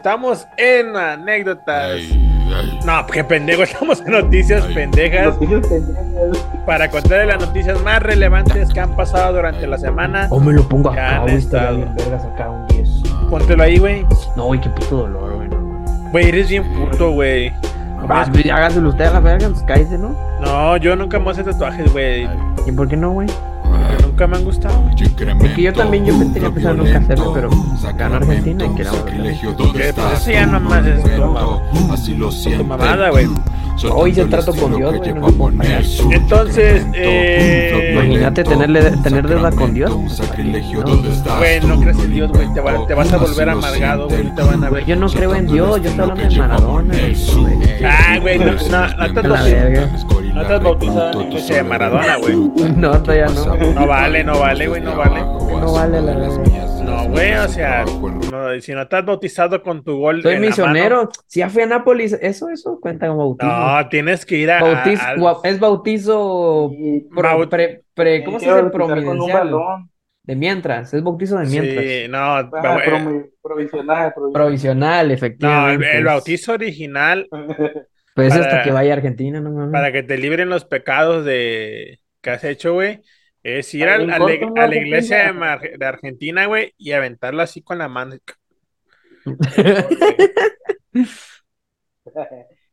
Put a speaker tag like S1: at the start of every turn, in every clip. S1: Estamos en anécdotas.
S2: Ay, ay.
S1: No, qué pendejo, estamos en noticias
S2: Ay.
S1: pendejas
S3: Pendejas.
S1: para contarles las noticias más relevantes que han pasado durante
S2: Ay.
S1: la semana.
S3: O me lo pongo
S1: Ya
S3: acá,
S1: han
S3: güey. Estaría
S1: estado.
S3: bien vergas acá un 10.
S1: Póntelo ahí, güey.
S3: No, güey, qué puto dolor, güey. no,
S1: Güey, eres bien puto, güey.
S3: güey. Va, güey, Hágaselo usted a la verga, pues cállese, ¿no?
S1: No, yo nunca me hace tatuajes, güey.
S3: ¿Y por qué no, güey?
S2: Ah,
S1: Porque Nunca me han gustado. güey.
S2: Sacramento,
S3: Es que yo también, yo me tenía
S2: ultra
S3: pensado nunca hacerlo,
S2: violento,
S3: pero ganó Argentina y que la
S2: sacrilegio, ¿dónde
S1: Que,
S2: estás
S1: pues, eso ya
S2: tú,
S1: nomás es tu
S2: momento? Así lo siento.
S1: mamada, güey.
S3: Hoy se trato con Dios, güey, no con
S1: Entonces, eh,
S3: Imagínate tenerle- tener deuda con Dios, pues,
S2: sacrilegio,
S3: no.
S2: ¿dónde estás
S1: Güey, no
S2: tú,
S1: creas en Dios, güey. Te, va- te vas a
S2: Así
S1: volver
S2: lo
S1: amargado, güey.
S2: siento
S1: Ahorita van a
S3: Güey,
S1: ver.
S3: yo no creo en Dios, yo estoy hablando de Maradona. güey.
S1: Ah, güey, no, no, no te
S3: A la verga.
S1: No estás bautizado en leche de Maradona, güey.
S3: No, todavía no.
S1: No vale, no vale, güey, no vale.
S3: No vale la verga.
S1: No, güey, o sea, no, si no estás bautizado con tu gol.
S3: Soy
S1: en la
S3: misionero. Si ya fui a Nápoles, eso, eso cuenta como bautismo.
S1: mano, No, tienes que ir a.
S3: Bautiz-
S1: a-
S3: gua- es bautizo. pro-
S1: Baut-
S3: pre- pre- Eh, ¿Cómo se dice?
S4: Eh, Con un
S3: Providencial.
S4: balón.
S3: De mientras. Es bautizo de mientras.
S1: Sí, no,
S4: Ah,
S1: eh,
S4: promi- provisional, provisional.
S3: Provisional,
S1: no, el,
S3: efectivamente.
S1: el bautizo original
S3: Pues
S1: para-
S3: hasta que vaya a Argentina, no mames.
S1: para que te libren los pecados de que has hecho, güey, es ir al-
S4: Ahí en
S1: a, la,
S4: corto,
S1: a la
S4: ¿no?
S1: iglesia de,
S4: Argentina.
S1: Mar- de Argentina, güey, y aventarla así con la mano.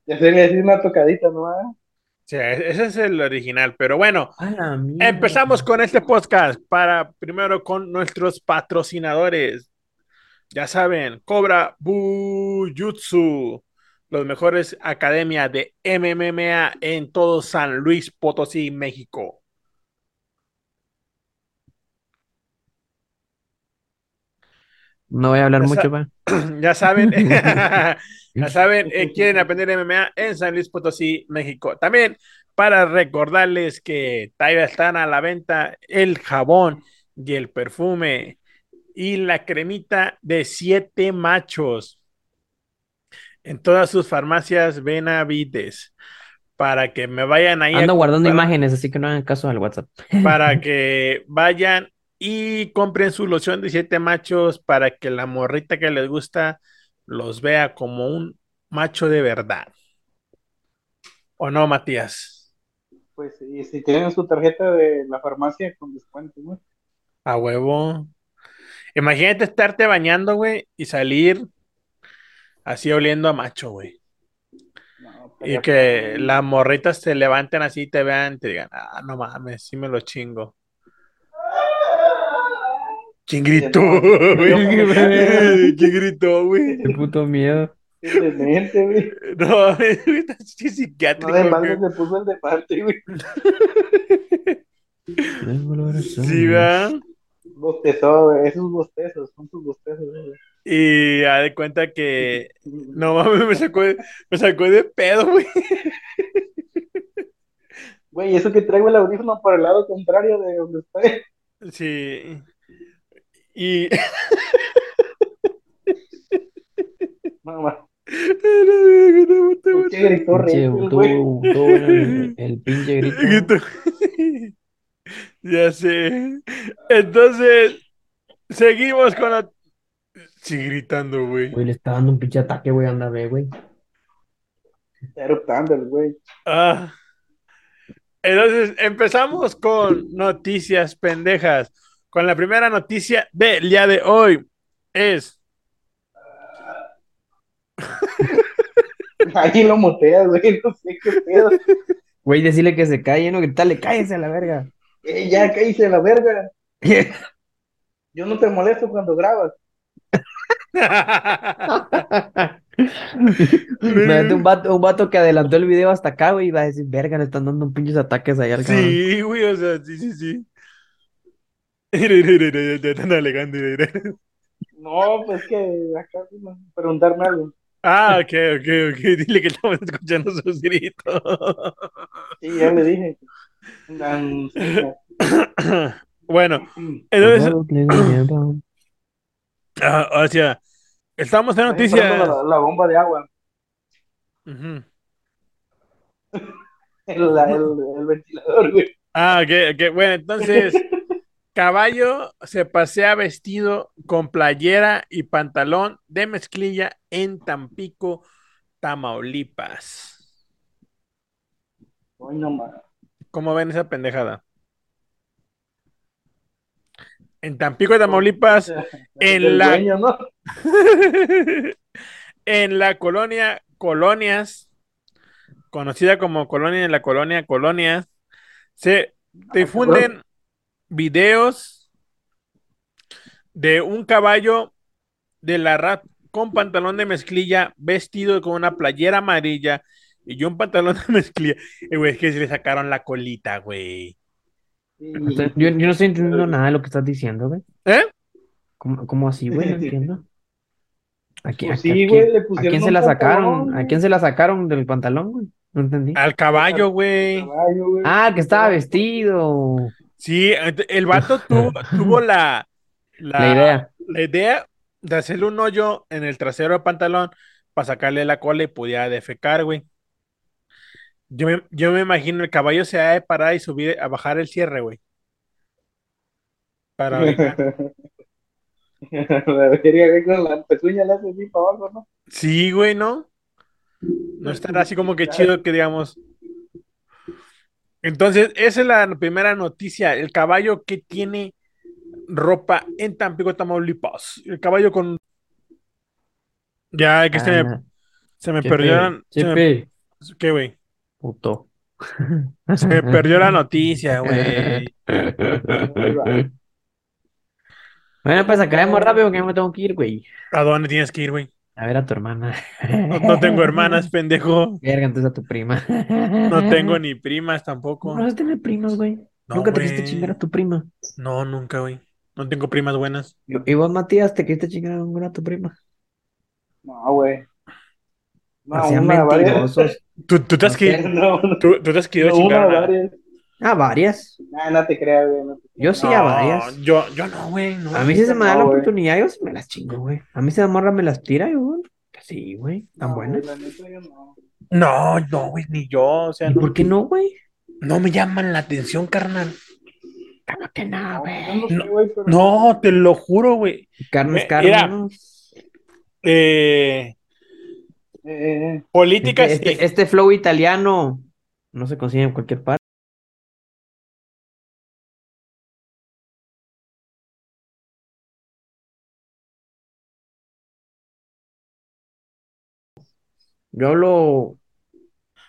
S4: Ya sería así una tocadita, ¿no? Ah,
S1: O sea, e-, ese es el original, pero bueno,
S3: A la mierda.
S1: Empezamos con este podcast para primero con nuestros patrocinadores. Ya saben, Cobra Bujutsu, los mejores academia de MMA en todo San Luis Potosí, México.
S3: No voy a hablar
S1: Esa-
S3: mucho, pa.
S1: Ya saben, ya saben, eh, quieren aprender MMA en San Luis Potosí, México. También para recordarles que todavía están a la venta el jabón y el perfume y la cremita de siete machos en todas sus farmacias Benavides para que me vayan ahí a
S3: Ando guardando
S1: comprar-
S3: imágenes, así que no hagan caso al WhatsApp.
S1: para que vayan y compren su loción de siete machos para que la morrita que les gusta los vea como un macho de verdad. ¿O no, Matías?
S4: Pues y si tienen su tarjeta de la farmacia con descuento, ¿no?
S1: A huevo. Imagínate estarte bañando, güey, y salir así oliendo a macho, güey.
S4: No, pues,
S1: Y
S4: ya-
S1: que las morritas se levanten así, te vean, y te digan, ah, no mames, sí me lo chingo. ¿Quién gritó? güey? ¿Quién gritó, güey?
S3: Qué puto miedo.
S4: Es demente, güey.
S1: No, güey, está pinche
S4: No
S1: psiquiátrico.
S4: de
S1: güey.
S4: manos le puso el de parte, güey.
S1: Sí, ¿verdad?
S4: Bostezó, güey. Esos bostezos, son sus bostezos, güey.
S1: Y ya de cuenta que. No mames, me sacó de, me sacó de pedo, güey.
S4: Güey, eso que traigo el audífono para el lado contrario de donde estoy.
S1: Sí. Y.
S4: Mamá,
S1: No
S4: ¿por qué gritó
S3: Pinche-
S4: Rachel,
S3: tuvo-
S4: güey?
S3: tuvo el, el pinche grito.
S1: Ya sé. Entonces, seguimos con la. Sí, gritando, güey.
S3: Güey, le está dando un pinche ataque, güey, anda, ve, güey.
S4: Está eruptando el güey.
S1: Ah. Entonces, empezamos con noticias pendejas. Con la primera noticia del día de hoy es.
S4: Ahí lo muteas, güey. No sé qué pedo.
S3: Güey, decirle que se calle, no gritarle, cállese a la verga.
S4: Eh, ya, cállese a la verga. Yo no te molesto cuando grabas.
S3: Imagínate un vato, un vato que adelantó el video hasta acá, güey, y va a decir, verga, le están dando un pinches ataques ahí al cabrón.
S1: sí, güey, o sea, sí, sí, sí. Ya están alegando.
S4: No, pues que acá vino a preguntarme algo.
S1: Ah, ok, ok, ok. Dile que estamos escuchando sus gritos.
S4: Sí, ya le dije. Andan-
S1: Bueno, entonces,
S3: Todo tiene miedo.
S1: ah, o sea, estamos en
S4: Estoy esperando
S1: noticias.
S4: La, la bomba de agua.
S1: Ujú.
S4: El, la- el- el ventilador, güey.
S1: Ah, que, bueno, entonces, Caballo se pasea vestido con playera y pantalón de mezclilla en Tampico, Tamaulipas.
S4: Hoy no más.
S1: ¿Cómo ven esa pendejada? En Tampico, Tamaulipas, en la
S4: Dueño, ¿no?
S1: en la colonia Colonias, conocida como colonia en la colonia Colonias, se difunden videos de un caballo de la RAP con pantalón de mezclilla, vestido con una playera amarilla y un pantalón de mezclilla. Eh, güey, es que se le sacaron la colita, güey.
S4: Sí.
S3: O sea, Yo, yo no estoy
S4: Eh.
S3: entendiendo nada de lo que estás diciendo, güey.
S1: ¿Eh?
S3: ¿Cómo, cómo así, güey? No entiendo. ¿A quién,
S4: Pues
S3: a-
S4: sí,
S3: a
S4: güey,
S3: quién-
S4: le
S3: a
S4: pusieron
S3: quién se
S4: un
S3: la sacaron?
S4: pantalón,
S3: ¿A quién se la sacaron del pantalón, güey? No entendí.
S1: Al caballo, güey.
S4: caballo, güey.
S3: Ah, que estaba vestido.
S1: Sí, ent- el vato tuvo, tuvo la, la,
S3: La idea.
S1: la idea de hacerle un hoyo en el trasero del pantalón para sacarle la cola y pudiera defecar, güey. Yo me, yo me imagino el caballo se ha de parar y subir a bajar el cierre, güey. Para orinar.
S4: La verga, güey, con la pezuña la hace así para abajo, ¿no?
S1: Sí, güey, ¿no? No estará así como que chido que digamos. Entonces, esa es la primera noticia. El caballo que tiene ropa en Tampico, Tamaulipas. El caballo con. Ya, que se
S3: Ah,
S1: me,
S3: na-
S1: se me
S3: Chepe,
S1: perdieron. se me-
S3: Chepe,
S1: ¿Qué, güey?
S3: puto.
S1: Se me perdió la noticia, güey.
S3: Bueno, pues acabemos rápido porque ya me tengo que ir, güey.
S1: ¿A dónde tienes que ir, güey?
S3: A ver a tu hermana.
S1: No, no tengo hermanas, pendejo.
S3: Verga, entonces a tu prima.
S1: No tengo ni primas tampoco.
S3: ¿Cómo no vas a tener primas, güey?
S1: No,
S3: Nunca te quisiste
S1: güey.
S3: chingar a tu prima.
S1: No, nunca, güey. No tengo primas buenas.
S3: Y vos, Matías, te quisiste chingar a ninguna a tu prima.
S4: No, güey. No,
S3: Hacían
S4: una, varias.
S3: mentirosos.
S1: ¿Tú, tú te has querido,
S4: No, no,
S1: tú, tú te has querido
S4: una,
S1: chingar a-
S4: varias.
S3: Ah, varias.
S4: Nah, no te creas, güey. no te creas.
S3: Yo sí a
S1: No,
S3: varias.
S1: Yo, yo no, güey. no.
S3: A mí si se me da la
S4: No, güey.
S3: oportunidad, yo sí me las chingo, güey. A mí si la morra me las tira, yo, güey. pues Sí, güey. Tan
S4: No,
S3: buenas.
S4: güey, la neta, yo no.
S1: No, no, güey, ni yo. O sea,
S3: ¿Y
S1: no,
S3: por qué no, güey?
S1: no me llaman la atención, carnal.
S3: ¿Cómo que no,
S4: No, Ah,
S3: güey?
S4: yo no sé, güey, pero-
S1: Ah, No, te lo juro, güey.
S3: Carne es
S1: Me-
S3: carne,
S1: mira,
S3: ¿no?
S1: Eh,
S4: Eh, eh,
S1: política
S3: Este,
S1: sí.
S3: este- este flow italiano no se consigue en cualquier parte. Yo hablo.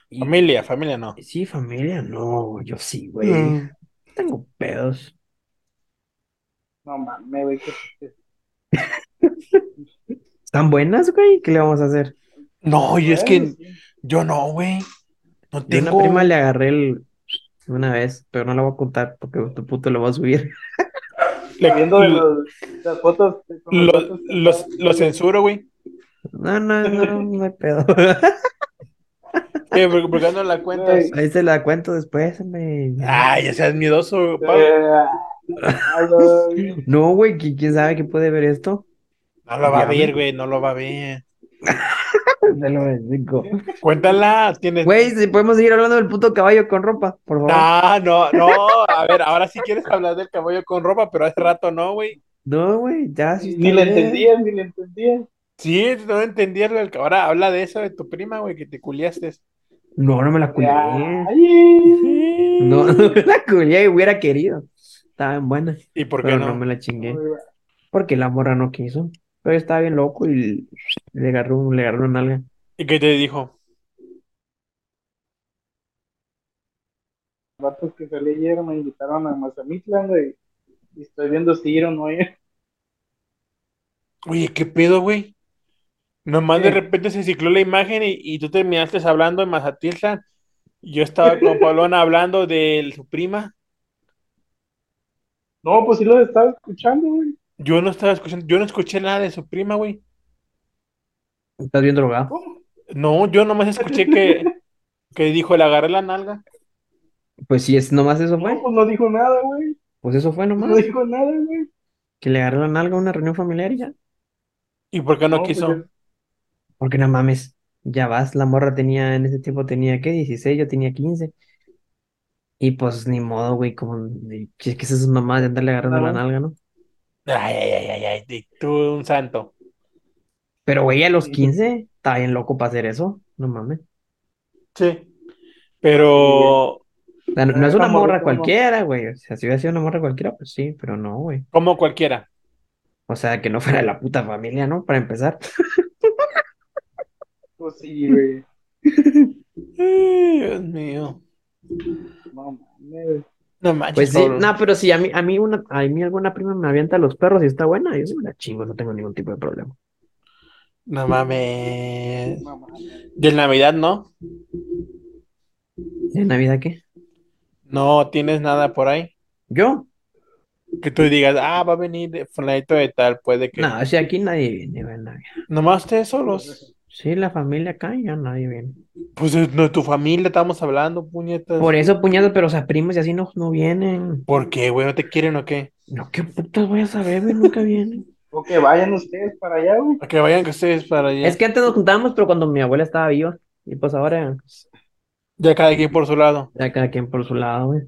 S3: y-
S1: Familia, familia no.
S3: Sí, familia, no, yo sí, güey.
S4: Mm.
S1: No.
S3: Tengo pedos.
S4: no mames, güey. qué- qué-
S3: ¿Están buenas, güey? ¿Qué le vamos a hacer?
S1: No, y es
S4: Bueno,
S3: Pues,
S1: que
S4: Eh, sí.
S1: yo no, güey. No
S3: Yo a una
S1: tengo.
S3: prima le agarré el una vez, pero no la voy a contar porque tu puto lo va a subir.
S1: le-
S4: Viendo de los- las fotos. con las
S1: Lo,
S4: fotos que
S1: los-
S4: estaban-
S1: lo censuro, güey.
S3: No, no, no, no hay pedo.
S1: Eh, porque, porque no la cuentas.
S4: Güey.
S3: Ahí se la cuento después, hombre.
S1: Ay, ya seas miedoso, Pablo.
S4: Eh, ay, güey.
S3: No, güey, ¿qui- ¿quién sabe que puede ver esto?
S1: No lo va a
S3: diablo.
S1: ver, güey, no lo va a ver.
S3: Se lo bendigo.
S1: Cuéntala, tienes.
S3: Güey, si podemos seguir hablando del puto caballo con ropa, por favor.
S1: No, Ah, no, no. A ver, ahora sí quieres hablar del caballo con ropa, pero hace rato no, güey.
S3: No, güey, ya sí
S4: Ni
S3: está
S4: le
S3: bien.
S4: entendía, ni le entendía.
S1: Sí, no entendías lo del caballo. Ahora habla de eso de tu prima, güey, que te culiaste.
S3: No, no me la culé.
S4: Ay,
S3: No, no me la culé, hubiera querido. Estaba bien buena,
S1: ¿Y por qué
S3: pero no?
S1: no?
S3: me la chingué. Porque la morra no quiso. Pero yo estaba bien loco y le agarró, le agarró una nalga.
S1: ¿Y qué te dijo?
S4: vatos que salí ayer me invitaron a Mazamitlan, güey. Y estoy viendo si ir o no ir.
S1: Oye, ¿qué pedo, güey? Nomás de
S4: ¿Qué?
S1: repente se cicló la imagen y, y tú terminaste hablando de Mazatilán. Y Yo estaba con Paulona hablando de su prima.
S4: No, pues sí los estaba escuchando, güey.
S1: Yo no estaba escuchando, yo no escuché nada de su prima, güey.
S3: Estás bien drogado.
S4: ¿Cómo?
S1: No, yo nomás escuché que, que dijo, le agarré la nalga.
S3: Pues sí, es nomás eso
S4: No,
S3: fue.
S4: pues no dijo nada, güey.
S3: Pues eso fue
S4: No
S3: nomás.
S4: dijo nada, güey.
S3: Que le agarró la nalga a una reunión familiar y ya.
S1: ¿Y por qué no,
S4: pues,
S1: quiso?
S3: Porque no mames, ya vas, la morra tenía, en ese tiempo tenía, ¿qué? 16, yo tenía 15. Y pues ni modo, güey, como es que esas mamás de andarle agarrando la
S4: Claro.
S3: nalga, ¿no?
S1: Ay, ay, ay, ay, ay, y tú un santo.
S3: Pero, güey, a los
S4: Sí.
S3: 15 está bien loco para hacer eso, no mames.
S1: Sí. Pero,
S3: O sea, no, no
S4: Ah,
S3: es una
S4: está
S3: morra
S4: morrito, ¿no?
S3: cualquiera, güey. O sea, si hubiera sido una morra cualquiera, pues sí, pero no, güey.
S1: como cualquiera.
S3: O sea, que no fuera de la puta familia, ¿no? Para empezar.
S4: Pues sí, güey.
S1: Ay, Dios mío.
S4: No mames.
S1: No manches,
S3: Pues sí,
S1: cabrón.
S3: no, pero si a mí, a mí una, a mí alguna prima me avienta los perros y está buena, yo sí me la chingo, no tengo ningún tipo de problema.
S1: No mames.
S4: No mames.
S1: De Navidad, ¿no?
S3: ¿En Navidad qué?
S1: No tienes nada por ahí.
S3: ¿Yo?
S1: Que tú digas, ah, va a venir fulanito de tal, puede que.
S3: No, o sea, aquí nadie viene, güey, nadie.
S1: Nomás ustedes solos.
S3: Sí, la familia acá ya nadie viene.
S1: Pues es- no, tu familia estamos hablando, puñetas.
S3: Por eso, puñado, pero o sea, primos y así no, no vienen.
S1: ¿Por qué, güey? ¿No te quieren o qué?
S3: No, qué putas voy a saber, güey, nunca vienen.
S4: O que vayan ustedes para allá, güey.
S1: A que vayan que ustedes para allá.
S3: Es que antes nos juntábamos, pero cuando mi abuela estaba viva, y pues ahora
S1: Ya cada quien por su lado.
S3: ya cada quien por su lado, güey.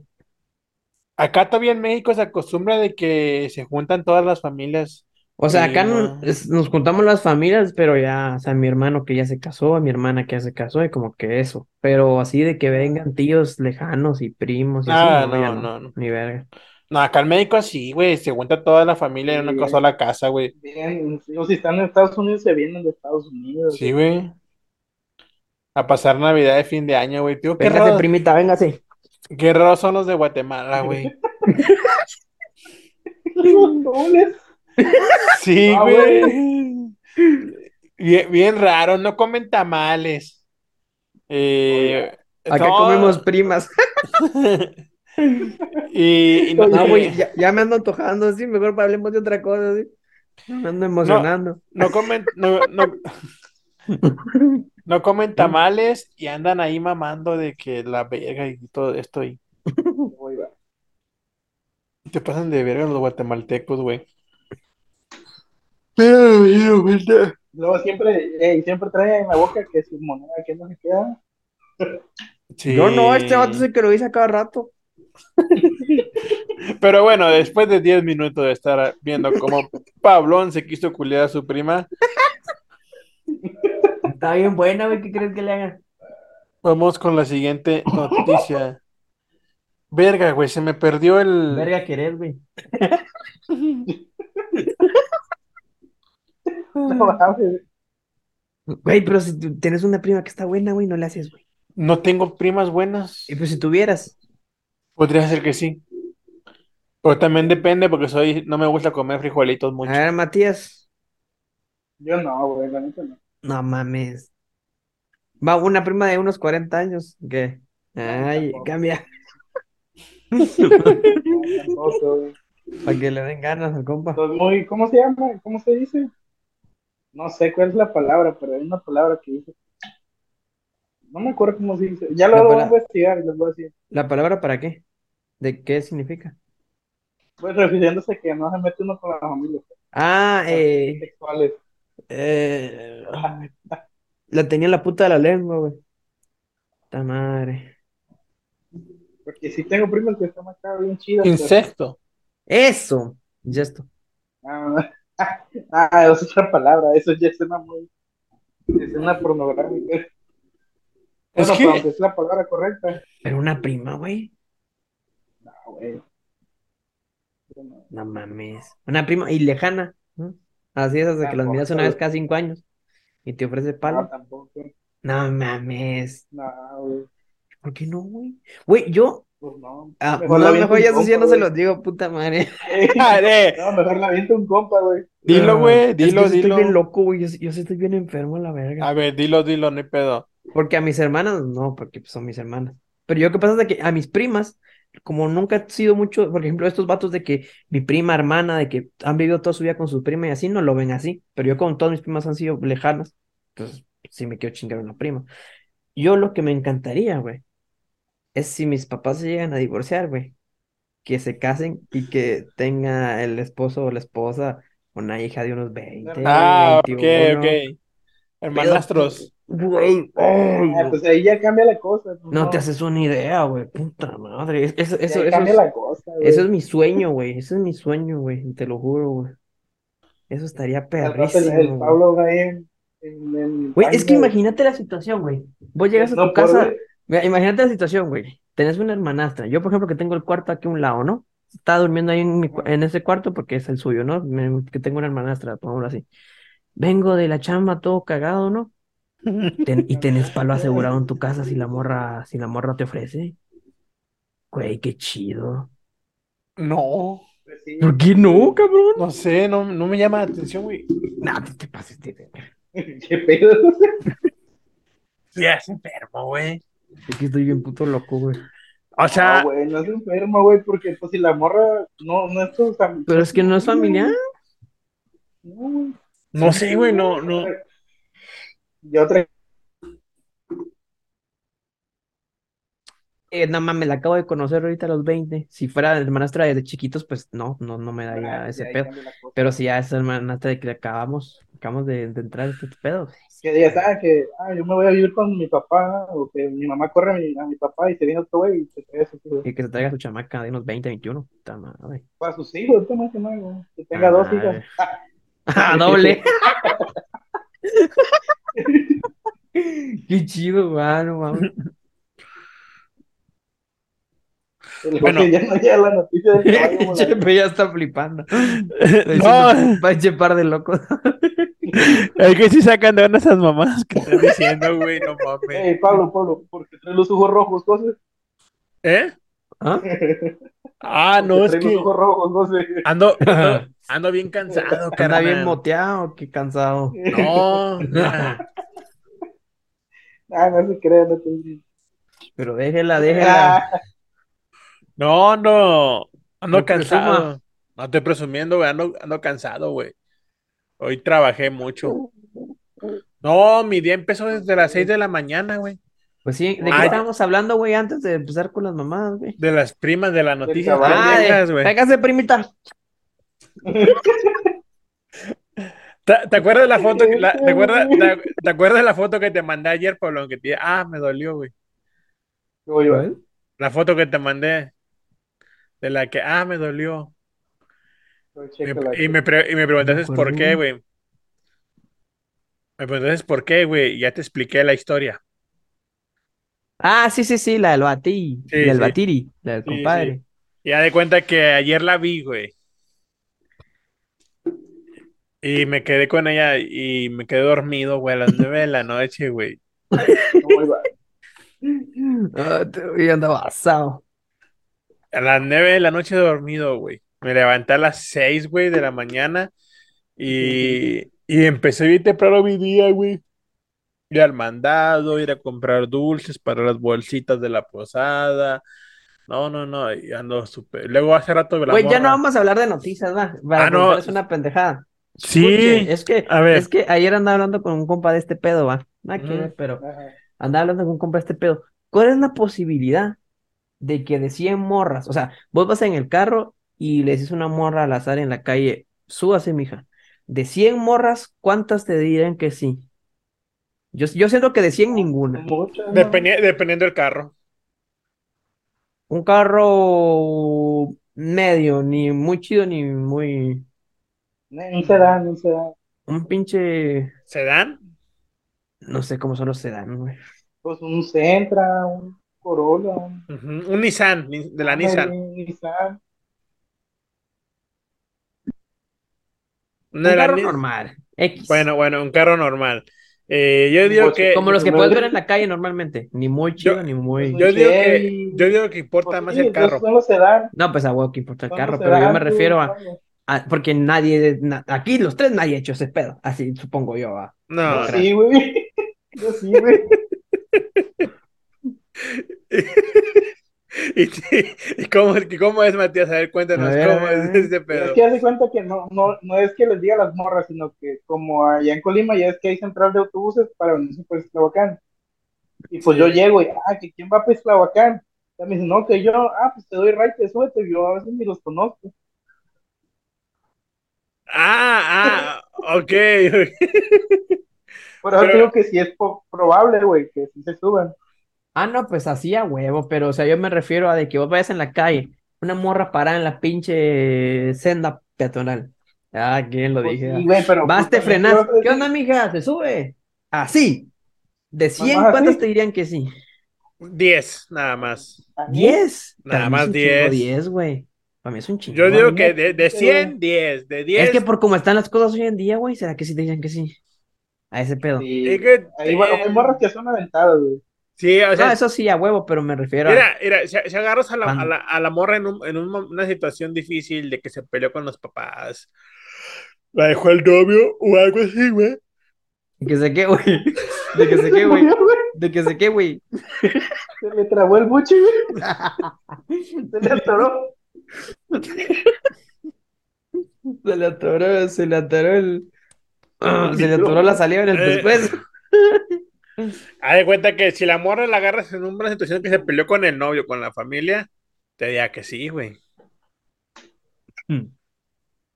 S1: Acá todavía en México se acostumbra de que se juntan todas las familias.
S3: O sea,
S1: Sí,
S3: acá no-
S1: no.
S3: es- nos juntamos las familias, pero ya, o sea, mi hermano que ya se casó, mi hermana que ya se casó, y como que eso. Pero así de que vengan tíos lejanos y primos y así,
S1: Ah,
S3: no, ya
S1: no,
S3: no,
S1: no, no.
S3: ni verga.
S1: No, acá en México sí, güey. Se junta toda la familia en una
S4: Sí,
S1: cosa sola casa, güey.
S4: Vienen, o si están en Estados Unidos, se vienen de Estados Unidos.
S1: Sí, güey. A pasar Navidad de fin de año, güey. Tío, qué
S3: Véngase,
S1: raro, Eh,
S3: primita, véngase.
S1: qué raros son los de Guatemala, güey.
S4: Mongoles.
S1: Sí,
S4: Ah,
S1: güey. Bien, bien raro, no comen tamales. Eh,
S3: Acá
S1: no,
S3: comemos primas.
S1: Y, y no,
S3: No, güey,
S1: eh,
S3: ya, ya me ando antojando, así, mejor hablemos de otra cosa, así. Me ando emocionando.
S1: no comen, no, no- no comen tamales y andan ahí mamando de que la verga y todo esto. Y
S4: Güey, va.
S1: te pasan de verga los guatemaltecos, güey. Pero, pero, ¿verdad?
S4: Luego siempre, ey, siempre trae en la boca que su moneda que no ah. se queda.
S1: Sí.
S3: Yo no, este vato es el que lo dice a cada rato.
S1: Pero bueno, después de 10 minutos de estar viendo cómo Pablón se quiso culiar a su prima,
S3: Está bien buena, güey, ¿qué crees que le haga?
S1: vamos con la siguiente noticia. Verga, güey, se me perdió el.
S3: Verga querés, güey.
S4: No mames.
S3: Güey, pero si tú tienes una prima que está buena, güey, no le haces, güey.
S1: No tengo primas buenas.
S3: Y pues si tuvieras.
S1: Podría ser que sí. Pero también depende porque soy, no me gusta comer frijolitos
S3: A
S1: mucho.
S3: ver, Matías.
S4: Yo no, güey, la neta no.
S3: No mames. Va una prima de unos 40 años. ¿Qué? Ay,
S4: tampoco.
S3: cambia.
S4: No, tampoco, güey.
S3: Para que le den ganas al compa.
S4: Entonces, muy, ¿cómo se llama? ¿Cómo se dice? No sé cuál es la palabra, pero hay una palabra que dice. No me acuerdo cómo se dice. Ya
S3: La
S4: lo voy a
S3: palabra-
S4: investigar y les voy a decir.
S3: ¿La palabra para qué? ¿De qué significa?
S4: Pues refiriéndose que no se mete uno con la familia
S3: Ah, eh,
S4: sexuales.
S3: eh, ay, la tenía en la puta de la lengua, güey. Puta madre.
S4: Porque si tengo primas que están acá bien chidas. pero-
S1: Insecto.
S3: Eso. Ya esto.
S4: Ah, ah, es otra palabra, eso ya suena muy. Es una pornográfica.
S1: Es
S4: Bueno,
S1: que-
S4: pero aunque es la palabra correcta.
S3: Pero una prima, güey.
S4: Ah, güey. Bueno,
S3: No mames. Una prima y lejana. ¿no? Así es, hasta que las miras una vez cada cinco años. Y te ofrece
S4: No,
S3: palo.
S4: tampoco.
S3: No mames.
S4: No, güey.
S3: ¿Por qué no, güey? Güey, yo.
S4: Pues no.
S3: Ah,
S4: Mejor
S3: no,
S4: la
S3: mejor ya
S4: aviento
S3: eso
S4: un
S3: sí ya no
S4: compa,
S3: se
S4: güey.
S3: los digo, puta madre.
S1: Are.
S4: No, mejor la aviento un compa, güey.
S1: Dilo, güey,
S3: Es que
S1: dilo,
S3: yo sí
S1: dilo.
S3: Estoy bien loco, güey. Yo, sí- yo sí estoy bien enfermo a la verga.
S1: A ver, dilo, dilo, no hay pedo.
S3: Porque a mis hermanas, no, porque pues, son mis hermanas. Pero yo, ¿qué pasa? De que a mis primas, como nunca ha sido mucho, por ejemplo, estos vatos de que mi prima, hermana, de que han vivido toda su vida con su prima y así, no lo ven así. Pero yo, con todas mis primas han sido lejanas, entonces sí me quiero chingar una prima. Yo lo que me encantaría, güey, es si mis papás se llegan a divorciar, güey, que se casen y que tenga el esposo o la esposa una hija de unos 20,
S1: Ah, ok,
S3: 21.
S1: ok. Hermanastros.
S3: Güey, ay,
S4: Ah, pues ahí ya cambia la cosa. pues,
S3: no te haces una idea, güey, puta madre. Es- Eso,
S4: ya
S3: eso, eso,
S4: cambia
S3: es,
S4: la cosa, güey.
S3: eso es mi sueño, güey. Eso es mi sueño, güey. Te lo juro, güey. Eso estaría
S4: Al rato el- el
S3: perrísimo, güey.
S4: Pablo va en, en, en
S3: Güey, es que
S4: tanga,
S3: imagínate la situación, güey. Vos llegas a
S4: Pues No
S3: tu
S4: puedo,
S3: casa,
S4: güey.
S3: mira, imagínate la situación, güey. Tenés una hermanastra. Yo, por ejemplo, que tengo el cuarto aquí a un lado, ¿no? Está durmiendo ahí en, mi cu- en ese cuarto porque es el suyo, ¿no? Me- que tengo una hermanastra, pongámoslo así. Vengo de la chamba todo cagado, ¿no? Ten- y tenés palo asegurado en tu casa si la morra, si la morra te ofrece. Güey, qué chido.
S1: No,
S4: pues, sí.
S3: ¿Por qué no, cabrón?
S1: no sé, no, no me llama la atención, güey.
S3: No, te, te pases, te- te-
S4: ¿Qué pedo?
S1: Ya es enfermo, güey.
S3: Es que estoy bien puto loco, güey. Ah,
S1: O sea,
S4: No, güey, no es enfermo, güey, porque pues si la morra no, no es tu fam-
S3: Pero es que no es familiar.
S4: No, güey.
S1: no sé, güey, no, no.
S4: Y otra
S3: Eh, no mames, la acabo de conocer ahorita a los 20. Si fuera hermanastra desde chiquitos, pues no, no, no me daría
S4: Ah,
S3: ese
S4: ya
S3: pedo.
S4: cambia la cosa.
S3: Pero si ya es hermanastra de que le acabamos, acabamos de, de entrar a este pedo.
S4: Que digas, ah, que ah, yo me voy a vivir con mi papá, o que mi mamá corre a mi, a mi papá y se viene otro güey y se trae a sus hijos.
S3: Y que se traiga su chamaca de unos 20, 21. Puta madre.
S4: O a sus hijos, tú más que nada, güey. Que tenga dos
S3: Madre.
S4: hijas.
S3: ¡Ah, doble! Qué chido, mano, mames.
S4: El
S1: Bueno.
S4: José ya no llega la noticia del caballo volador.
S3: Chepe ya está flipando.
S1: No,
S3: Va a chepar de locos.
S1: es que sí sacan de onda esas mamás que están diciendo, güey, no mames.
S4: Ey, Pablo, Pablo, ¿por qué traes los ojos rojos, José?
S1: ¿Eh?
S3: ¿Ah?
S1: Ah, no, es
S4: Traes
S1: que
S4: los ojos rojos, José.
S1: ando, ando, ando bien cansado,
S3: Anda bien
S1: carnal.
S3: moteado, qué cansado.
S1: No, nah.
S4: Ah, no se crea, no Ah, te
S3: Pero déjela, déjela.
S1: Ah. no, no, ando
S3: No
S1: cansado.
S3: presuma.
S1: No estoy presumiendo, güey, ando, ando cansado, güey. Hoy trabajé mucho. No, mi día empezó desde las 6 de la mañana, güey.
S3: Pues sí, ¿de qué
S1: Ay.
S3: estábamos hablando, güey, antes de empezar con las mamadas, güey?
S1: De las primas de las noticias
S4: chaval.
S3: Ah, de-
S1: pendejas, güey.
S3: véngase, primita.
S1: ¿Te, te acuerdas de la foto? que- la- ¿te, acuerdas, te, te acuerdas de la foto que te mandé ayer, Pablo? Que te, ah, me dolió, güey.
S4: Yo, yo,
S1: La foto que te mandé. De la que, ah, me dolió.
S4: yo
S1: Me-
S4: checo la-
S1: y, me pre- y me preguntaste
S3: No me
S1: por
S3: acuerdo.
S1: qué, güey. Me preguntaste por qué, güey. y Ya te expliqué la historia.
S3: Ah, sí, sí, sí, la del batí,
S1: Sí,
S3: la del
S1: sí.
S3: batiri, la del
S1: Sí,
S3: compadre.
S1: Ya de cuenta que ayer la vi, güey. Y me quedé con ella y me quedé dormido, güey, a las nueve de la noche, güey.
S4: No, iba-
S3: Ah, te- y andaba asado.
S1: A las nueve de la noche dormido, güey. Me levanté a las seis, güey, de la mañana. Y, y empecé bien temprano mi día, güey. Ir al mandado, ir a comprar dulces para las bolsitas de la posada. No, no, no. Y ando súper. Luego hace rato la
S3: Güey, ya no
S1: morra-
S3: vamos a hablar de noticias, va. Para
S1: Ah, no.
S3: contarles una pendejada.
S1: Sí.
S3: Escuchen, es que,
S1: a ver.
S3: es que ayer andaba hablando con un compa de este pedo, va. Nada que
S1: Ujú.
S3: ver, pero
S4: Ajá.
S3: andaba hablando con un compa de este pedo. ¿Cuál es la posibilidad de que de 100 morras, o sea, vos vas en el carro y le dices una morra al azar en la calle, súbase, mija. De 100 morras, ¿cuántas te dirán que sí? Yo, yo siento que de 100 ninguna.
S4: Muchas, ¿no?
S1: Dependi- dependiendo del carro.
S3: Un carro medio, ni muy chido, ni muy...
S4: No se da, no se da.
S3: Un pinche...
S1: ¿Se dan?
S3: No sé cómo son los sedán, güey.
S4: Pues un Centra, un Corolla, un...
S1: Ujú, Un Nissan, ni- de
S3: Ah,
S1: la
S4: Ay,
S1: Nissan.
S4: un Nissan.
S1: Una
S3: Un
S1: de la
S3: carro
S1: Nis-
S3: normal, X.
S1: Bueno, bueno, un carro normal. Eh, yo digo
S4: Pues,
S1: que.
S3: Como los que
S4: Normal.
S3: puedes ver en la calle normalmente. Ni muy chido,
S1: Yo-
S3: ni muy...
S1: Yo digo que,
S4: Chevy.
S1: yo digo que importa
S4: Pues
S1: más
S4: sí,
S1: el
S4: entonces
S1: carro.
S4: Son los sedán.
S3: No, pues a huevo que importa el
S4: son
S3: carro,
S4: los
S3: pero yo me
S4: sedán, tú,
S3: refiero a,
S4: Pablo.
S3: a- porque nadie, na- aquí los tres nadie ha hecho ese pedo, así supongo yo, va.
S1: No,
S3: Yo
S4: Sí, güey. Yo sí, güey.
S1: ¿Y, sí, ¿y cómo, es- cómo es, Matías? A ver, cuéntanos,
S3: A ver,
S1: ¿cómo
S3: a ver, a
S1: es
S3: ver.
S1: este
S4: Pero
S1: pedo?
S4: Es que hace cuenta que no, no, no es que les diga las morras, sino que como allá en Colima ya es que hay central de autobuses para venirse por Esclavacán. Y pues yo llego y, ah, que quién va para Esclavacán. Ya me dicen, no, que yo, ah, pues te doy raite, suerte, yo a veces ni los conozco.
S1: Ah, ah, ok.
S4: Por eso
S1: Pero-
S4: digo que sí es po- probable, güey, que sí se suban.
S3: Ah, no, pues así a huevo, pero o sea, yo me refiero a de que vos vayas en la calle, una morra parada en la pinche senda peatonal. Ah, ¿quién lo
S4: Pues
S3: dije?
S4: sí, güey, pero
S3: Vas, te
S4: justamente
S3: frenás.
S4: vas a decir-
S3: ¿Qué onda, mija? ¿Se sube? Así. ¿De 100
S4: Ajá,
S3: cuántas
S4: sí.
S3: te dirían que sí?
S1: 10, nada más.
S4: a mí,
S3: ¿10?
S1: Nada
S3: Para mí
S1: más
S3: es un chingo
S1: 10.
S3: 10, güey. Para mí es un chingo.
S1: Yo
S3: A
S1: digo
S3: mí
S1: que
S3: me-
S1: de, de 100, 10. De 10.
S3: Es que por cómo están las cosas hoy en día, güey, ¿será que sí te dicen que sí? A ese pedo.
S4: sí.
S1: es que,
S4: Ahí, bueno, hay
S1: eh,
S4: morras que son aventadas, güey.
S1: Sí, o sea,
S3: No, eso sí, a huevo, pero me refiero a...
S1: Mira, mira, si, si agarras a la,
S3: Cuando-
S1: a la, a la morra en, un- en un mo- una situación difícil de que se peleó con los papás, la dejó el novio o algo así, güey.
S3: De que se qué, güey. De que se qué, güey.
S4: murió, güey.
S3: De que se qué, güey.
S4: Se le trabó el buche, güey. Se le atoró.
S3: Se le atoró, se le atoró el... Ah, Se le atoró la saliva en el
S1: Eh.
S3: pescuezo.
S1: Haz de cuenta que si la morra la agarras en una situación que se peleó con el novio, con la familia, te diría que sí, güey.
S3: Mm.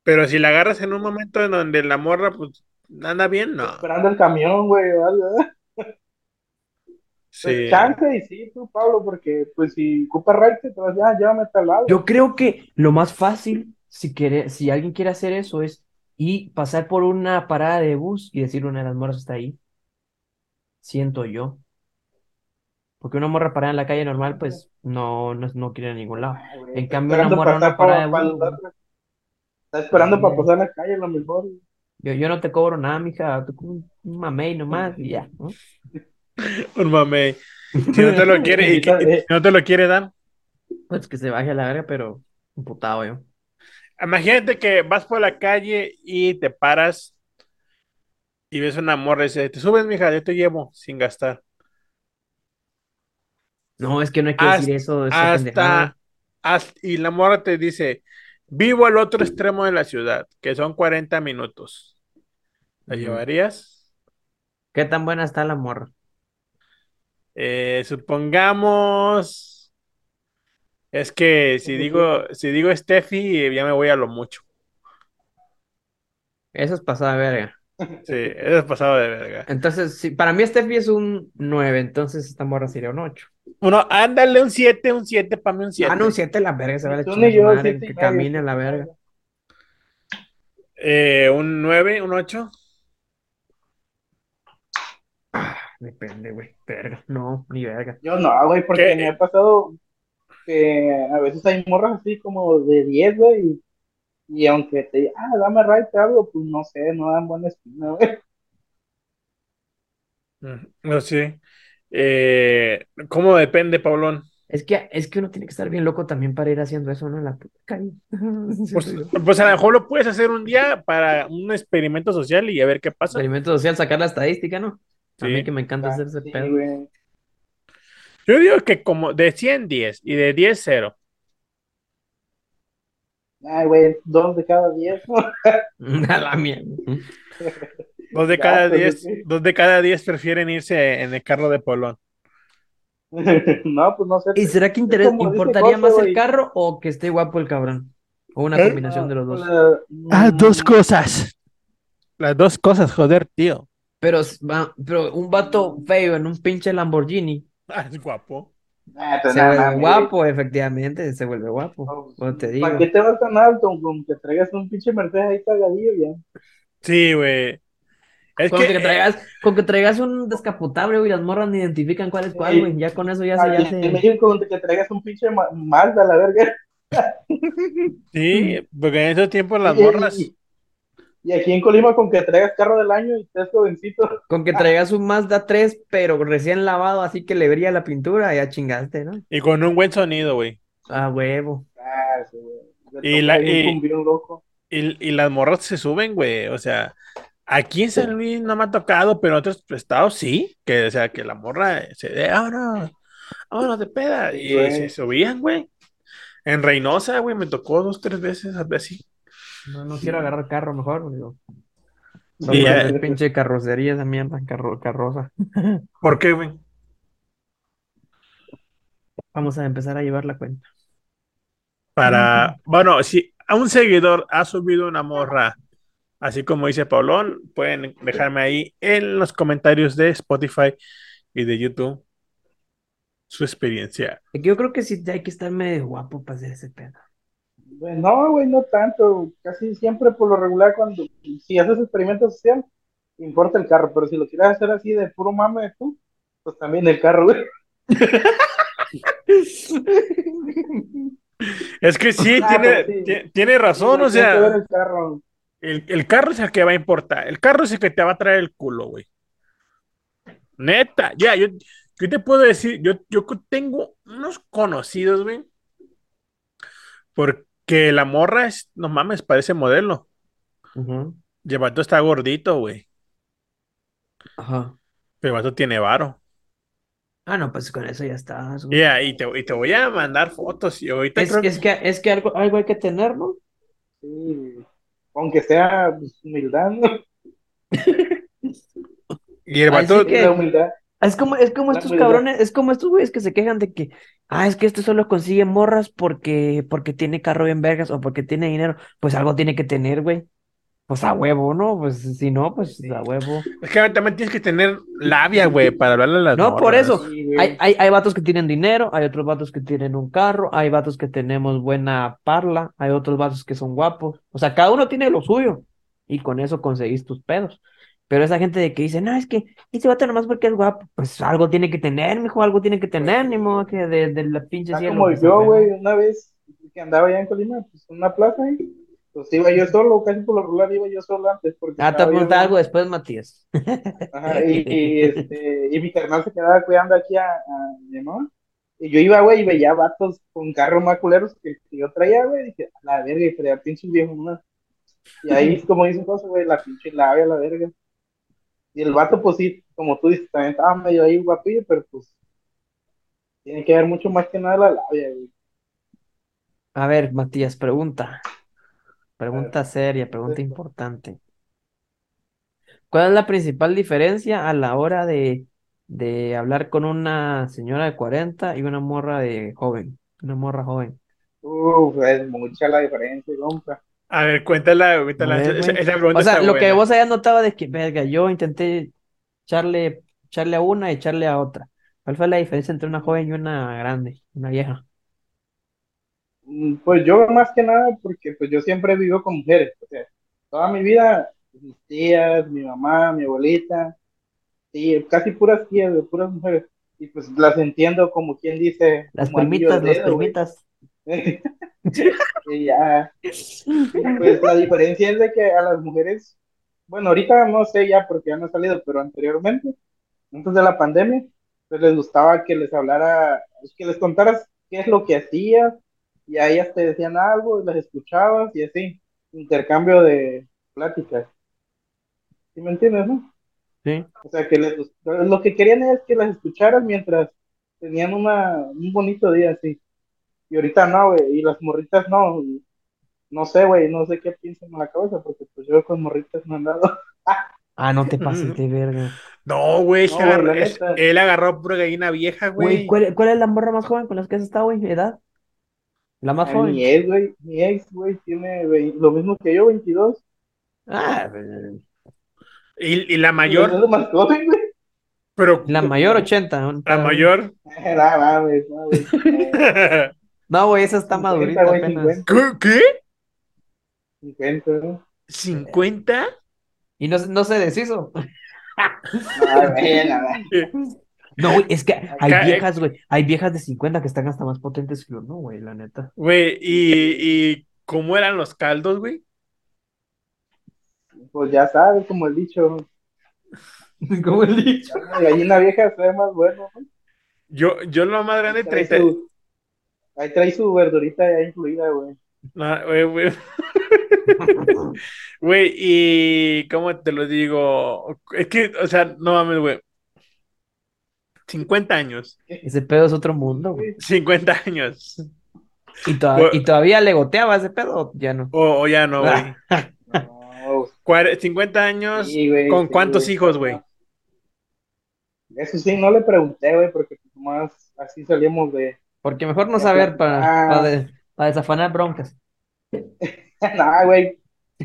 S1: Pero si la agarras en un momento en donde la morra, pues, anda bien, no.
S4: Esperando el camión, güey. o algo, ¿verdad?
S1: Sí.
S4: Pues chance y sí, tú, Pablo, porque pues si ocupas recto, te vas, ya, llévame a tal lado.
S3: Yo creo que lo más fácil, si quiere, si alguien quiere hacer eso, es y pasar por una parada de bus y decir una de las morras está ahí. Siento yo. Porque una morra parada en la calle normal, pues no, no, no quiere ir a ningún lado.
S4: Ah, güey,
S3: En
S4: está
S3: cambio,
S4: esperando
S3: una morra
S4: pasar
S3: no para
S4: pa-
S3: de
S4: pa-
S3: bus, güey.
S4: Está esperando para
S3: Sí.
S4: pasar la calle, a lo mejor.
S3: Yo, yo no te cobro nada, mija, tú como un un mamey nomás y ya, ¿no?
S1: Un mame. Si no te lo quiere, y, que- y si no te lo quiere dar.
S3: Pues que se baje a la verga, pero imputado yo.
S1: Imagínate que vas por la calle y te paras y ves una morra y dice, te subes, mija, yo te llevo sin gastar.
S3: No, es que no hay que
S1: Hasta-
S3: decir eso, esa pendejada.
S1: Hasta, hasta- y la morra te dice, vivo al otro extremo de la ciudad, que son 40 minutos. ¿La
S3: Ujú.
S1: llevarías?
S3: ¿Qué tan buena está la morra?
S1: Eh, supongamos, es que si digo, si digo Steffi, ya me voy a lo mucho.
S3: Eso es pasada verga.
S1: Sí, eso es pasado de verga.
S3: Entonces, sí, para mí Steffi es un 9, entonces esta morra sería un 8.
S1: Uno, ándale un 7, un 7, para mí un 7.
S3: Ah, no, un 7 la verga, se va a la
S4: Tú
S3: chingada
S4: ni yo,
S3: madre,
S4: siete y
S3: que
S4: medio,
S3: camine a
S4: siete
S3: la
S4: y
S3: verga.
S4: medio.
S1: Eh, un 9, un 8.
S3: Ah, Depende, güey, verga. No, ni verga.
S4: Yo no, güey, porque
S1: ¿Qué?
S4: me ha pasado que a veces hay morras así como de 10, güey. y- Y aunque te diga, ah, dame right, te hablo, pues no sé, no dan buena espina, güey.
S1: Mm, No sé. Eh, ¿cómo depende, Paulón?
S3: Es que, es que uno tiene que estar bien loco también para ir haciendo eso, ¿no? En la puta calle.
S1: Pues, pues a lo mejor lo puedes hacer un día para un experimento social y a ver qué pasa.
S3: Experimento social, sacar la estadística, ¿no? A mí
S1: Sí.
S3: que me encanta hacer ese
S4: Sí,
S3: pedo.
S4: güey.
S1: Yo digo que como de 100, 10 y de 10, 0.
S4: Ay, güey, dos de cada diez, ¿no?
S3: A la mierda.
S1: Dos de
S4: Ya,
S1: cada
S4: pues,
S1: 10,
S4: sí.
S1: dos de cada 10 prefieren irse en el carro de Paulón.
S4: No, pues no sé.
S3: ¿Y será que
S4: Es
S3: interés-
S4: como dice
S3: importaría
S4: José,
S3: más el
S4: güey.
S3: carro o que esté guapo el cabrón? O una
S1: ¿Eh?
S3: combinación de los dos.
S4: Ah,
S1: Mm. cosas. Las dos cosas, joder, tío.
S3: Pero, s- va- pero un vato feo en un pinche Lamborghini.
S1: Ah, es guapo.
S4: Ah, pues
S3: Se
S4: nada,
S3: vuelve
S4: mami,
S3: guapo, efectivamente, se vuelve guapo.
S4: güey.
S3: Como te
S4: ¿Para
S3: digo.
S4: Pues, qué te vas tan alto? Con que traigas un pinche Mercedes ahí cagadillo ya.
S1: Sí, güey. Es
S3: Con
S1: que,
S3: que, traigas, con que traigas un descapotable, güey, las morras no identifican cuál es cuál,
S4: Sí.
S3: güey. Ya con eso ya se,
S4: Ah,
S3: ya
S4: y En
S3: se...
S4: México, con que traigas un pinche ma- Mazda, la verga.
S1: sí, porque en esos tiempos las
S4: Y-
S1: morras.
S4: Eh, Y, y aquí en Colima, con que traigas carro del año y estés jovencito.
S3: Con que traigas un Mazda 3, pero recién lavado, así que le brilla la pintura, ya chingaste, ¿no?
S1: Y con un buen sonido, güey.
S3: Ah, huevo.
S4: Ah, sí, güey. Le
S1: Y
S4: tocó
S1: la-
S4: ahí un
S1: y-
S4: cumbión loco.
S1: Y, y las morras se suben, güey. O sea, aquí en San Luis no me ha tocado, pero en otros estados sí. Que, o sea, que la morra se de, ah, no, vámonos de peda.
S4: Sí,
S1: Y
S4: güey.
S1: se subían, güey. En Reynosa, güey, me tocó dos, tres veces, algo así.
S3: No, no quiero agarrar carro mejor, digo. No,
S1: Y,
S3: pues,
S1: eh,
S3: es pinche carrocería esa mierda, carro, carroza.
S1: ¿Por qué, güey?
S3: Vamos a empezar a llevar la cuenta.
S1: Para, bueno, si a un seguidor ha subido una morra Así como dice Paulón, pueden dejarme ahí en los comentarios de Spotify y de YouTube su experiencia.
S3: Yo creo que sí hay que estar medio guapo para hacer ese pedo.
S4: Pues no, güey, no tanto. Casi siempre por lo regular cuando, si haces experimento social, importa el carro, pero si lo quieres hacer así de puro mame tú, pues también el carro, güey.
S1: Es que sí,
S4: Ah,
S1: tiene,
S4: pues sí.
S1: ti- tiene razón, o
S4: Tiene que ver
S1: sea,
S4: el carro.
S1: el, el carro es el que va a importar, el carro es el que te va a traer el culo, güey. Neta, ya, yo, yo te puedo decir, yo, yo tengo unos conocidos, güey, porque la morra es, no mames, parece modelo.
S3: Ujú.
S1: Y el vato está gordito, güey,
S3: Ajá.
S1: pero el vato tiene varo.
S3: Ah, no, pues con eso ya está. Es-
S1: Ya, y, te, y te voy a mandar fotos, y ahorita
S3: Es,
S1: creo que-
S3: es que, es que algo, algo hay que tener, ¿no?
S4: Sí, güey. aunque sea pues, humildad, ¿no?
S1: y el
S3: Ay, sí
S1: vato...
S3: que- ¿Qué?
S4: La humildad.
S3: Es como, es como
S4: La
S3: estos
S4: humildad.
S3: cabrones, es como estos güeyes que se quejan de que, ah, es que este solo consigue morras porque, porque tiene carro bien vergas o porque tiene dinero. Pues algo tiene que tener, güey. Pues a huevo, ¿no? Pues si no, pues a huevo.
S1: Es que también tienes que tener labia, güey, para hablarle a las
S3: No, por
S1: morras.
S3: eso.
S4: Sí, güey.
S3: Hay, hay, hay vatos que tienen dinero, hay otros vatos que tienen un carro, hay vatos que tenemos buena parla, hay otros vatos que son guapos. O sea, cada uno tiene lo suyo y con eso conseguís tus pedos. Pero esa gente de que dice, no, es que ese vato nomás porque es guapo, pues algo tiene que tener, mijo, algo tiene que tener, ni modo que de, de la pinche
S4: Está
S3: cielo,
S4: como
S3: pues,
S4: yo,
S3: hombre,
S4: güey, una vez que andaba allá en Colima, pues en una plaza, ¿eh? pues iba yo solo, casi por lo regular iba yo solo antes. Porque
S3: Ah, te
S4: estaba yo-
S3: apunta algo después, Matías.
S4: Ajá, y, y, este, y mi carnal se quedaba cuidando aquí a, a mi mamá. Y yo iba, güey, y veía vatos con carros más culeros que, el que yo traía, güey. Y dije, a la verga, y traía pinches viejos más. Y ahí, como dicen cosas, güey, la pinche labia, la verga. Y el vato, pues sí, como tú dices, también estaba medio ahí guapillo, pero pues. Tiene que ver mucho más que nada la labia, güey.
S3: A ver, Matías, pregunta. Pregunta seria, pregunta
S4: esto.
S3: importante. ¿Cuál es la principal diferencia a la hora de, de hablar con una señora de 40 y una morra de joven? Una morra joven.
S4: Uf, es mucha la diferencia, compa.
S1: A ver, cuéntala, cuéntala.
S3: A ver,
S1: esa,
S3: güey.
S1: esa pregunta
S3: O sea,
S1: está
S3: lo que
S1: buena.
S3: vos allá notaba de que, verga, yo intenté echarle, echarle a una y echarle a otra. ¿Cuál fue la diferencia entre una joven y una grande, una vieja?
S4: Mm, Pues yo más que nada, porque pues yo siempre vivo con mujeres, o sea, toda mi vida, pues, mis tías, mi mamá, mi abuelita, y casi puras tías, de puras mujeres, y pues las entiendo como quien dice,
S3: Las
S4: como anillo
S3: primitas,
S4: al
S3: las
S4: dedo, güey.
S3: primitas.
S4: Y ya, pues la diferencia es de que a las mujeres, bueno, ahorita no sé ya porque ya no he salido, pero anteriormente, antes de la pandemia, pues les gustaba que les hablara, pues, que les contaras qué es lo que hacías, y a ellas te decían algo, y las escuchabas y así, intercambio de pláticas. ¿Sí me entiendes, no?
S3: Sí.
S4: O sea, que les, gust- lo que querían es que las escucharas mientras tenían una, un bonito día así. Y ahorita no, güey, y las morritas no, y- no sé, güey, no sé qué piensan en la cabeza, porque pues yo con morritas no he andado.
S3: Ah, no te pases de verga.
S1: No, güey, se
S4: No, güey,
S1: agarró-
S4: la
S1: es-
S4: neta.
S1: él agarró pura gallina vieja,
S3: Güey,
S1: güey.
S3: ¿cuál, cuál es la morra más joven con la que has estado, güey? ¿Edad? La más
S4: Ah,
S3: joven.
S4: mi ex, güey, mi ex, güey, tiene vei- lo mismo que yo, 22.
S3: Ah, eh,
S1: Y, y la
S4: Es
S1: mayor,
S4: lo más joven, güey.
S1: pero
S3: la mayor 80. ¿no?
S1: la mayor.
S4: No mames, no, güey. Eh,
S3: No, güey, esa está
S4: 50,
S3: madurita
S4: güey,
S3: apenas.
S4: 50.
S1: ¿Qué? ¿Qué?
S4: 50, ¿no?
S1: ¿50?
S3: Y no, se- no se deshizo.
S4: No, Ah, güey, no, güey.
S3: No, güey, es que hay
S1: Acá, eh.
S3: viejas, güey. Hay viejas de 50 que están hasta más potentes que uno, güey, la neta.
S1: Güey, y, y ¿cómo eran los caldos, güey?
S4: Pues ya sabes, como el dicho,
S3: Como el dicho.
S4: la gallina vieja se ve más bueno, ¿no?
S1: Yo, yo lo más grande,
S4: Ahí trae
S1: 30.
S4: su, ahí trae su verdurita ya incluida, güey.
S1: No, güey, güey. Güey, y ¿cómo te lo digo? Es que, o sea, no mames, güey. 50 años.
S3: Ese pedo es otro mundo, güey.
S1: 50 años.
S3: ¿Y, toda-
S1: Güey.
S3: y todavía le goteaba ese pedo? Ya no.
S1: O, o ya no, güey.
S4: No,
S1: Cuare- 50 años.
S4: Ah. sí, güey,
S1: ¿Con
S4: sí,
S1: cuántos
S4: güey.
S1: hijos, güey?
S4: Eso sí, no le pregunté, güey, porque más así salíamos de.
S3: Porque mejor no saber para,
S4: Ah.
S3: para, de- para desafanar broncas.
S4: Nada, güey.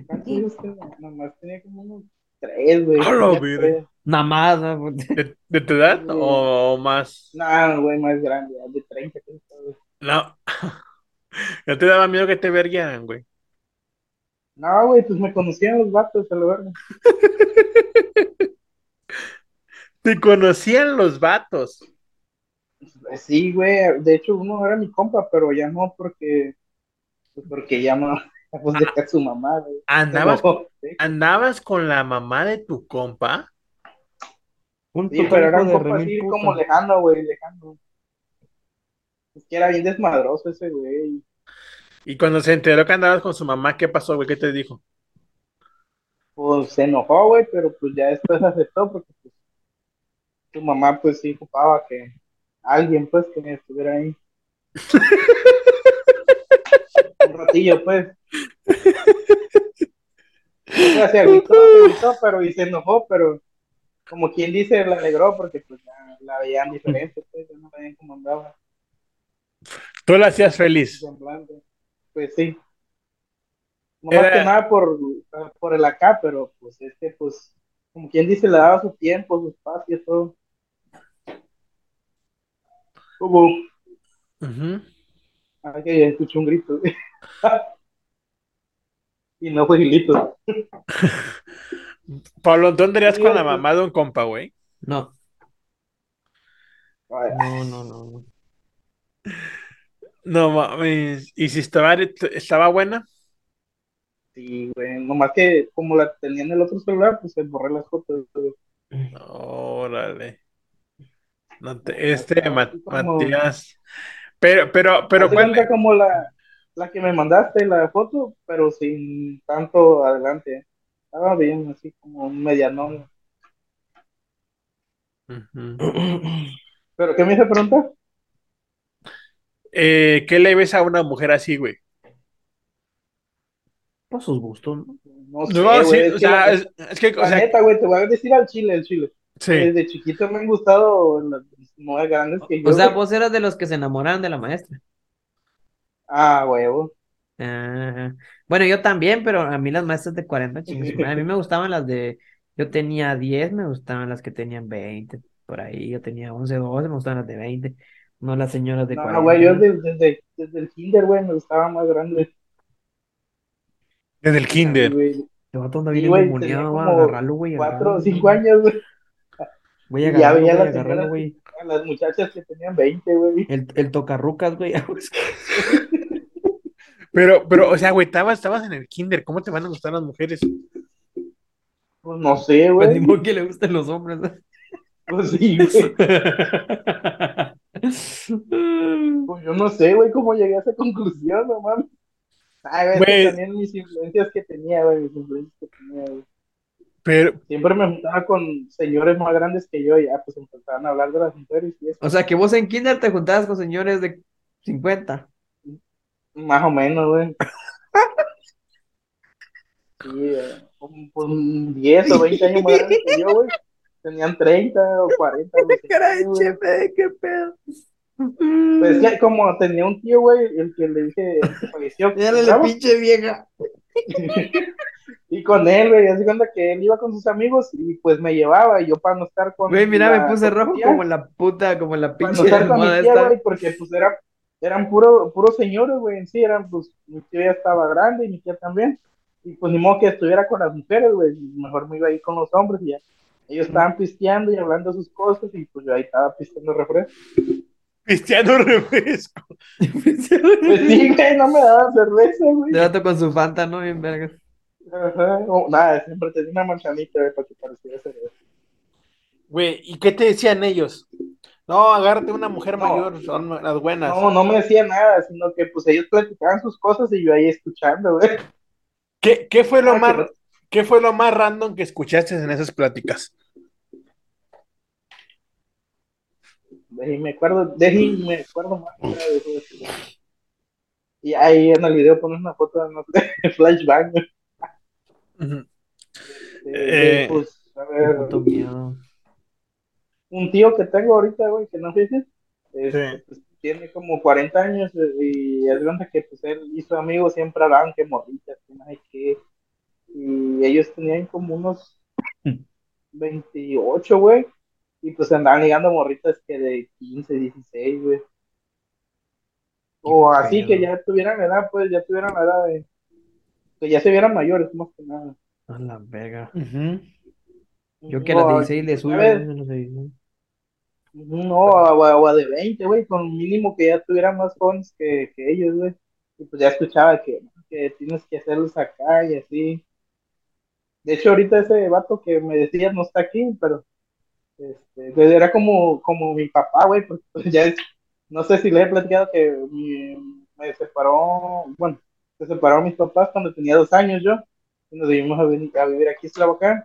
S4: ¿Cuántos hijos tenía? Nomás tenía como unos tres, güey.
S1: A la
S4: Tenía
S1: vida.
S4: tres.
S3: Nada más, ¿no?
S1: ¿De, de tu edad o más?
S4: No, güey, más grande, de 30, 30, güey.
S1: No. ¿No te daba miedo que te verguieran, güey?
S4: No, güey, pues me conocían los vatos, a lo verga.
S1: Te conocían los vatos.
S4: Pues Sí, güey, de hecho uno era mi compa, pero ya no porque, pues porque ya no, pues de que su mamá, güey.
S1: Ah. ¿Andabas,
S4: Pero, sí,
S1: andabas con la mamá de tu compa?
S3: Un
S4: sí, pero era
S3: hijo
S4: un
S3: de
S4: compa
S3: remil
S4: así
S3: puta.
S4: como lejano, güey, lejano. Es que era bien desmadroso ese güey.
S1: Y cuando se enteró que andabas con su mamá, ¿qué pasó, güey? ¿Qué te dijo?
S4: Pues se enojó, güey, pero pues ya después aceptó porque pues, su mamá pues sí ocupaba que alguien pues que estuviera ahí. Un ratillo, pues. O sea, se agüitó, se agüitó, pero y se enojó, pero como quien dice, la alegró porque pues ya la veían diferente, pues ya no veían cómo andaba,
S1: Tú la hacías feliz.
S4: semblante. Pues sí. No más
S1: Era-
S4: que nada por, por el acá, pero pues este, pues, como quien dice, le daba su tiempo, su espacio, todo. Como,
S1: Ujú.
S4: ay, que ya escuché un grito. y no fue Gilito.
S1: Pablo, ¿tú andarías con la mamá de un compa, güey?
S3: No,
S4: Ay,
S3: no, no, no. no.
S1: No mames. ¿Y si estaba, estaba buena?
S4: Sí, güey, nomás que como la tenía en el otro celular, pues se borré las fotos. güey.
S1: Órale. No te- este
S4: Así
S1: Ma-
S4: como-
S1: Matías. Pero, pero, pero,
S4: Haz de
S1: ¿cuál?
S4: cuenta como la, la que me mandaste, la foto, pero sin tanto adelante. Estaba bien, así como un medianón.
S1: Ujú.
S4: ¿Pero qué me hice preguntar?
S1: Eh, ¿qué le ves a una mujer así, güey?
S3: Por sus gustos, ¿no?
S4: No sé,
S1: No, sí,
S4: güey, es
S1: o
S4: que
S1: sea,
S4: la,
S1: es, es que, o
S4: la
S1: sea,
S4: neta, güey, te voy a decir al chile, el chile.
S1: sí.
S4: Desde chiquito me han gustado las más grandes que yo.
S3: O sea,
S4: güey.
S3: vos eras de los que se enamoraban de la maestra.
S4: Ah, huevo.
S3: Ah, bueno, yo también, pero a mí las maestras de 40, chingues, a mí me gustaban las de, yo tenía 10, me gustaban las que tenían 20, por ahí, yo tenía 11, 12, me gustaban las de 20, no las señoras de
S4: No,
S3: 40.
S4: no, güey, yo
S3: ¿no?
S4: desde, desde, desde el kinder, güey, me gustaba más grande.
S1: Desde el kinder.
S4: Güey,
S3: Te va todo
S4: Sí,
S3: bien
S4: güey,
S3: endemoniado,
S4: tenía
S3: va,
S4: como
S3: agarrarlo, güey,
S4: cuatro o
S3: agarrarlo,
S4: cinco años, güey.
S3: güey,
S4: y ya
S3: agarrarlo,
S4: veía
S3: güey,
S4: las
S3: agarrarlo,
S4: señoras.
S3: güey.
S4: A las muchachas que tenían 20, güey.
S3: El, el tocarrucas, güey. pues,
S1: Pero, pero, o sea, güey, estabas, estabas en el kinder, ¿cómo te van a gustar las mujeres?
S4: Pues no sé,
S3: Pues ni
S4: güey.
S3: modo que le gusten los hombres. ¿no?
S4: Pues sí, güey. Pues yo no sé, güey, cómo llegué a esa conclusión, no mames. Ay, güey, es que
S1: Güey.
S4: también mis influencias que tenía, güey, mis influencias que tenía, güey.
S1: Pero,
S4: Siempre me juntaba con señores más grandes que yo y ya, pues empezaban a hablar de las mujeres y eso.
S3: O sea, que vos en kinder te juntabas con señores de 50.
S4: Más o menos, güey. Sí, eh, un- pues, un 10 o 20 años más grandes que yo, güey. Tenían 30 o 40. no sé, güey.
S3: qué pedo.
S4: Pues es que como tenía un tío, güey, el que le dije, el que falleció,
S3: Dale la
S4: ¿sabes?
S3: pinche vieja.
S4: Y con él, güey, hace cuenta que él iba con sus amigos y pues me llevaba y yo para no estar con
S3: Güey, mira,
S4: la-
S3: me puse
S4: con mi
S3: rojo
S4: tía,
S3: como la puta, como la
S4: para no
S3: pinche
S4: estar con mi
S3: almohada
S4: tía,
S3: esta.
S4: güey, porque pues era, eran puro, puros señores, güey, en sí, eran pues, mi tío ya estaba grande y mi tía también, y pues ni modo que estuviera con las mujeres, güey, mejor me iba ahí con los hombres y ya. Ellos estaban pisteando y hablando sus cosas y pues yo ahí estaba pisteando refresco.
S1: Cristiano Refresco.
S4: Pues sí, güey, no me daban cerveza, güey.
S3: De rato con su fanta, ¿no? Bien verga.
S4: Ajá, no, nada, siempre tenía una manzanita, güey, para que pareciera cerveza.
S1: Güey, ¿y qué te decían ellos? No, agárrate una mujer
S4: No.
S1: mayor, son las buenas.
S4: No, no me decía nada, sino que pues ellos platicaban sus cosas y yo ahí escuchando, güey.
S1: ¿Qué, qué fue lo
S4: Ah,
S1: más,
S4: que no-
S1: qué fue lo más random que escuchaste en esas pláticas?
S4: Y me acuerdo, de- y me acuerdo más. que nada de eso, güey. Y ahí en el video pones una foto de no sé, flashback, güey.
S1: Ujú.
S4: De- de,
S1: Eh.
S4: pues, a ver,
S3: Puto miedo.
S4: un tío que tengo ahorita, güey, que no fíjese, este,
S1: Sí.
S4: pues, tiene como 40 años eh, y es grande que pues él y su amigo siempre hablaban que morritas, que no sé qué, Y ellos tenían como unos 28, güey. Y pues andaban ligando morritas que de 15, 16, güey. O así que ya tuvieran la edad, pues ya tuvieran la edad de. Que ya se vieran mayores, más que nada.
S3: A la verga.
S1: Ujú.
S3: Yo que a las 16 le subo.
S4: ver.
S3: no sé, ¿no?
S4: No, o a, o a de 20, güey, con mínimo que ya tuvieran más jóvenes que, que ellos, güey. Y pues ya escuchaba que, que tienes que hacerlos acá y así. De hecho, ahorita ese vato que me decías no está aquí, pero este, pues era como, como mi papá, güey, porque pues ya es, no sé si le he platicado que mi- me separó, bueno, se separaron mis papás cuando tenía dos años yo, y nos vinimos a, venir- a vivir aquí a Eslavacán.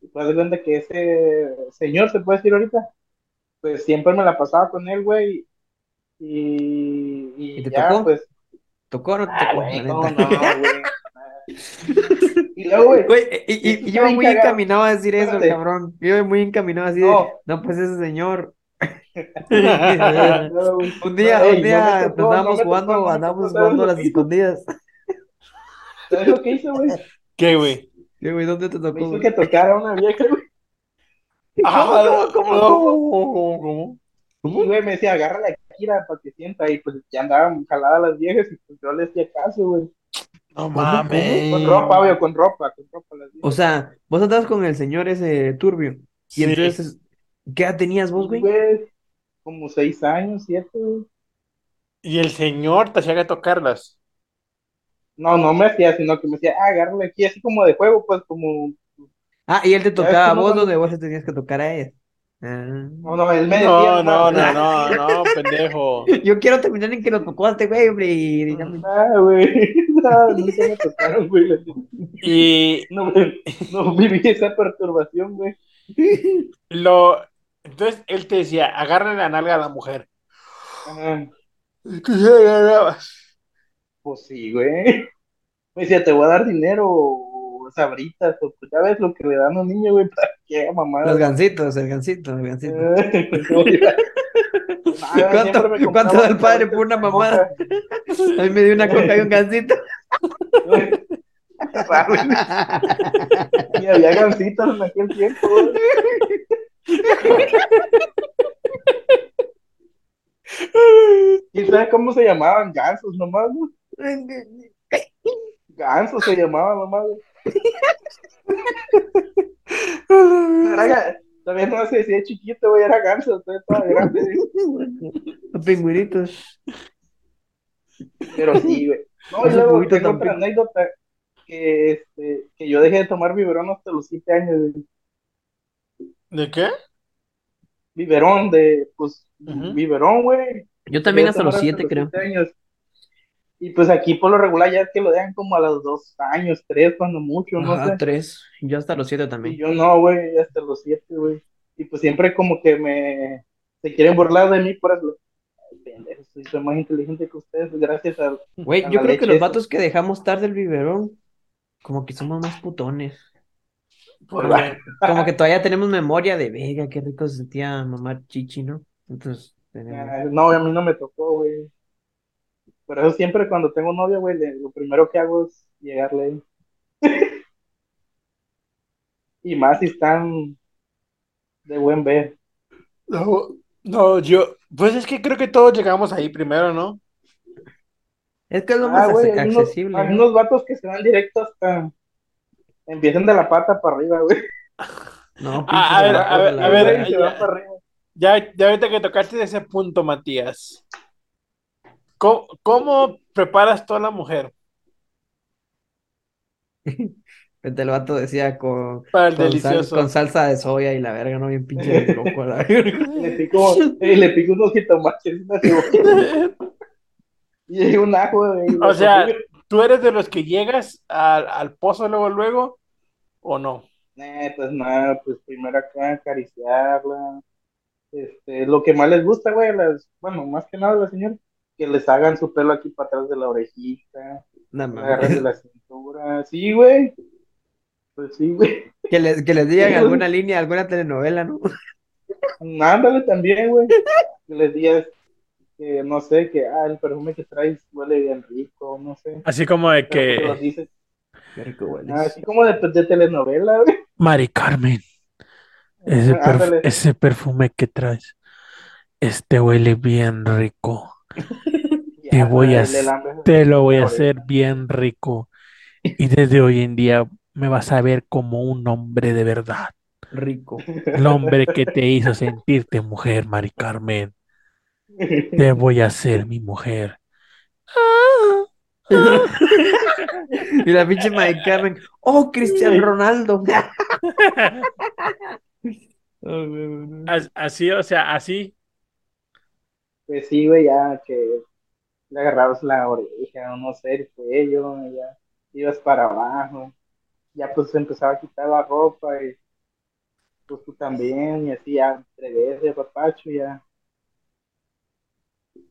S4: Y pues haz de cuenta que ese señor, se puede decir ahorita, pues siempre me la pasaba con él, güey. Y, y
S3: ¿Y te
S4: ya,
S3: tocó?
S4: pues.
S3: ¿Tocó o no te
S4: Ah,
S3: tocó? La
S4: güey, no,
S3: neta.
S4: no, güey. Y luego, güey,
S3: Güey, y, y- y
S4: Está
S3: yo
S4: bien
S3: muy
S4: cagado.
S3: encaminado a decir eso,
S4: Espérate.
S3: cabrón. Yo iba muy encaminado así de,
S4: No.
S3: no, pues ese señor.
S4: no, güey.
S3: Un día,
S4: No,
S3: un
S4: ey, no
S3: día
S4: me tocó,
S3: andábamos
S4: no me
S3: jugando,
S4: tocó, no me
S3: andábamos
S4: tocó, ¿sabes
S3: jugando a
S4: lo
S3: las
S4: que hizo?
S3: escondidas.
S4: ¿Sabes lo que hizo, güey?
S1: ¿Qué, güey?
S3: Sí, güey, ¿dónde te tocó,
S4: Me hizo
S3: güey?
S4: que tocara a una vieja, güey.
S1: Ah, no, ¿cómo, cómo?
S4: Y, güey, me decía, agarra la Kira para que sienta. Y pues ya andaban jaladas las viejas y pues yo le hacía caso, güey.
S1: No
S3: mames.
S4: Con ropa, güey, con ropa, con ropa las viejas.
S3: O sea, vos andabas con el señor ese turbio.
S1: Sí.
S3: Y entonces, ¿qué edad tenías vos, güey?
S4: Güey, como seis años, siete, güey.
S1: Y el señor te hacía que tocarlas.
S4: No, no me hacía, sino que me decía, ah, agárrala aquí, así como de juego, pues como.
S3: Ah, y él te
S4: ves
S3: tocaba a
S4: cómo
S3: vos,
S4: cuando-
S3: donde vos le tenías que tocar a ella. Ah.
S4: No, no, él me decía,
S1: No, no, no,
S4: "Ah,
S1: no, no, pendejo.
S3: Yo quiero terminar en que lo tocó a este güey, hombre, y
S4: Ah.
S3: dígame.
S4: No, güey. No, nunca me tocaron, güey.
S1: Y
S4: No, güey, no viví esa perturbación, güey.
S1: lo. Entonces él te decía, agarra la nalga a la mujer.
S4: Ajá.
S1: Y tú se la agarrabas.
S4: Ah, Pues sí, güey. Me decía, te voy a dar dinero o sabritas, o pues ya ves lo que le dan a un niño, güey, para que haga
S3: Los
S4: mamada.
S3: gancitos, el gancito, el gancito.
S4: Eh. Pues, ¿Cuánto,
S3: ¿Cuánto- cuánto da el padre por una mamada? A mí me dio una coca y un gancito.
S4: Y había gancitas en aquel tiempo, güey. ¿Y sabes cómo se llamaban? Gansos nomás, güey. Ganso se llamaba, mamá. güey. Era ga- Todavía no se decía chiquito, güey, era ganso, todavía estaba grande. güey.
S3: Los pingüinitos.
S4: Pero sí, güey. No, y
S3: Ese
S4: luego
S3: juguito
S4: tengo
S3: tan
S4: otra
S3: rico.
S4: anécdota que, este, que yo dejé de tomar biberón hasta los siete años. güey.
S1: ¿De qué?
S4: Biberón de, pues,
S1: Ujú.
S4: biberón, güey.
S3: Yo también
S4: Dejé de
S3: hasta los
S4: tomar
S3: siete, creo.
S4: siete años. Y pues aquí por lo regular ya es que lo dejan como a los dos años, tres, cuando mucho, no sé.
S3: Ajá, tres. Yo hasta los siete
S4: Y
S3: también.
S4: yo no, güey, hasta los siete, güey. Y pues siempre como que me... Se quieren burlar de mí por eso. Ay, pendejo, soy, soy más inteligente que ustedes, gracias a...
S3: Güey,
S4: Con
S3: yo
S4: la
S3: creo que
S4: leche
S3: los
S4: esa.
S3: vatos que dejamos tarde el biberón, como que somos más putones.
S1: Por la-
S3: Como que todavía tenemos memoria de, verga, qué rico se sentía mamar chichi, ¿no? Entonces, tenemos...
S4: Ah, No, a mí no me tocó, güey. Pero eso siempre cuando tengo novia, güey, le- lo primero que hago es llegarle ahí. Y más si están de buen ver.
S1: No, no, yo. Pues es que creo que todos llegamos ahí primero, ¿no?
S3: Es que es lo
S4: Ah,
S3: más
S4: güey, ah,
S3: acce-
S4: hay unos,
S3: pues, accesible.
S4: hay
S3: ¿no?
S4: unos vatos que se van directo hasta... Empiezan de la pata para arriba, güey.
S3: No,
S1: Ah, a
S3: pinches
S1: ver, a
S3: vatos
S1: ver,
S3: de la
S1: a ver,
S3: verga.
S4: se
S1: ya.
S4: van para arriba.
S1: Ya, ya ahorita que tocaste ese punto, Matías. ¿Cómo, cómo preparas tú a la mujer
S3: Vete, el vato decía con,
S1: para eh. el
S3: con, sal-
S1: delicioso?
S3: con salsa de soya y la verga, no bien pinche loco a la verga.
S4: Y le pico, y le pico unos jitomates, una cebolla, y un ajo, güey.
S1: O sea, ¿Tú eres de los que llegas al, al pozo luego, luego, o no?
S4: Eh, pues nada, pues primero acá acariciarla. Este, lo que más les gusta, güey, las, bueno, más que nada a las señoras, que les hagan su pelo aquí para atrás de la orejita,
S3: No
S1: Ah.
S4: agarren de
S3: mames.
S4: la cintura. Sí, güey. Pues sí, güey.
S3: Que les, que les digan alguna línea, alguna telenovela, ¿no?
S4: Ándale también, güey. Que les digas que no sé, que ah, el perfume que traes huele bien rico, no sé.
S1: Así como de
S4: Pero pues se los
S1: que,
S4: dices. "Ah,
S3: Qué rico hueles.
S4: Así como de, de telenovela, güey.
S1: Mari Carmen, ese, perf-
S4: Ándale.
S1: ese perfume que traes, este huele bien rico. Te voy a
S4: Ya, le lambes.
S1: Te lo voy a
S4: Ahorita.
S1: hacer bien rico. Y desde hoy en día me vas a ver como un hombre de verdad.
S3: Rico.
S1: El hombre que te hizo sentirte mujer, Mari Carmen. Te voy a hacer mi mujer.
S3: Y la pinche Mike Carmen. ¡Oh, Cristian Ronaldo!
S1: As- Así, o sea, así.
S4: Pues sí, güey, ya que le agarrabas la oreja, no sé, el cuello, ya ibas para abajo, ya pues se empezaba a quitar la ropa y pues tú también, y así ya entre veces, papacho, ya.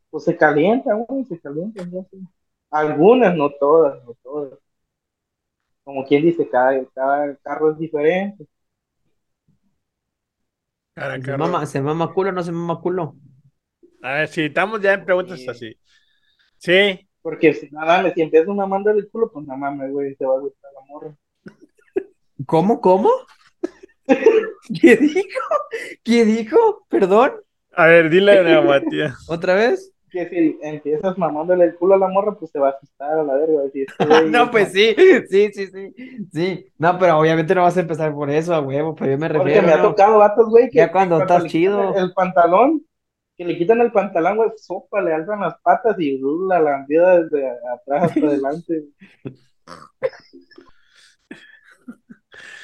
S4: Pues se calienta, güey, se calienta, ya sí. Algunas, no todas, no todas. Como quien dice, cada, cada carro es diferente.
S3: ¿Se mama, ¿Se mama culo o no se mama culo?
S1: A ver, si estamos ya en preguntas
S4: Sí.
S1: así. Sí,
S4: Porque si no mames, si empiezas a mandar el culo, pues no mames, güey, te va a gustar la morra.
S3: ¿Cómo? ¿Cómo? ¿Qué dijo? ¿Qué dijo? ¿Perdón?
S1: a ver, dile de nuevo, Matías.
S3: ¿Otra vez?
S4: que si empiezas mamándole el culo a la morra, pues te va a asustar a la verga. decir, este güey
S3: No,
S4: es
S3: pues
S4: ma-
S3: sí, sí, sí, sí. Sí, no, pero obviamente no vas a empezar por eso, a huevo, pero yo me
S4: Porque
S3: refiero.
S4: me ha
S3: ¿no?
S4: tocado vatos, güey, que
S3: Ya cuando
S4: que
S3: estás
S4: le quitan
S3: chido.
S4: El pantalón, que le quitan el pantalón, güey, sopa, le alzan las patas y uh, la lambida desde atrás hasta adelante.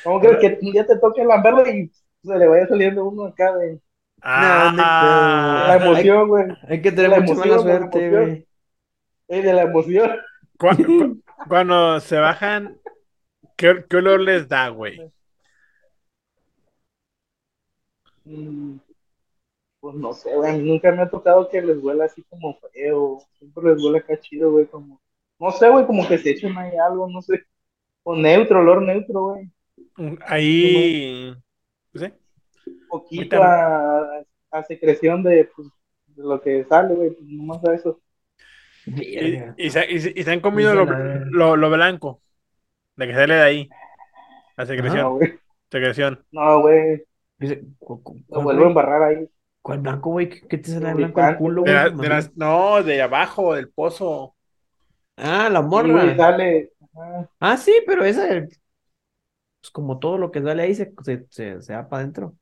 S4: ¿Cómo crees que un día te toque lamberle y se le vaya saliendo uno acá de la
S1: Ah,
S3: no, no, no.
S4: emoción, güey?
S3: Hay que tener
S4: La
S3: mucha
S4: emoción,
S3: mala
S4: la
S3: suerte,
S4: emoción.
S3: güey.
S4: eh, de la emoción.
S1: cu- cu- cuando se bajan, ¿qué, qué olor les da, güey?
S4: Mm, Pues no sé, güey, a mí nunca me ha tocado que les huela así como feo. Siempre les huele acá chido, güey, como... No sé, güey, como que se echan ahí algo, no sé. O neutro, olor neutro, güey.
S1: Ahí, ¿sí?
S4: Un poquito a, a secreción de, pues, de lo que sale, güey. Pues, nomás a eso.
S1: Y,
S3: Verga.
S1: y se, y se- y se han comido
S3: Dice
S1: lo,
S3: la verga.
S1: lo- lo blanco, de que sale de ahí, la
S3: Pues
S1: secreción,
S4: No, güey.
S1: secreción.
S4: No, güey.
S3: Dice, cu- cu-
S4: Lo
S3: ¿Cuál,
S4: vuelvo a
S3: güey?
S4: embarrar ahí.
S3: ¿Cuál blanco, güey? ¿Qué qué te sale
S4: El
S3: blanco el
S4: lubricante,
S3: culo,
S1: De
S3: güey?
S1: la-
S3: Mami.
S1: de las- no, de abajo, del pozo.
S3: Ah, la
S4: Y, güey,
S3: morra.
S4: sale... ajá.
S3: Ah, sí, pero esa es pues, como todo lo que sale ahí se, se, se, se va para adentro.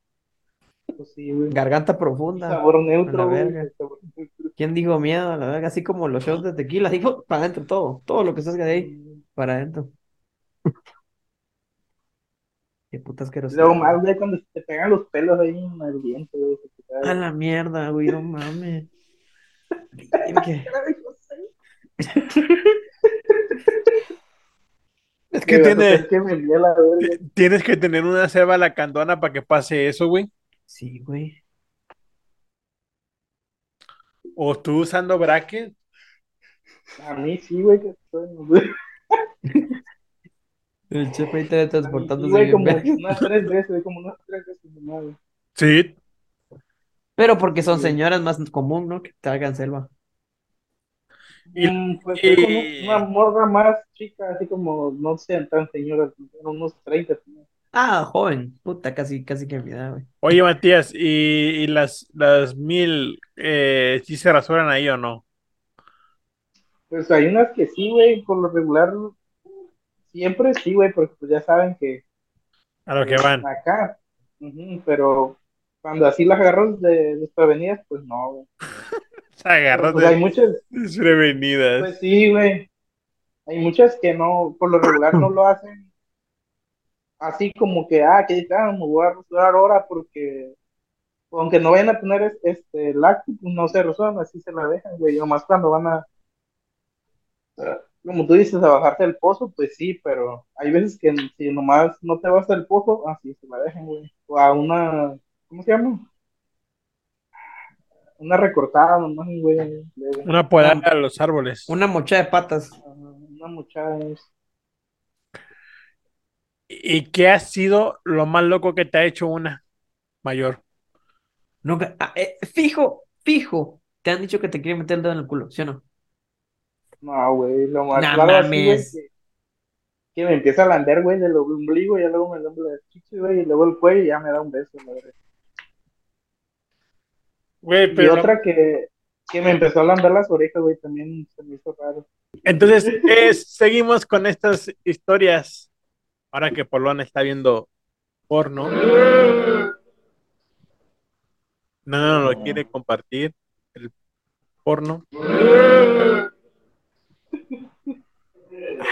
S4: Pues sí, güey.
S3: Garganta
S4: Un
S3: profunda.
S4: Sabor neutro,
S3: A la
S4: güey.
S3: verga.
S4: Sabor neutro.
S3: ¿Quién dijo miedo? A La verga, así como los shows de tequila, dijo, para adentro todo, todo lo que salga de ahí, para adentro. Qué putas asquerosidad.
S4: Luego más, güey, cuando se te pegan los pelos ahí en el diente, güey. se te cae.
S3: A la mierda, güey, no mames. Verga.
S1: Es
S4: De verdad, es que me dio la verga.
S1: tienes que tener una ceba lacandona para que pase eso, güey.
S3: Sí, güey.
S1: O tú usando bracket.
S4: A mí sí, güey, que estoy. güey.
S3: El chef ahí
S4: A mí sí,
S3: teletransportándose
S4: güey,
S3: bien
S4: como
S3: verga.
S4: unas tres veces, güey, como unas tres veces. no, güey.
S1: Sí.
S3: Pero porque son
S4: Sí.
S3: señoras más común, ¿no? Que traigan selva.
S1: Y-
S4: Mm, pues
S1: y-
S4: fue como una morra más chica, así como, no sean tan señoras, eran unos pues. 30. ¿no?
S3: Ah, joven. Puta, casi, casi que mi edad, güey.
S1: Oye, Matías, ¿y, y las, las mil eh, sí se rasuran ahí o no?
S4: Pues hay unas que sí, güey, por lo regular, siempre sí, güey, porque pues ya saben que
S1: A lo que van.
S4: acá. Ujú, pero cuando así las agarras de desprevenidas, pues no, güey.
S1: Se agarran
S4: Pero, pues, hay muchas,
S1: desprevenidas.
S4: Pues sí, güey. Hay muchas que no, por lo regular no lo hacen así como que, ah, que dicen, ah, me voy a rasurar ahora porque, aunque no vayan a tener es- este láctico, no se rasuran, así se la dejan, güey. Nomás cuando van a, como tú dices, a bajarte el pozo, pues sí, pero hay veces que si nomás no te vas al pozo, así se la dejan, güey. O a una, ¿cómo se llama? Una recortada nomás, güey. leve.
S1: Una podada a los árboles.
S3: Una mocha de patas.
S4: Una muchacha es-
S1: ¿Y qué ha sido lo más loco que te ha hecho una mayor?
S3: Nunca. ah, eh, fijo, fijo. Te han dicho que te quieren meter el dedo en el culo, ¿sí o no?
S4: No, güey, lo más
S3: No
S4: raro así, güey,
S3: mames.
S4: que- que me empieza a lander, güey, del ombligo, y ya luego me lambro las chichis, güey, y luego el cuello y ya me da un beso, la verdad.
S1: Güey,
S4: Y
S1: pero.
S4: otra que, que me empezó a lamber las orejas, güey, también se me hizo raro.
S1: Entonces, es- seguimos con estas historias. Ahora que Polón está viendo porno. No, no, no, lo quiere compartir. El porno.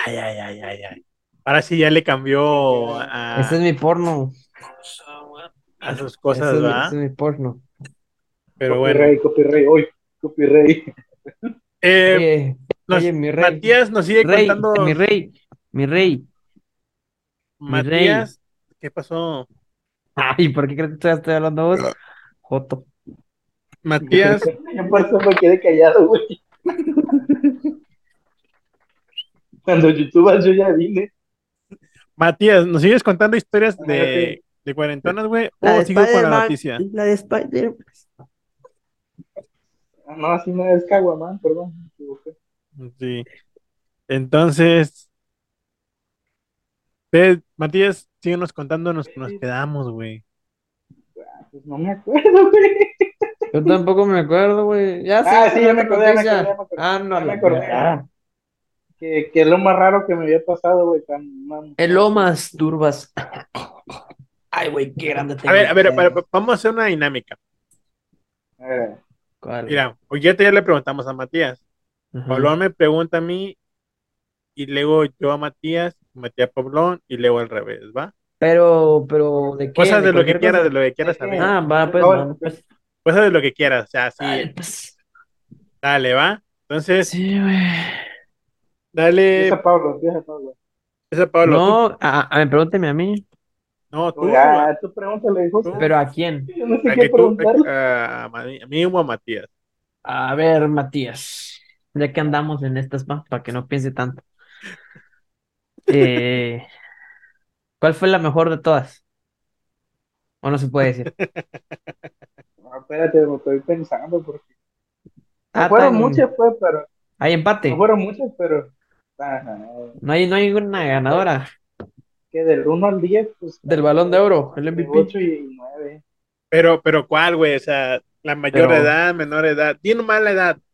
S1: Ay, ay, ay, ay, ay. Ahora sí ya le cambió a,
S3: Ese Este es mi porno.
S1: a sus
S3: Ese es,
S1: cosas,
S3: mi-
S1: ¿verdad?
S3: ese es mi porno.
S1: Pero bueno.
S4: Copyright, copyright, hoy, copyright.
S1: Eh,
S3: Oye,
S1: nos-
S3: oye, mi rey.
S1: Matías nos sigue
S3: Rey,
S1: contando.
S3: mi rey, mi rey. mi rey.
S1: Matías, ¿qué pasó?
S3: Ay, ¿por qué crees que todavía estoy hablando vos? Joto.
S1: Matías
S4: Yo por eso me quedé callado, güey. Cuando YouTube yo ya vine.
S1: Matías, ¿nos sigues contando historias
S4: Ah,
S1: de, de cuarentonas, güey?
S3: La
S1: ¿O
S3: de
S1: sigo con la
S3: Spider-Man.
S1: noticia?
S3: La de Spider.
S4: Ah, no, así no es Caguamán, perdón. me equivoqué.
S1: Sí. Entonces, ve, Matías, síguenos contando, nos, nos quedamos, güey.
S4: Pues no me acuerdo, güey.
S3: Yo tampoco me acuerdo, güey. Ya
S4: Ah,
S3: sé,
S4: sí, ya me
S3: otra
S4: acordé, ya me
S3: noticia.
S4: acordé, ya me acordé.
S3: Ah, no,
S4: Ya me
S3: la-
S4: acordé.
S3: ah.
S4: Que, que es lo más raro que me había pasado, güey. Tan, man.
S3: El Lomas Turbas. Ay, güey, qué grande
S1: A ver, a ver, a ver, vamos a hacer una dinámica.
S4: A ver,
S3: ¿Cuál?
S1: Mira, hoy ya le preguntamos a Matías.
S3: Ajá.
S1: Pablón me pregunta a mí, y luego yo a Matías, Matías a Pablón, y luego al revés, ¿va?
S3: Pero, pero, ¿de qué?
S1: Cosas de lo que
S3: cualquier
S1: quieras,
S3: cosa?
S1: de lo que quieras saber.
S3: Ah, va, pues,
S4: Ahora,
S3: va, pues.
S1: Cosas de lo que quieras, o sea, sí,
S3: Ay, pues,
S1: dale, ¿va? Entonces,
S3: sí, güey.
S1: dale,
S4: empieza Pablo, empieza Pablo.
S1: esa Pablo. tú.
S3: No, a, a- pregúnteme a mí.
S1: No, tú,
S4: Ah, tú pregúntale, hijo.
S1: Tú.
S3: ¿Pero a quién?
S4: Yo no sé
S1: a
S4: qué
S1: que tú,
S4: preguntarle.
S1: a, a mí- a mí o a Matías.
S3: A ver, Matías, ya que andamos en estas, pa, para que no piense tanto. Eh, ¿cuál fue la mejor de todas? O no se puede decir.
S4: No, espérate, me estoy pensando porque.
S3: Ah,
S4: No fueron
S3: tan-
S4: muchas, pues, pero.
S3: Hay empate.
S4: No fueron muchas, pero. Ajá.
S3: No hay, no hay ninguna ganadora
S4: Que del 1 al 10, pues.
S3: del Balón de Oro, el
S4: De
S3: MVP.
S4: 8 y 9.
S1: Pero, pero ¿cuál, güey? O sea, la mayor
S3: Pero-
S1: edad, menor edad. Tiene mala edad.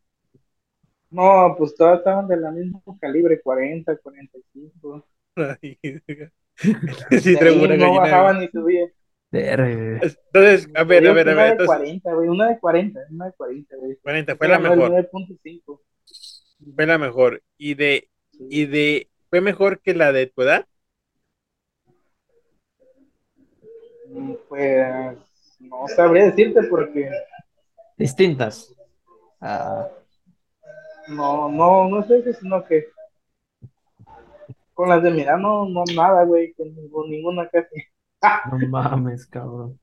S4: No, pues todas estaban de la misma calibre, 40, 45.
S1: sí,
S4: De
S1: trae
S4: ahí
S1: una
S4: no
S1: gallina,
S4: bajaban ni subían.
S3: Verga.
S1: güey. Entonces, a ver, a
S4: Yo
S1: ver, a
S4: una
S1: ver.
S4: de
S1: Entonces,
S4: 40, güey, una de 40, una de 40, güey.
S1: 40, fue la
S4: Ganó el
S1: mejor.
S4: 9.5.
S1: Fue la mejor. Y de, y de, fue mejor que la de tu edad.
S4: Mm, Pues no sabría decirte porque
S3: Distintas. Ah,
S4: no, no, no sé, sino que con las de mi edad no, no nada, güey, con ningún- ninguna casi.
S3: no mames, cabrón.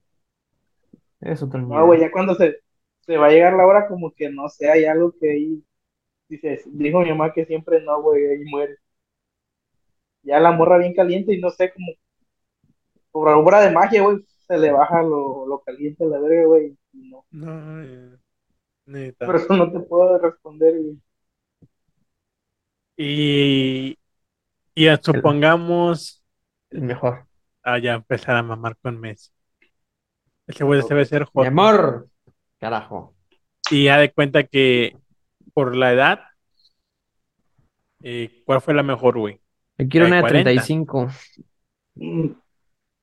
S3: Eso terminó.
S4: No, güey, ya cuando se, se va a llegar la hora, como que no sé, hay algo que ahí, dices, dijo mi mamá que siempre no, güey, ahí muere. Ya la morra bien caliente y no sé, como por obra de magia, güey, se le baja lo, lo caliente a la verga, güey, y no.
S1: No, eh, neta.
S4: Por eso no te puedo responder, güey.
S1: Y, y a- supongamos,
S3: El mejor.
S1: ah, ya empezar a mamar con Messi. Ese güey se debe ser
S3: Mi
S1: joven.
S3: amor. Carajo.
S1: Y ya de cuenta que por la edad, eh, ¿cuál fue la mejor, güey?
S3: Yo quiero
S1: Hay
S3: una de
S1: 40.
S3: 35.
S4: Mm,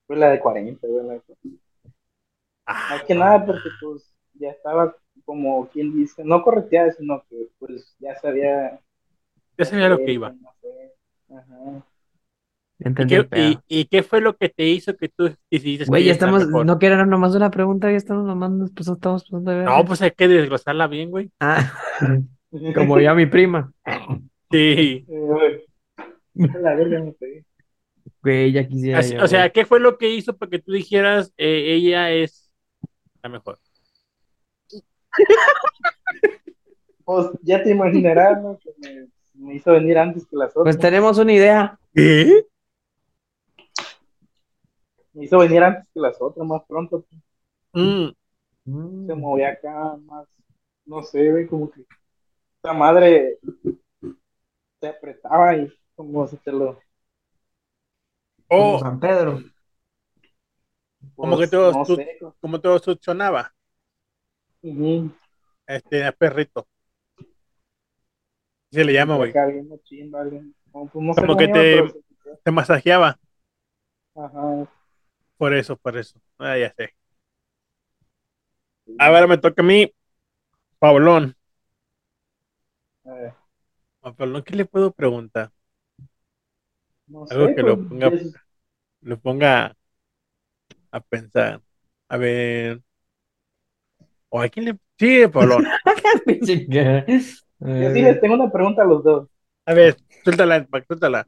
S4: Fue la de 40, güey, la de 40.
S1: Ah,
S4: Más que nada porque pues ya estaba como quien dice, no correteada, sino que pues ya sabía,
S1: yo sabía lo
S4: eh,
S1: que iba.
S4: no sé. Ajá.
S1: ¿Y
S3: Entendí
S1: qué,
S3: el pedo.
S1: y- y qué fue lo que te hizo que tú decidiste
S3: Güey,
S1: que
S3: ya
S1: es la
S3: estamos,
S1: mejor?
S3: no que era nomás una pregunta, ya estamos nomás, nos pasó- estamos pasando de verga.
S1: No, pues hay que desglosarla bien, güey.
S3: Ah, como ya mi prima.
S1: Sí.
S4: Eh, la verga me pegué.
S3: Güey, ya quisiera
S1: Así-
S3: yo,
S1: o sea,
S3: güey.
S1: ¿qué fue lo que hizo para que tú dijeras eh, ella es la mejor?
S4: Pues ya te imaginarás, ¿no? Que me, me hizo venir antes que las otras.
S3: Pues tenemos una idea.
S1: ¿Qué?
S4: Me hizo venir antes que las otras, más pronto. pues,
S3: Mm,
S1: Oh.
S4: Se movía acá, más, no sé, güey, como que esta madre te apretaba y como si te lo
S3: como
S1: O
S3: San Pedro.
S1: Como
S4: Pues,
S1: que todos
S4: no
S1: tú-
S4: sé, co-
S1: como todo sonaba,
S4: Ujú,
S1: este a perrito. Se le llama, güey.
S4: acá bien machín, vale. No, pues, no sé
S1: Como
S4: cómo
S1: que
S4: llaman,
S1: te-
S4: pero-
S1: Se masajeaba.
S4: Ajá.
S1: Por eso, por eso. Ah, ya sé. A ver, me toca a mí. Pablón.
S4: A ver,
S1: A Pablón, ¿qué le puedo preguntar?
S4: no
S1: Algo
S4: sé,
S1: que lo
S4: pues,
S1: ponga-
S4: es-
S1: Le ponga a pensar. A ver. ¿O a quién le.? Sí, Pablón.
S4: Yo
S3: Eh,
S4: sí les tengo una pregunta a los dos.
S1: A ver, suéltala, Pac, suéltala.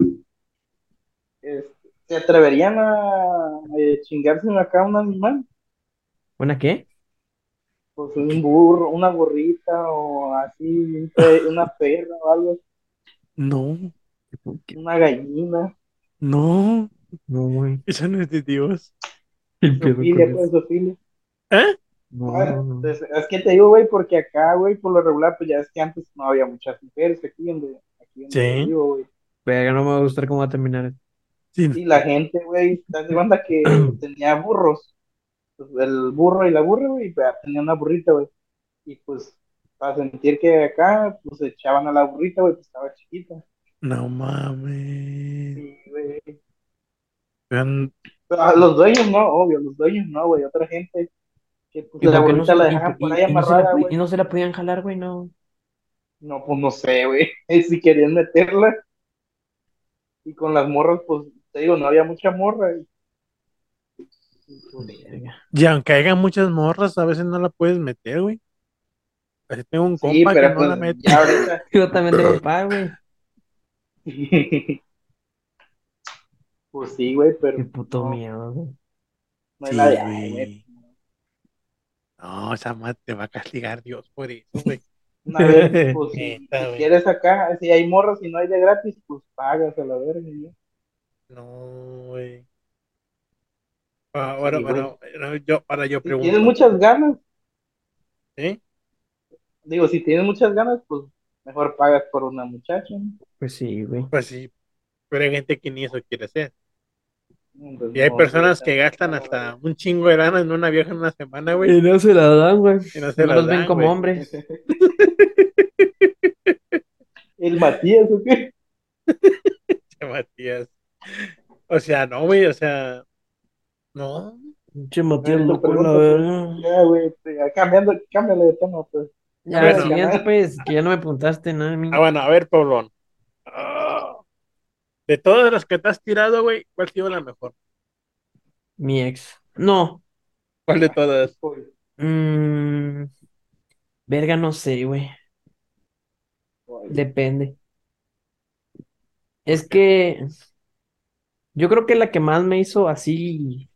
S4: Este, ¿Se atreverían a eh, chingarse acá un animal?
S3: ¿Una qué?
S4: Pues un burro, una burrita o así, un pe- una perra o algo,
S1: No,
S4: una gallina.
S1: no.
S3: No, güey.
S1: Eso no es de Dios.
S3: El pedo con
S4: Zoofilia,
S3: eso.
S4: pues, zoofilia.
S1: ¿Eh?
S3: No,
S4: Ah,
S3: no, no.
S4: Entonces, es que te digo, güey, porque acá, güey, por lo regular, pues ya es que antes no había muchas mujeres aquí donde, aquí donde
S1: Sí.
S4: yo vivo, güey.
S3: Verga, no me va a gustar cómo va a terminar. esto.
S1: Sí.
S4: Y la gente, güey, te das cuenta que tenía burros. Pues, el burro y la burra, güey, pues, tenía una burrita, güey. Y pues, para sentir que acá, pues echaban a la burrita, güey, pues estaba chiquita.
S1: No mames.
S4: Sí, güey.
S1: Vean,
S4: Pero a los dueños no, obvio, los dueños no, güey, otra gente que pues
S3: ¿Y
S4: la
S3: por qué no
S4: burrita
S3: se-
S4: la
S3: y-
S4: dejaban
S3: y-
S4: por ahí
S3: y no se la
S4: amarrada,
S3: pu-
S4: güey.
S3: Y no se la podían jalar, güey, no.
S4: No, pues no sé, güey. Si querían meterla. Y con las morras, pues te digo, no había mucha morra. Y, y, pues,
S1: Y aunque hagan muchas morras, a veces no la puedes meter, güey. Así tengo un
S4: sí,
S1: compa que
S4: pero
S1: no
S4: pues
S1: la mete.
S4: ya ahorita.
S3: Yo también tengo papá, güey.
S4: pues sí, güey, pero
S3: Qué puto
S4: no,
S3: miedo, güey.
S4: no hay
S1: Sí,
S4: la de ay, güey.
S1: güey. No, esa madre te va a castigar Dios por eso, güey.
S4: Una vez, pues, si,
S1: Neta,
S4: si
S1: güey.
S4: quieres acá, si hay morras y no hay de gratis, pues pagas a la verga, güey.
S1: No, güey. Ah, Ahora,
S4: Sí,
S1: bueno, ahora yo, ahora yo
S4: Si tienes
S1: pregunto.
S4: muchas ganas,
S1: ¿Sí?
S4: digo, si tienes muchas ganas, pues mejor pagas por una muchacha, ¿no?
S3: Pues sí, güey.
S1: Pues sí, pero hay gente que ni eso quiere hacer.
S4: Entonces,
S1: Y hay
S4: no,
S1: personas
S4: sí,
S1: que gastan hasta un chingo de lana en una vieja en una semana, güey.
S3: Y no se la dan, güey.
S1: Y no se
S3: No
S1: las
S3: los ven
S1: dan,
S3: como
S1: güey.
S3: hombres.
S4: El Matías, ¿o qué?
S1: Che, Matías. O sea, no, güey, o sea, no.
S3: Che, Matías,
S4: Ay,
S3: loco,
S4: perdón,
S3: la
S4: pues.
S3: verga.
S4: Ya, güey, te- ya, cambiando, cámbiale de tema, pues.
S3: Ya,
S1: Bueno.
S3: siguiente, pues, que ya no me preguntaste nada a mí.
S1: Ah, bueno, a ver, Pablón. Ah, de todas las que te has tirado, güey, ¿cuál ha sido la mejor?
S3: Mi ex. No.
S1: ¿Cuál de todas?
S4: Uy,
S3: Mm, verga, no sé, güey.
S4: uy.
S3: Depende. Es que yo creo que la que más me hizo así,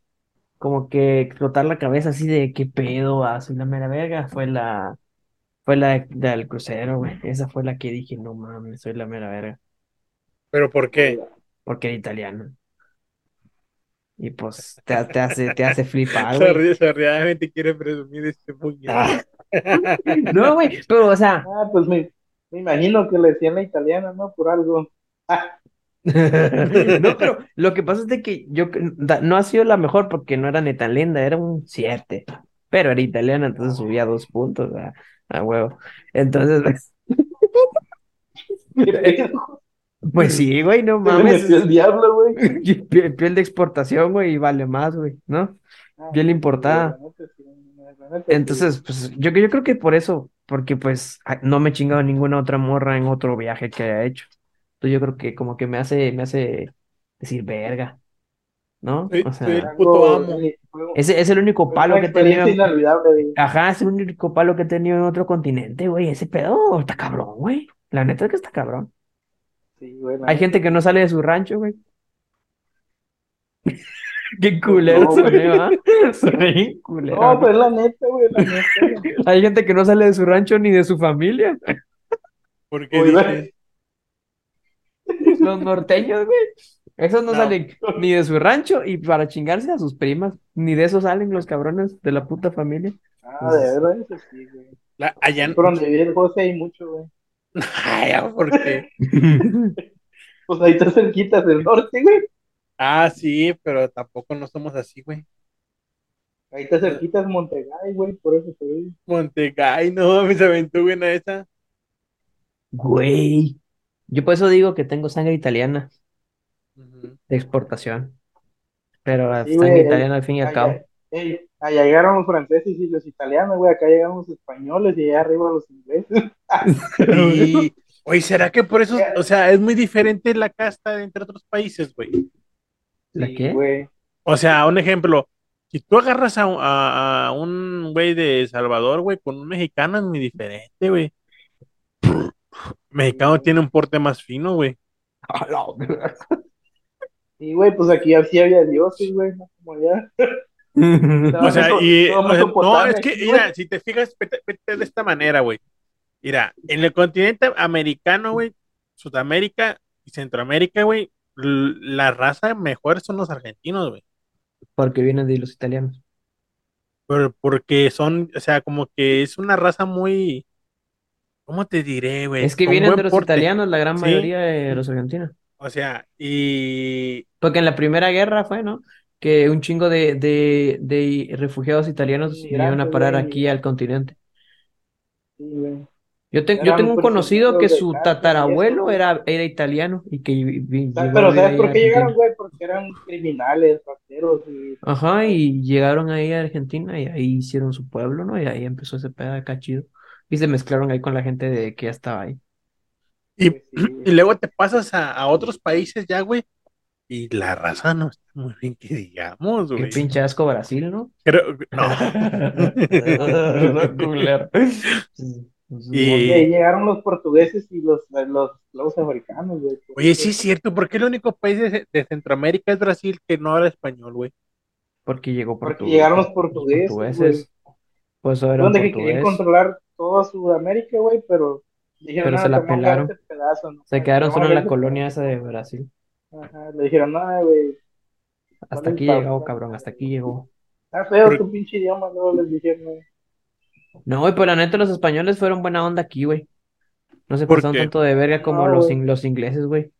S3: como que explotar la cabeza, así de qué pedo, ah, soy la mera verga, fue la, fue la del crucero, güey. Esa fue la que dije, no mames, soy la mera verga,
S1: ¿Pero por qué?
S3: porque era italiana. Y pues te, te hace, te hace flipar, güey.
S1: Sorry, sorry, realmente quiere presumir este puñetazo.
S3: No, güey, pero o sea,
S4: Ah, pues me, me imagino que le decían la italiana, ¿no? Por algo. Ah,
S3: No, pero lo que pasa es de que yo cre- da- no ha sido la mejor porque no era ni tan linda, era un 7, pero era italiana, entonces subía dos puntos a, a huevo. Entonces, pues,
S4: qué pedo.
S3: pues sí, güey, no
S4: Se le
S3: mames.
S4: metió el diablo, güey.
S3: Y pie- Piel de exportación, güey, y vale más, güey, ¿no?
S4: Ah,
S3: Bien importada.
S4: la neta sí, la neta sí.
S3: Entonces, pues yo, yo creo que por eso, porque pues a- no me he chingado ninguna otra morra en otro viaje que haya hecho. Entonces yo creo que como que me hace, me hace decir verga, ¿no?
S1: Soy-
S3: O sea,
S1: soy el
S4: Algo,
S1: puto amo.
S4: eh, fue un-
S3: Ese es el único
S4: fue
S3: palo
S4: una
S3: que he tenido.
S4: experiencia inolvidable, güey.
S3: Ajá, es el único palo que he tenido en otro continente, güey. Ese pedo está cabrón, güey. La neta es que está cabrón.
S4: Sí, güey, la
S3: Hay
S4: neta.
S3: gente que no sale de su rancho, güey. Qué culero
S4: No,
S3: soné,
S4: güey.
S3: ¿va? Soné bien culero.
S4: No, pues la neta, güey, la neta. güey.
S3: Hay gente que no sale de su rancho ni de su familia.
S1: ¿Por qué
S4: Uy,
S1: dices?
S4: güey.
S3: Los norteños, güey. Esos no
S1: No.
S3: salen ni de su rancho y para chingarse a sus primas. Ni de eso salen los cabrones de la puta familia.
S4: Ah, de verdad, eso sí, güey.
S1: La- allá
S4: Por donde vive el José hay mucho, güey.
S1: Ay, ¿por qué?
S4: Pues ahí está cerquita del norte, güey.
S1: Ah, sí, pero tampoco no somos así, güey.
S4: Ahí está cerquita es Montegay, güey, por eso te digo.
S1: Montegay, no, me se aventó güey, a esa.
S3: Güey. Yo por eso digo que tengo sangre italiana
S1: Ujú.
S3: de exportación. Pero la
S4: Sí,
S3: sangre
S4: güey,
S3: italiana al fin y al
S4: Ay,
S3: cabo.
S4: ay, ey, allá llegaron los franceses y los italianos, güey, acá llegaron los españoles y allá arriba los ingleses.
S1: Y, oye, ¿será que por eso, o sea, es muy diferente la casta de entre otros países, güey?
S3: ¿La
S4: Sí,
S3: qué?
S4: güey.
S1: O sea, un ejemplo, si tú agarras a, un- a- a un güey de El Salvador, güey, con un mexicano es muy diferente, güey. Mexicano tiene un porte más fino, güey.
S3: Ah,
S4: Sí, güey, pues aquí así había dioses, güey, no como allá.
S1: O sea,
S4: Todo-
S1: y
S4: todo
S1: o sea, no,
S4: Mesopotamia,
S1: es que,
S4: güey.
S1: mira, si te fijas, vete, vete de esta manera, güey. Mira, en el continente americano, güey, Sudamérica y Centroamérica, güey, l- la raza mejor son los argentinos, güey.
S3: Porque vienen de los italianos.
S1: Por- porque son, o sea, como que es una raza muy, ¿cómo te diré, güey?
S3: Es que
S1: pues, Con
S3: vienen
S1: buen
S3: de los
S1: porte.
S3: italianos, la gran
S1: Sí.
S3: mayoría de los argentinos.
S1: O sea, y
S3: Porque en la Primera Guerra fue, ¿no? Que un chingo de, de, de refugiados italianos vinieron a
S4: Inmigrantes,
S3: parar
S4: güey,
S3: aquí al continente.
S4: Sí, güey.
S3: Yo, te- yo
S4: Eran
S3: tengo un conocido que
S4: prisioneros
S3: su
S4: de guerra y eso,
S3: tatarabuelo
S4: güey.
S3: era, era italiano y que vi- vi-
S4: O sea,
S3: llegó a
S4: pero
S3: vivir
S4: ¿sabes
S3: ahí
S4: por
S3: a
S4: qué llegaron,
S3: Argentina.
S4: güey? Porque eran criminales, rateros y
S3: Ajá, y llegaron ahí a Argentina y ahí hicieron su pueblo, ¿no? Y ahí empezó ese pedo acá chido. Y se mezclaron ahí con la gente de que ya estaba ahí.
S1: Y,
S4: Pues sí, güey.
S1: y luego te pasas a, a otros países ya, güey, y la raza no está muy bien que digamos,
S3: Qué
S1: güey.
S3: pinche asco Brasil, ¿no?
S1: Creo- no.
S3: Culero.
S1: Y-
S4: Porque llegaron los portugueses y los, los esclavos africanos, güey.
S1: Oye, sí es cierto, ¿por qué el único país de, de Centroamérica es Brasil que no habla español, güey?
S3: Porque llegó
S4: Porque
S3: portugués-
S4: llegaron los portugueses,
S3: Pues eran
S4: Donde que querían
S3: portugueses.
S4: controlar toda Sudamérica, güey, pero dijeron,
S3: Pero
S4: "No,
S3: se la
S4: te vamos a
S3: pelaron.
S4: dar este pedazo, ¿no?
S3: Se quedaron
S4: Te vamos
S3: solo
S4: a
S3: en
S4: dar
S3: la
S4: este
S3: colonia
S4: pedazo".
S3: esa de Brasil.
S4: Ajá, le dijeron, no, güey,
S3: Hasta
S4: Ponen
S3: aquí
S4: pa-
S3: llegó, cabrón, hasta aquí llegó.
S4: está feo
S1: Pero-
S4: tu pinche idioma, luego les dijeron, güey.
S3: No, güey, pero la neta los españoles fueron buena onda aquí, güey. No se
S1: ¿Por
S3: pasaron
S1: qué?
S3: tanto de verga como
S4: No,
S3: los,
S4: güey.
S3: in- los ingleses, güey.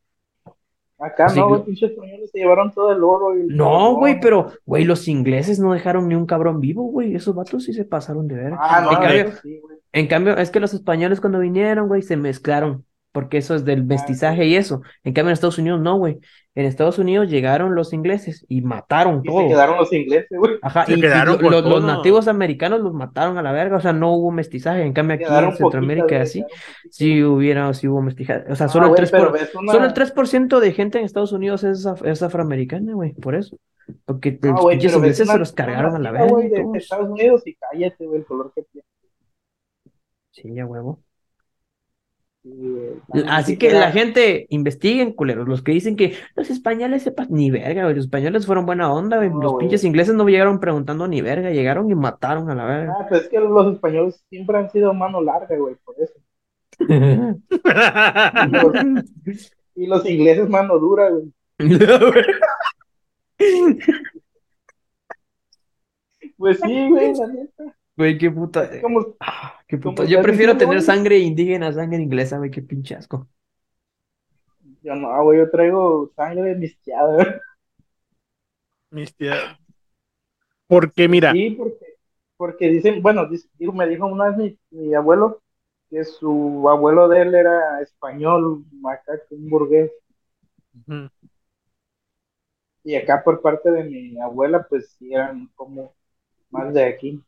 S4: Acá
S3: Sí,
S4: no, güey,
S3: lo-
S4: pinches españoles se llevaron todo el oro. Y el
S3: No,
S4: carbón.
S3: güey, pero, güey, los ingleses no dejaron ni un cabrón vivo, güey. Esos vatos sí se pasaron de verga.
S4: Ah, no,
S3: en,
S1: güey.
S3: cambio,
S4: eso sí, güey.
S3: en cambio, es que los españoles cuando vinieron, güey, se mezclaron. Porque eso es del mestizaje y eso. En cambio, en Estados Unidos no, güey. En Estados Unidos llegaron los ingleses y mataron
S4: Y
S3: todo.
S4: se quedaron los ingleses, güey.
S3: Ajá,
S1: Se
S3: y, y
S1: quedaron
S3: lo-
S1: con
S3: lo- los
S1: todo.
S3: nativos americanos los mataron a la verga, o sea, no hubo mestizaje. En cambio, aquí en Centroamérica y así, sí hubiera, sí hubo mestizaje. O sea,
S4: Ah,
S3: solo el 3%, por- solo el 3% de gente en Estados Unidos es, af- es afroamericana, güey, por eso. Porque
S4: Ah,
S3: los pinches ingleses se los cargaron a la verga.
S4: güey, de, de
S3: todos.
S4: Estados Unidos y cállate, güey, el color que tiene.
S3: Sí, ya huevo.
S4: Sí, güey.
S3: Así que la gente, investiguen, culeros. Los que dicen que los españoles sepan ni verga, güey. Los españoles fueron buena onda, güey.
S4: No,
S3: los
S4: güey.
S3: pinches ingleses no llegaron preguntando ni verga, llegaron y mataron a la verga.
S4: Ah, pues es que los españoles siempre han sido mano larga, güey, por eso. Y los, y los ingleses mano dura, güey. Pues sí, güey, la neta.
S3: Güey, qué puta.
S4: Es como,
S3: Ah, qué
S4: ¿Cómo
S3: puta.
S4: estás
S3: Yo prefiero
S4: diciendo,
S3: tener
S4: güey?
S3: sangre indígena, a sangre inglesa, güey, qué pinche asco.
S4: yo no, güey, yo traigo sangre mistiada, güey.
S1: Mis tías. Porque mira,
S4: Sí, porque, porque dicen, bueno, dice- digo, me dijo una vez mi, mi abuelo que su abuelo de él era español, acá, un burgués.
S1: ujú,
S4: Y acá por parte de mi abuela, pues sí eran como más de aquí.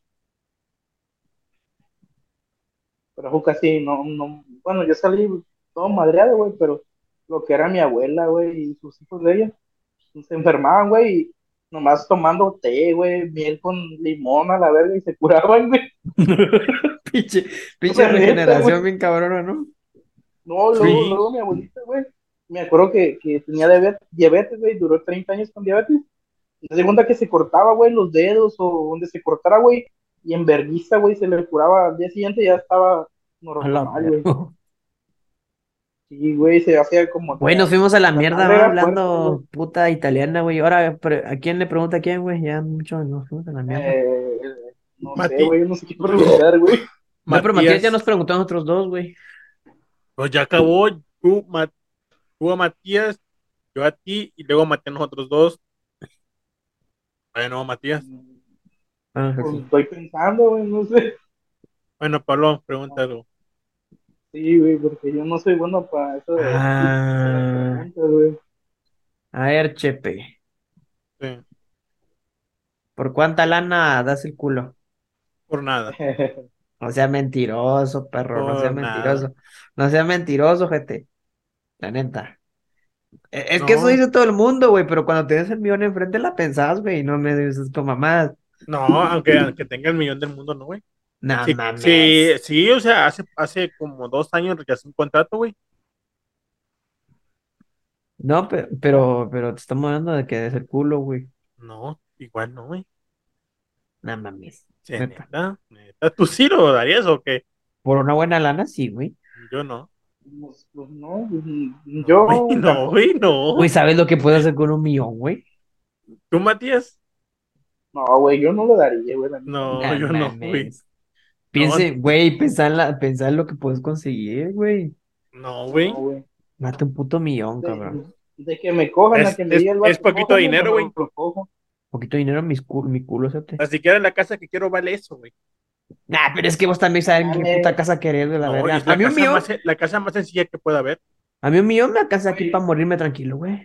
S4: Pero yo casi no, no, bueno, yo salí todo madreado, güey, pero lo que era mi abuela, güey, y sus hijos de ella, pues, se enfermaban, güey, y nomás tomando té, güey, miel con limón a la verga y se curaban, güey.
S3: Pinche, pinche
S4: neta,
S3: regeneración
S4: güey.
S3: bien cabrona, ¿no?
S4: No, luego,
S1: Sí.
S4: luego mi abuelita, güey, me acuerdo que, que tenía diabe- diabetes, güey, duró 30 años con diabetes. Y se segunda que se cortaba, güey, los dedos o donde se cortara, güey, y en vergüenza, güey, se le curaba al día siguiente ya estaba
S3: A la
S4: normal, güey.
S3: verga.
S4: Sí, güey, se hacía como...
S3: Güey, nos fuimos a la mierda,
S4: madre
S3: va,
S4: era
S3: hablando
S1: pues,
S4: fuerte,
S3: puta italiana, güey. Ahora, pre- ¿a quién le pregunta a quién, güey? Ya mucho nos fuimos a la mierda.
S4: Eh, no
S1: Mati.
S4: sé, güey, no sé qué preguntar, güey.
S3: No, pero Matías
S1: Matías,
S3: ya nos preguntó a nosotros dos, güey.
S1: pues ya acabó. Tú, Ma- tú a Matías yo a ti y luego maté a nosotros dos. Bueno, Matías.
S3: Ah,
S4: Pues,
S3: Jesús.
S4: estoy pensando, güey, no sé.
S1: Bueno, Pablo, pregúntalo.
S4: Sí, güey, porque yo no soy bueno para eso de
S3: Ah.
S4: preguntas, güey.
S3: A ver, Chepe,
S1: Sí,
S3: ¿por cuánta lana das el culo?
S1: por nada.
S3: No sea mentiroso, perro, no sea
S1: Por nada.
S3: mentiroso. No sea mentiroso, gente. La neta. E- Es que eso
S1: No.
S3: dice todo el mundo, güey, pero cuando tienes el millón enfrente la pensás, güey, y no me dices tu mamá.
S1: No, aunque, aunque tenga el millón del mundo, no, güey.
S3: No
S1: Sí,
S3: mames.
S1: sí, sí, o sea, hace, hace como dos años rechazó un contrato, güey.
S3: No, pe- pero, pero te estamos hablando de que des el culo, güey.
S1: No, igual no, güey.
S3: No mames.
S1: Sí,
S3: Neta.
S1: neta, neta. ¿Tú sí lo darías o qué?
S3: Por una buena lana, sí, güey.
S1: Yo no.
S4: Pues, pues, no, pues, yo,
S1: Güey, no, güey, no.
S3: Güey, ¿sabes lo que puedo hacer con un millón, güey?
S1: ¿Tú, Matías?
S4: no, güey, yo no lo daría, güey. la neta.
S1: No,
S3: No
S1: yo no,
S3: mames.
S1: güey.
S3: Piense, güey, pensá en, la- pensá en lo que puedes conseguir, güey.
S1: No, güey.
S4: No, güey.
S3: Mate un puto millón, cabrón.
S4: De, de que me cojan,
S1: Es-
S4: a que me
S1: es-
S4: diga el
S1: es poquito
S4: "Cógeme",
S1: dinero,
S4: no
S1: güey.
S4: lo cojo.
S3: Poquito dinero, mis cul- mi culo, ¿sabes?
S1: Ni siquiera en la casa que quiero vale eso, güey.
S3: Nah, pero es que vos también sabes qué
S4: Dale.
S3: puta casa querés, güey, la
S1: No,
S3: verga.
S1: es la
S3: a, mí un
S1: casa
S3: millón,
S1: más, la casa más sencilla que pueda haber.
S3: a mí un millón me alcanza aquí
S4: Güey.
S3: para morirme tranquilo, güey.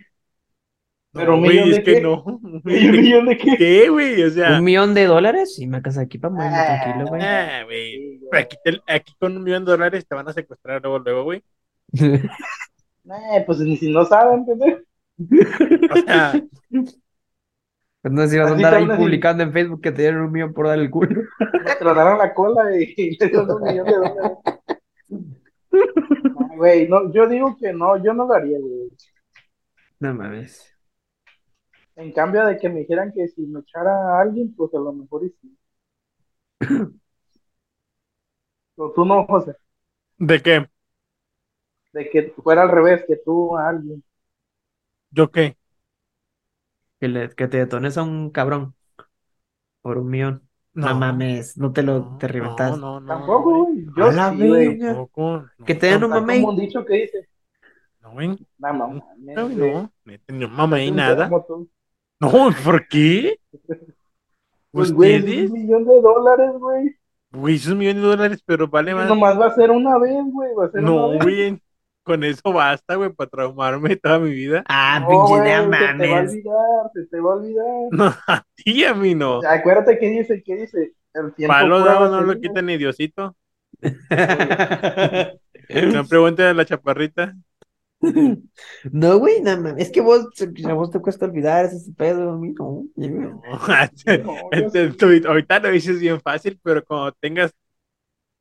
S1: No,
S4: Pero un
S1: güey,
S4: millón
S1: es
S4: de
S1: que
S4: qué?
S1: no.
S4: ¿Y un
S1: güey.
S4: millón de qué?
S1: ¿Qué, güey? O sea,
S3: Un millón de dólares sí me alcanza aquí para morirme
S4: Ah,
S3: tranquilo, güey.
S1: ah, güey.
S4: Sí,
S1: Pero
S4: güey.
S1: Aquí, te- aquí con un millón de dólares te van a secuestrar luego, luego, güey.
S4: Eh, pues ni si no saben, pendejo.
S1: O sea,
S3: Pues no sé si vas a
S4: Así
S3: andar
S4: te
S3: ahí
S4: hablan y-
S3: publicando en Facebook que te dieron un millón por dar el culo.
S4: Me tronaron la cola y y le dieron un millón de dólares. Ah, Güey, no, yo digo que no, yo no lo haría, güey.
S3: No mames.
S4: En cambio de que me dijeran que si me echara a alguien, pues a lo mejor y sí. Pero tú no, José,
S1: ¿de qué?
S4: de que fuera al revés, que tú a alguien.
S1: ¿Yo qué?
S3: Que, le- que te detones a un cabrón por un millón. No, mames, no te lo te reventas.
S1: No, no, no.
S4: Tampoco,
S1: güey.
S4: güey. Yo
S3: A la
S4: sí, güey.
S3: verga.
S1: Tampoco. No,
S3: Que te den un
S4: Está
S3: mamey.
S4: como un dicho que dice,
S1: No, güey.
S4: no, mamá,
S1: No, güey,
S4: güey.
S1: no. Neta, No, mamá,
S4: Tú
S1: y
S4: eres
S1: nada.
S4: como tú.
S1: No, ¿por qué?
S4: Pues, güey,
S1: ¿Ustedes?
S4: un millón de dólares, güey.
S1: Güey, es un millón de dólares, pero vale más.
S4: Nomás va a ser una vez, güey. Va a ser
S1: No,
S4: una vez.
S1: güey. Con eso basta, güey, para traumarme toda mi vida.
S3: Ah,
S4: No,
S3: pinche
S4: güey,
S3: idea,
S4: se te va a
S3: mames.
S4: olvidar, se te va a olvidar.
S1: No, a ti, a mí no.
S4: Acuérdate que dice, que dice, el tiempo
S1: Palo
S4: cura
S1: dado
S4: las
S1: no lo
S4: heridas.
S1: quita ni Diosito. No pregunten a la chaparrita.
S3: No, güey, no mames. Es que vos, a vos te cuesta olvidar ese es el pedo, a mí no.
S1: No.
S4: No, yo
S1: Este,
S4: sí.
S1: tú- ahorita lo dices bien fácil, pero cuando tengas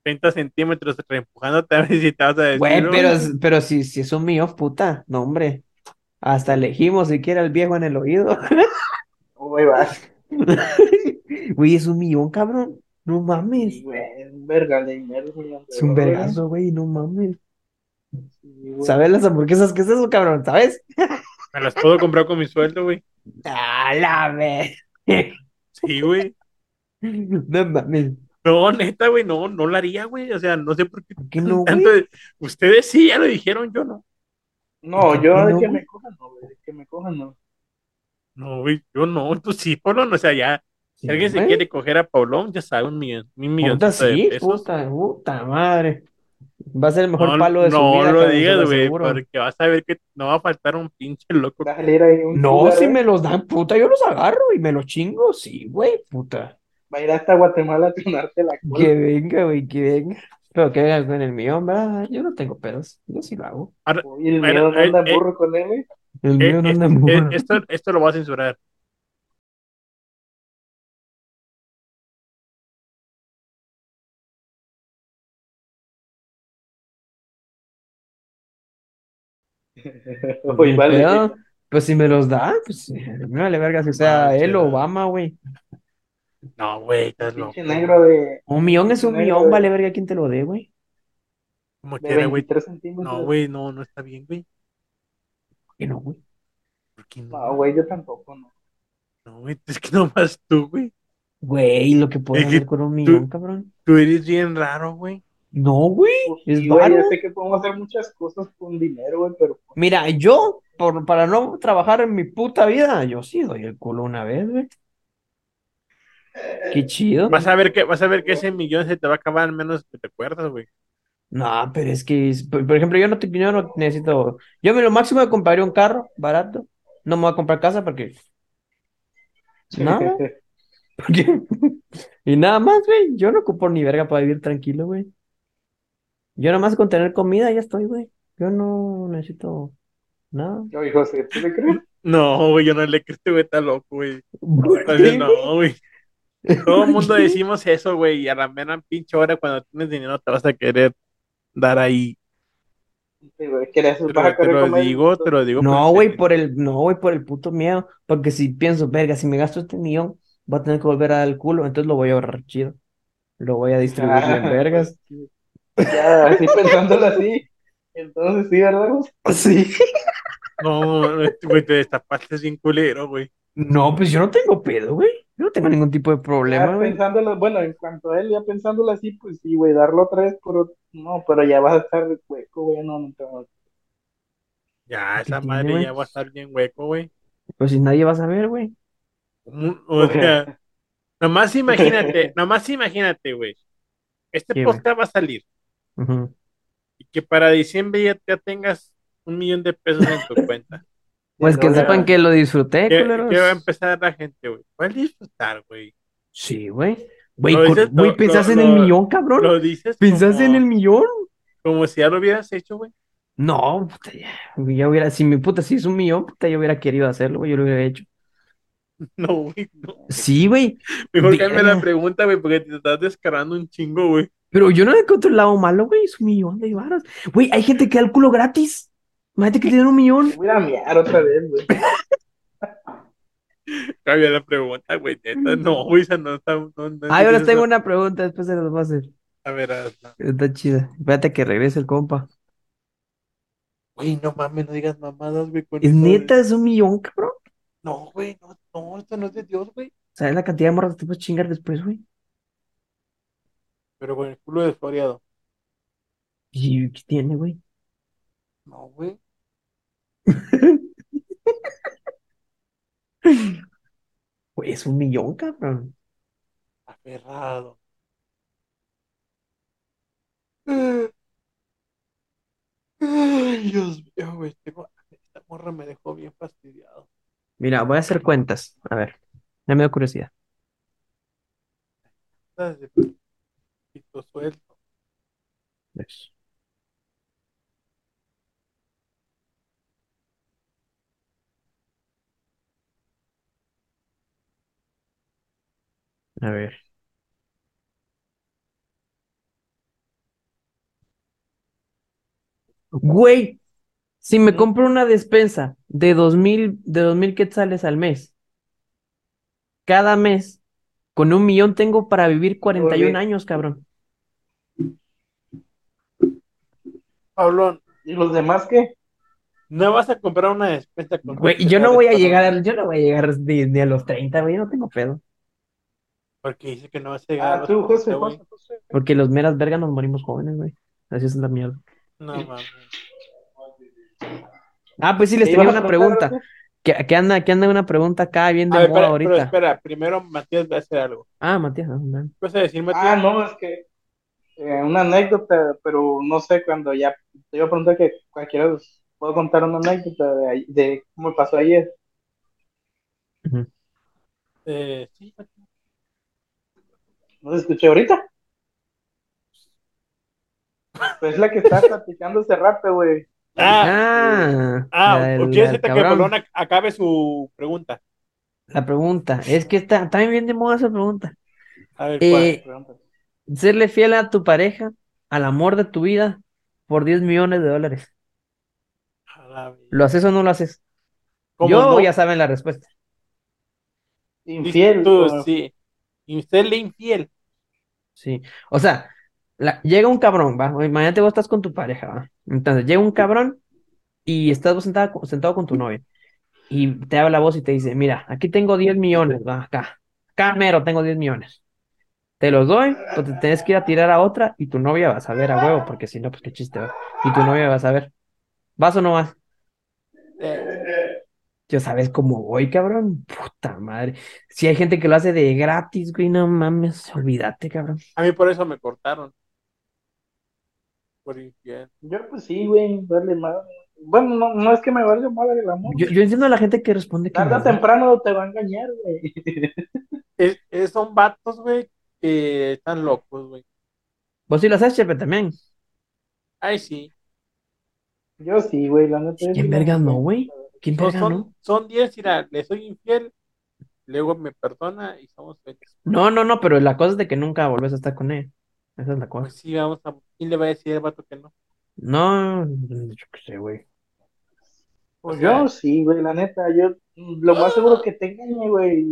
S1: 30 centímetros reempujándote a ver si te vas a decir. "Oh,
S3: Güey,
S1: "Uy,
S3: pero, pero si, si es un mío, puta, no, hombre. Hasta elegimos siquiera al viejo en el oído.
S4: No, güey, va.
S3: Güey, es un millón, cabrón. No
S4: Sí,
S3: mames.
S4: güey, es un verga de dinero, güey,
S3: Es un
S4: güey.
S3: vergazo, güey, no mames.
S4: Sí, güey.
S3: ¿Sabes las hamburguesas que es eso, cabrón? ¿Sabes?
S1: Me las puedo comprar con mi sueldo, güey.
S3: A la vez.
S1: Sí, güey.
S3: No mames.
S1: No, neta, güey, no, no la haría, güey. O sea, no sé por qué
S3: ¿Por qué no, güey?
S1: tanto. de- Ustedes sí ya lo dijeron, yo no.
S4: No, yo
S3: No,
S4: de que
S3: güey.
S4: me cojan, no, güey, de que me cojan, no.
S1: No, güey, yo no. Tú sí, Paulón. O sea, ya, si
S3: Sí,
S1: alguien se
S3: güey.
S1: quiere coger a Paulón, ya sabe, un millón, un millón
S3: Puta, sí,
S1: de pesos.
S3: puta, puta madre. Va a ser el mejor
S1: No,
S3: palo de su
S1: no
S3: vida,
S1: lo
S3: cabrón, se
S1: digas,
S3: lo
S1: güey,
S3: aseguro.
S1: porque vas a ver que no va a faltar un pinche loco.
S4: Va a salir ahí un
S3: No,
S4: lugar,
S3: si
S4: güey.
S3: me los dan, puta, yo los agarro y me los chingo, sí, güey, puta.
S4: Va a ir hasta Guatemala a tronarte la cola.
S3: Que venga, güey, que venga. Pero que venga con el mío, ¿verdad? Yo no tengo pedos, yo sí lo hago.
S4: Y el
S1: Bueno,
S4: miedo no anda
S1: eh, eh.
S4: burro con él, güey.
S3: El
S1: Eh,
S3: mío no
S1: eh,
S3: anda
S1: eh,
S3: muy bueno.
S1: esto, esto lo voy a censurar.
S4: Oye,
S3: Ni
S4: vale.
S3: pedo. Pues si me los da, pues me vale verga si sea
S1: Manches,
S3: él o
S1: ¿verdad?
S3: Obama, güey.
S1: No, güey, estás loco.
S4: Pinche negro de,
S3: Un millón es un
S4: Negro,
S3: millón,
S4: güey.
S3: vale verga quien te lo dé, güey.
S1: Como
S4: de
S1: quiera, güey.
S4: 23 centímetros.
S1: No, güey, no, no está bien, güey.
S3: Que no, güey.
S1: ¿Por qué no?
S4: No, güey, yo tampoco, no.
S1: No, güey, es que nomás tú, güey.
S3: Güey, lo que puedo
S1: Es que
S3: hacer con un millón, cabrón.
S1: Tú eres bien raro, güey.
S3: No, güey.
S4: Pues
S3: Es
S4: sí, güey,
S3: varo.
S4: yo sé que podemos hacer muchas cosas con dinero, güey, pero pues,
S3: Mira, yo, por, para no trabajar en mi puta vida, yo sí doy el culo una vez, güey. Qué chido.
S1: Vas a ver que, vas a ver que ese millón se te va a acabar menos que te acuerdas, güey.
S3: No, pero es que, es- por, por ejemplo, yo no, te- yo no necesito. Yo me lo máximo me compraría un carro barato. No me voy a comprar casa porque. Nada, porque- Y nada más, güey. Yo no ocupo ni verga para vivir tranquilo, güey. Yo nada más con tener comida ya estoy, güey. Yo no necesito nada.
S4: no, hijo, ¿sí? ¿tú le crees?
S1: No, güey, yo no le creo, este güey está loco, güey.
S3: ¿Por
S1: Entonces,
S3: qué,
S1: no, güey.
S3: güey?
S1: Todo el mundo
S3: ¿Por qué?
S1: decimos eso, güey, y a la mera pinche hora cuando tienes dinero te vas a querer dar ahí.
S4: Sí, güey, que le haces,
S1: Te
S4: vas a
S1: lo, te
S4: querer
S1: lo
S4: comer.
S1: digo, te lo digo.
S3: No,
S1: porque-
S3: güey, por el, no, güey, por el puto miedo. Porque si pienso, verga, si me gasto este millón, voy a tener que volver a dar el culo, entonces lo voy a ahorrar chido. Lo voy a distribuir en
S4: Ah,
S3: vergas.
S4: Ya, así pensándolo así. Entonces, sí, ¿verdad? güey?
S3: Sí.
S1: No, este güey, te destapaste sin culero, güey.
S3: No, pues yo no tengo pedo, güey. Yo no tengo ningún tipo de
S1: Ah,
S3: problema,
S4: Ya
S3: güey.
S1: pues,
S4: pensándolo, bueno, en cuanto a él, ya pensándolo así, pues sí, güey, darlo otra vez por otro- No, pero ya vas a estar de hueco, güey, no, no, no.
S1: Ya,
S3: ¿Qué
S1: esa
S3: tiene,
S1: madre
S3: güey?
S1: ya va a estar bien hueco, güey.
S3: Pues si nadie va a saber, güey.
S1: Un- O sea, nomás imagínate, nomás imagínate, güey. Este
S3: ¿Qué, güey?
S1: podcast va a salir
S3: Ujú.
S1: y que para diciembre ya, ya tengas un millón de pesos en tu cuenta.
S3: Pues que
S4: no,
S3: sepan
S4: ya.
S3: que lo disfruté,
S1: ¿Qué,
S3: culeros.
S1: qué va a empezar la gente, güey? ¿Cuál disfrutar, güey?
S3: Sí, güey. Güey,
S1: Lo
S3: cor-
S1: dices-
S3: güey,
S1: lo-
S3: ¿pensás
S1: lo-
S3: en el
S1: lo-
S3: millón, cabrón?
S1: Lo dices
S3: ¿Pensás en
S1: como,
S3: el millón?
S1: como si ya lo hubieras hecho, güey.
S3: No, puta, ya, ya hubiera, si mi puta, si es un millón, puta, yo hubiera querido hacerlo, güey, yo lo hubiera hecho.
S1: No, güey, no.
S3: Sí, güey,
S1: Mejor
S3: De-
S1: cámbiame la pregunta, güey, porque te estás descarando un chingo, güey.
S3: pero yo no le encuentro el lado malo, güey, es un millón de varos. Güey, hay gente que da el culo gratis. Imagínate que tienen un millón.
S4: Voy a ir a miar otra vez, güey.
S1: Cambia la pregunta, güey, neta. No, güey, esa no está. No, no-
S3: Ah, yo les
S1: no-
S3: Mm. tengo una pregunta, después se las voy a hacer.
S1: A ver, hazla.
S3: Está chida. Espérate que regrese el compa.
S1: Güey, no mames, no digas mamadas, güey. con
S3: ¿Es
S1: eso, güey.
S3: neta, es un millón, cabrón?
S1: No, güey, no, no, esto no es de Dios, güey.
S3: ¿Sabes la cantidad de morras que te puedes chingar después, güey?
S1: Pero con el culo desforiado.
S3: ¿Y qué tiene, güey?
S1: No, güey.
S3: Güey, es un millón, cabrón.
S1: Aferrado. Eh. Ay, Dios mío, güey. tengo- Esta morra me dejó bien fastidiado.
S3: Mira, voy a hacer cuentas. A ver, ya me dio curiosidad.
S1: Estás de pito suelto.
S3: Pues, A ver. Güey, si me
S1: Ujú.
S3: compro una despensa de dos mil, de dos mil quetzales al mes, cada mes, con un millón tengo para vivir 41
S4: bien.
S3: años, cabrón.
S1: Pablón,
S4: ¿Y los demás qué?
S1: no vas a comprar una despensa con.
S3: Güey, yo no voy a llegar, yo no voy a llegar ni, ni a los 30, güey, yo no tengo pedo.
S1: Porque dice que no vas a llegar. a
S4: Ah,
S1: los
S4: tú,
S1: 40,
S4: José,
S1: güey.
S4: José, José.
S3: Porque los meras vergas nos morimos jóvenes, güey. Así es la mierda.
S1: No mames.
S3: Ah, pues sí, les
S4: ¿Qué
S3: tenía
S4: ibas a
S3: una
S4: preguntar,
S3: pregunta. Que, que anda, que anda una pregunta acá bien de
S1: A ver,
S3: moda
S1: espera, pero
S3: ahorita.
S1: espera, primero Matías va a hacer algo.
S3: Ah, Matías, ah, man.
S1: ¿Qué vas a decir, Matías?
S4: Ah, no, es que eh, una anécdota, pero no sé, cuando ya te iba a preguntar que cualquiera de los- puedo contar una anécdota de, ahí- de cómo me pasó ayer.
S1: Eh, sí, Matías.
S4: ¿No se escuché ahorita? Pues la que estaba platicando hace rato, güey.
S1: Ah,
S3: Ah,
S1: ah,
S3: la del-
S1: ¿quieres
S3: la del
S1: hasta que
S3: cabrón.
S1: Pablón ac- acabe su pregunta?
S3: La pregunta, es que está, está bien de moda esa pregunta.
S1: A ver, ¿cuál?
S3: Eh, serle fiel a tu pareja, al amor de tu vida, por 10 millones de dólares.
S1: A la vez.
S3: ¿Lo haces o no lo haces?
S1: ¿Cómo
S3: Yo
S1: no?
S3: ya saben la respuesta.
S1: Dices
S4: Infiel.
S1: tú,
S4: güey.
S1: sí. Y usted le infiel.
S3: Sí. O sea, la- llega un cabrón, va. Imagínate vos estás con tu pareja, va. Entonces llega un cabrón y estás vos sentada co- sentado con tu novia. Y te habla la voz y te dice, mira, aquí tengo 10 millones, va, acá. Acá mero tengo 10 millones. Te los doy, o te tenés que ir a tirar a otra y tu novia vas a ver a huevo, porque si no, pues qué chiste va. Y tu novia vas a ver. ¿Vas o no vas?
S1: Eh,
S3: Ya sabes cómo voy, cabrón. Puta madre. Si hay gente que lo hace de gratis, güey, no mames, olvídate, cabrón.
S1: A mí por eso me cortaron. Por infiel.
S4: Yo pues sí, güey, vale madre. Bueno, no, no es que me valga madre el amor.
S3: Yo, yo entiendo a la gente que responde que
S4: Tarde
S3: no,
S4: o temprano te va a engañar, güey.
S1: Es, es- son vatos, güey, que están locos, güey.
S3: Vos sí lo haces, Chepe, también.
S1: Ay, sí.
S4: Yo sí, güey, la neta.
S3: ¿Quién verga no, güey? ¿Quién
S1: No,
S3: verga no?
S1: son, son 10, mira, le soy infiel, luego me perdona y somos felices.
S3: No, no, no, pero la cosa es de que nunca volvés a estar con él. Esa es la cosa.
S1: Pues sí, vamos a. ¿Quién le va a decir al vato que no?
S3: No, yo qué sé, güey.
S1: O
S4: Pues
S1: sea,
S4: yo sí, güey, la neta. Yo mm, lo más seguro que te engañe, güey.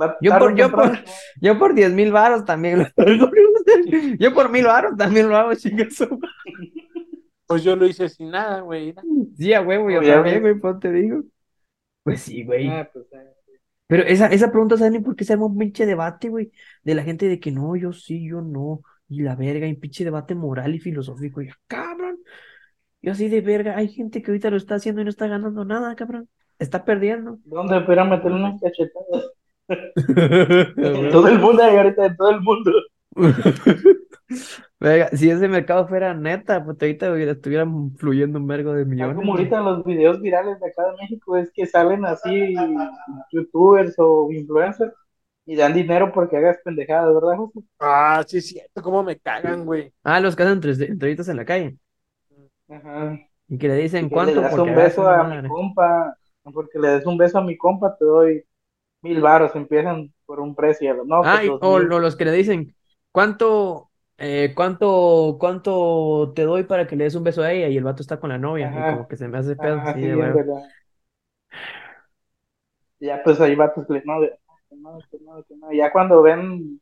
S4: va
S3: Yo
S4: tarde
S3: por-
S4: o
S3: yo
S4: temprano.
S3: Yo por 10 mil varos también lo hago. Yo por mil varos también lo hago, chingazo.
S1: Pues yo lo hice sin nada, güey. mira.
S3: Sí, a huevo, yo
S4: Obviamente.
S3: también, güey, pues te digo. Pues sí, güey.
S4: Ah, pues, eh.
S3: Pero esa, esa pregunta, ¿saben por qué se arma un pinche debate, güey? De la gente de que no, yo sí, yo no, y la verga, y un pinche debate moral y filosófico, y yo, cabrón. Yo así de verga, hay gente que ahorita lo está haciendo y no está ganando nada, cabrón. Está perdiendo.
S4: ¿Dónde espera meterle unas cachetadas? En todo el mundo, y ahorita en todo el mundo.
S3: Verga, si ese mercado fuera neta, pues ahorita hubiera- estuvieran fluyendo un vergo de
S4: Ah,
S3: millones.
S4: Como
S3: güey.
S4: ahorita los videos virales de acá de México es que salen así youtubers o influencers y dan dinero porque hagas pendejadas, ¿verdad, José?
S1: Ah, sí, es cierto, cómo me cagan, güey.
S3: Ah, los que hacen entre- entrevistas en la calle
S4: Ajá.
S3: y que le dicen
S4: Que
S3: cuánto
S4: le das
S3: porque
S4: un
S3: hagas
S4: beso
S3: una
S4: a
S3: madre.
S4: mi compa, porque le des un beso a mi compa, te doy mil varos, empiezan por un precio, ¿no?
S3: Ah,
S4: pues
S3: y-
S4: dos
S3: o
S4: mil.
S3: lo- los que le dicen, ¿cuánto, eh, cuánto, cuánto te doy para que le des un beso a ella? Y el vato está con la novia, y
S4: Ajá.
S3: como que se me hace pedo,
S4: Ah,
S3: sí,
S4: sí,
S3: de
S4: es
S3: huevo.
S4: verdad. Ya pues ahí va tus no, de- que no, que no, que no. Ya cuando ven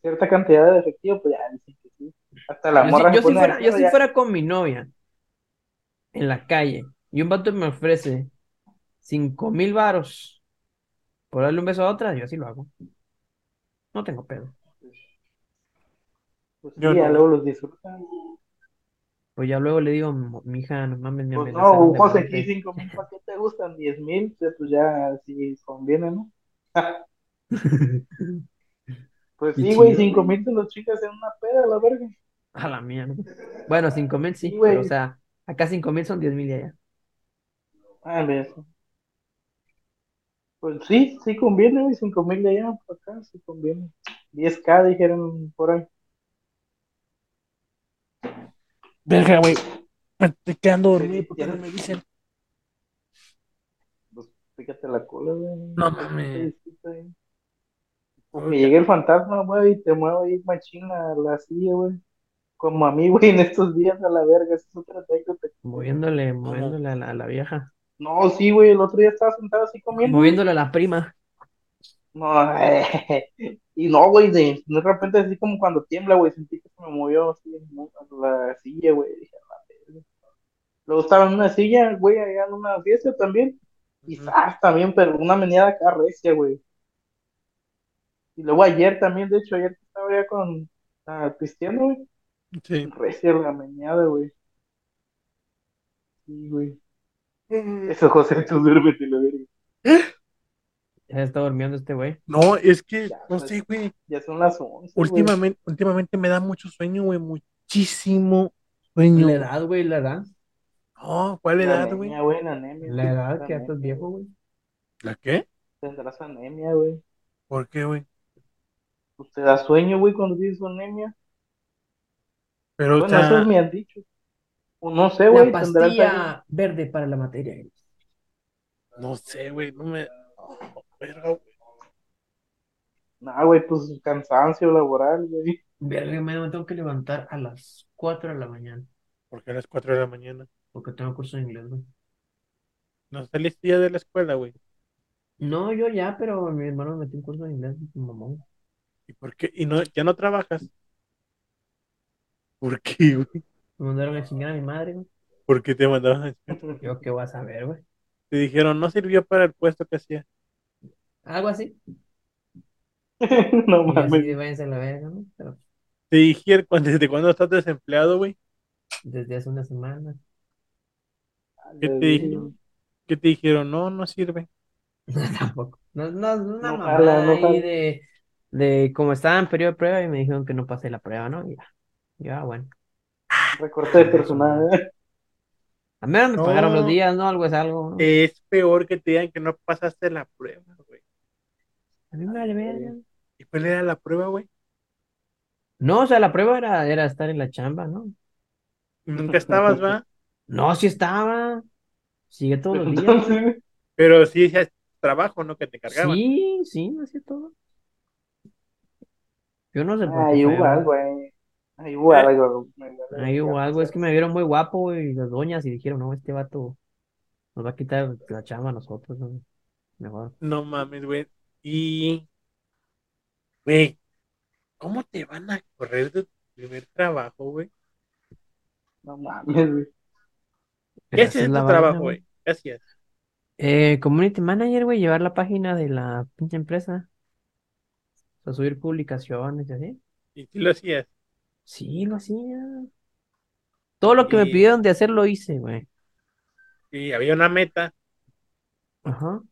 S4: cierta cantidad de efectivo, pues ya dicen que sí. Hasta la
S3: Yo sí-
S4: morra se
S3: yo si
S4: pone de
S3: fuera, yo
S4: acuerdo,
S3: si
S4: ya.
S3: fuera con mi novia en la calle y un vato me ofrece cinco mil varos por darle un beso a otra, yo así lo hago. No tengo pedo.
S4: Pues sí,
S1: Yo
S4: ya
S1: no.
S4: luego los disfrutan.
S3: Pues ya luego le digo, "Mo- mija, no mames, me
S4: Pues no,
S3: amenazaron
S4: un
S3: de
S4: José
S3: muerte".
S4: aquí cinco mil, ¿para qué te gustan? Diez mil, pues pues ya sí conviene, ¿no? Pues
S3: Y
S4: sí, güey,
S3: chido.
S4: cinco mil te los chicas en una peda, la verga.
S3: A la mierda. Bueno, cinco mil sí,
S4: Sí,
S3: pero o
S4: güey.
S3: sea, acá cinco mil son diez mil y allá.
S4: Ah, de eso. Pues sí, sí conviene, güey, cinco mil de allá para acá, sí conviene. 10k dijeron por ahí.
S1: Verga, güey. Me estoy quedando
S4: dormido porque no me
S1: dicen.
S4: Fíjate la cola, güey.
S1: No mames.
S4: Pues Me llega el fantasma, güey, y te muevo ahí machina a la silla, güey. Como a mí, güey, en estos días a la verga, esa es otra anécdota.
S3: Moviéndole, moviéndole a la, a la vieja.
S4: No, sí, güey, el otro día estaba sentado así comiendo.
S3: Moviéndole a la prima.
S4: No, y no, güey, de, de repente así como cuando tiembla, güey, sentí que se me movió así ¿no? a la silla, güey. dije, "A la verga". Luego estaba en una silla, güey, allá en una fiesta también, y ¡zas! también, pero una meneada acá recia, güey. Y luego ayer también, de hecho, ayer estaba ya con ah, Cristiano, güey,
S1: Sí.
S4: recia la meneada, güey. Sí, güey. Eso, José, tú duérmete, la verga.
S3: Ya está durmiendo este güey.
S1: No, es que,
S4: Ya,
S1: no
S4: pues,
S1: sé, güey.
S4: Ya son las 11, güey.
S1: Últimamente, últimamente me da mucho sueño, güey. Muchísimo sueño.
S3: La edad, güey, la edad.
S1: No, ¿cuál
S4: La
S1: edad,
S4: anemia,
S1: güey?
S4: güey, la anemia.
S3: La edad que ya
S4: Anemia.
S3: estás viejo, güey.
S1: ¿La qué?
S4: Tendrás anemia, güey.
S1: ¿Por qué, güey?
S4: Pues te da sueño, güey, cuando tienes anemia.
S1: Pero,
S4: Bueno,
S1: o sea,
S4: eso me han dicho. O no sé,
S3: La
S4: güey, tendrás anemia.
S3: pastilla verde para la materia. gris.
S1: no sé, güey. No me. Oh, verga, güey.
S4: Nah, güey, pues cansancio laboral, güey.
S3: Verga, me tengo que levantar a las 4 de la mañana.
S1: Porque a las 4 de la mañana.
S3: Porque tengo curso de inglés, güey.
S1: No saliste ya de la escuela, güey.
S3: No, yo ya, pero mi hermano me metió un curso de inglés, mamón.
S1: ¿Y por qué? ¿Y no, ya no trabajas? ¿Por qué, güey?
S3: Me mandaron a chingar a mi madre, güey.
S1: ¿Por qué te mandaban? a-
S3: Yo qué voy a saber, güey.
S1: Te dijeron, no sirvió para el puesto que hacía.
S3: Algo así.
S4: no
S3: Y
S4: mames.
S3: así váyanse a la verga, ¿no? Pero
S1: Te dije, "¿Cuándo- ¿desde cuándo estás desempleado, güey?
S3: desde hace una semana.
S1: ¿Qué te dijeron? ¿Qué te dijeron? No, no sirve.
S3: Tampoco. No, no, no, una
S4: No
S3: mamada
S4: jala, no
S3: ahí
S4: jala.
S3: de, de como estaba en periodo de prueba y me dijeron que no pasé la prueba, ¿no? Y Ya, ya, bueno.
S4: Recorte de personal. ¿eh?
S3: A menos me
S1: No.
S3: pagaron los días, ¿no? Algo es algo, ¿no?
S4: Eh,
S1: Es peor que te digan que no pasaste la prueba, güey.
S3: A mí me
S4: eh.
S3: vale verga.
S1: ¿Y cuál era la prueba, güey?
S3: No, o sea, la prueba era, era estar en la chamba, ¿no?
S1: Nunca estabas, ¿va?
S3: No, sí estaba. Sigue todos los días.
S4: Entonces,
S1: Pero sí decías trabajo, ¿no? Que te cargaban.
S3: Sí, sí, hacía todo. Yo no sé por qué
S4: ahí
S3: fue,
S4: hubo
S3: güey.
S4: algo, eh. Ahí hubo algo.
S3: Ahí hubo algo, es que me vieron muy guapo, güey, y las doñas, y dijeron, no, este vato nos va a quitar la chamba a nosotros, ¿no? Mejor.
S1: No mames, güey. Y, güey, ¿cómo te van a correr de tu primer trabajo, güey?
S4: No mames, güey.
S1: ¿Qué
S3: Pero
S1: haces
S3: esa es
S1: en
S3: la
S1: tu
S3: vaina,
S1: trabajo,
S3: güey.
S1: güey? ¿Qué hacías?
S3: Eh, community manager, güey, llevar la página de la pinche empresa. O sea, subir publicaciones y así.
S1: ¿Y si lo hacías?
S3: Sí, lo hacía. Todo lo que me
S1: Y-
S3: pidieron de hacer lo hice, güey.
S1: Y había una meta
S3: Ajá,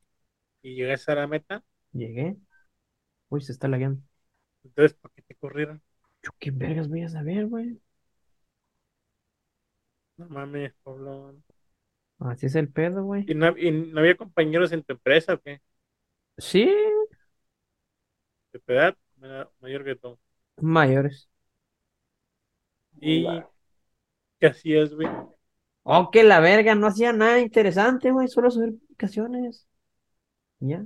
S1: y llegaste a la meta,
S3: llegué. Uy, se está lagueando.
S1: entonces, ¿por qué te corrieron?
S3: Yo, ¿qué vergas voy a saber, güey?
S1: No mames, poblón.
S3: Así es el pedo, güey.
S1: ¿Y no, y no había compañeros en tu empresa o qué?
S3: Sí,
S1: ¿De tu edad? Ma- Mayor que tú.
S3: mayores.
S1: ¿Y qué hacías, güey?
S3: Oh, que la verga, no hacía nada interesante, güey, solo subir publicaciones. Y Ya,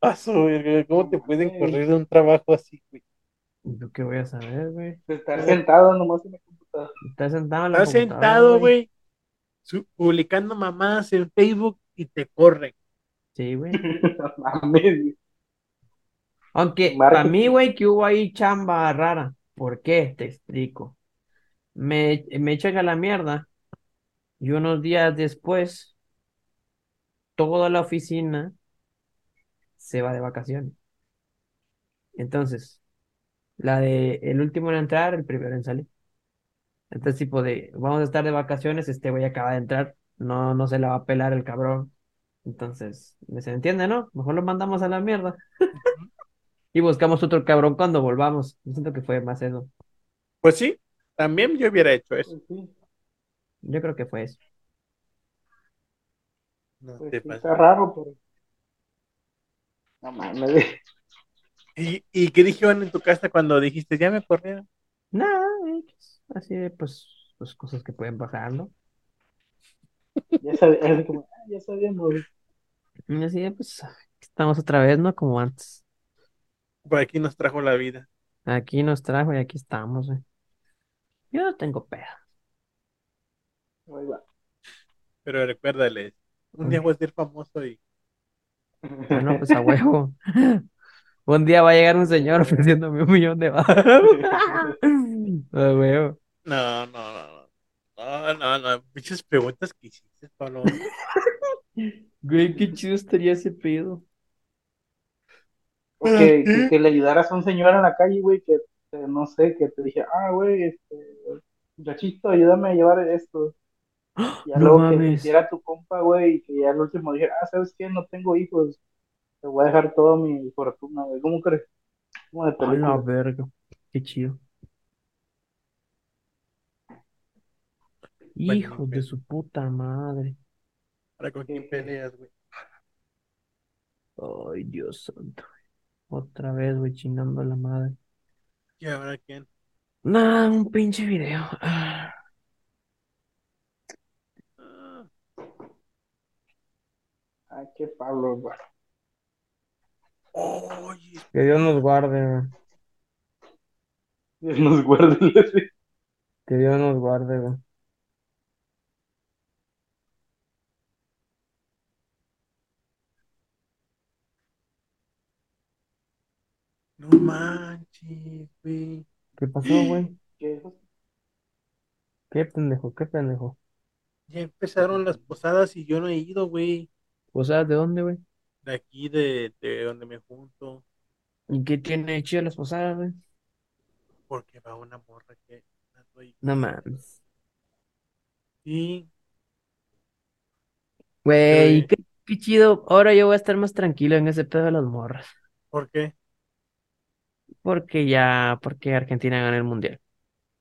S1: Ah, su verga, ¿Cómo te pueden correr de un trabajo así, güey?
S3: ¿yo qué voy a saber, güey?
S4: Estar sentado nomás en la computadora.
S3: Estás sentado en la
S1: Estás
S3: computadora,
S1: sentado, güey, su- publicando mamadas en Facebook y te corren.
S3: Sí, güey.
S4: No mames, güey.
S3: Aunque para
S4: Marketing.
S3: mí, güey, que hubo ahí chamba rara. ¿Por qué? Te explico. Me, me echan a la mierda y unos días después, toda la oficina se va de vacaciones. Entonces, la de el último en entrar, el primero en salir. Entonces, tipo de, vamos a estar de vacaciones, este güey acaba de entrar, no, no se la va a pelar el cabrón. Entonces, ¿se entiende, no? Mejor lo mandamos a la mierda. Y buscamos otro cabrón cuando volvamos. Yo siento que fue más eso.
S1: Pues sí, también yo hubiera hecho eso.
S4: Pues Sí,
S3: Yo creo que fue eso.
S1: No
S4: pues
S1: te
S4: sí,
S1: pases.
S4: está raro, pero. No mames, güey.
S1: ¿Y, ¿Y qué dijeron en tu casa cuando dijiste, ya me corrieron?
S3: Nada, X. Así de, pues, pues cosas que pueden pasar, ¿no?
S4: Ya sabía, así como, ah, ya sabíamos. güey.
S3: Y así de, pues, estamos otra vez, ¿no? Como antes.
S1: Por aquí nos trajo la vida.
S3: Aquí nos trajo y aquí estamos, güey. Yo no tengo pedo.
S4: Ahí va.
S1: Pero recuérdales, un día voy a ser famoso y
S3: Bueno, pues a huevo. Un día va a llegar un señor ofreciéndome un millón de baros. A huevo.
S1: No, no, no, no. No, no, no. Muchas preguntas que hiciste, Pablo.
S3: Güey, qué chido estaría ese pedo.
S4: O que, que- que le ayudaras a un señor en la calle, güey, que eh, no sé, que te dije, ah, güey, este, muchachito, ayúdame a llevar esto. Ya
S3: No
S4: luego que
S3: mames.
S4: te hiciera tu compa, güey, y que ya al último dijera, ah, ¿sabes qué? No tengo hijos, te voy a dejar toda mi fortuna, güey. ¿Cómo crees? Como de
S3: A la
S4: película.
S3: verga. Qué chido. Hijo de su puta madre.
S1: Ahora con quién peleas, güey.
S3: Ay, Dios santo. Otra vez, güey, chingando a la madre.
S1: ¿Y ahora quién?
S3: Nada, un pinche video. Ah,
S1: Ah,
S4: Ay, qué Pablo, güey.
S1: Oye,
S3: Que Dios nos guarde, güey.
S4: Dios nos guarde. güey.
S3: Que Dios nos guarde, güey.
S1: no manches, güey.
S3: ¿Qué pasó, güey?
S4: ¿Qué?
S3: ¿Qué pendejo? ¿Qué pendejo?
S1: Ya empezaron las posadas y yo no he ido, güey.
S3: ¿Vos sabes de dónde, güey?
S1: De aquí, de, de donde me junto.
S3: ¿Y qué tiene de chido las posadas, güey?
S1: Porque va una morra que ando ahí.
S3: No mames.
S1: Y
S3: Güey,
S1: Sí.
S3: qué, qué chido. Ahora yo voy a estar más tranquilo en ese pedo de las morras.
S1: ¿por qué?
S3: Porque ya, porque Argentina gana el mundial.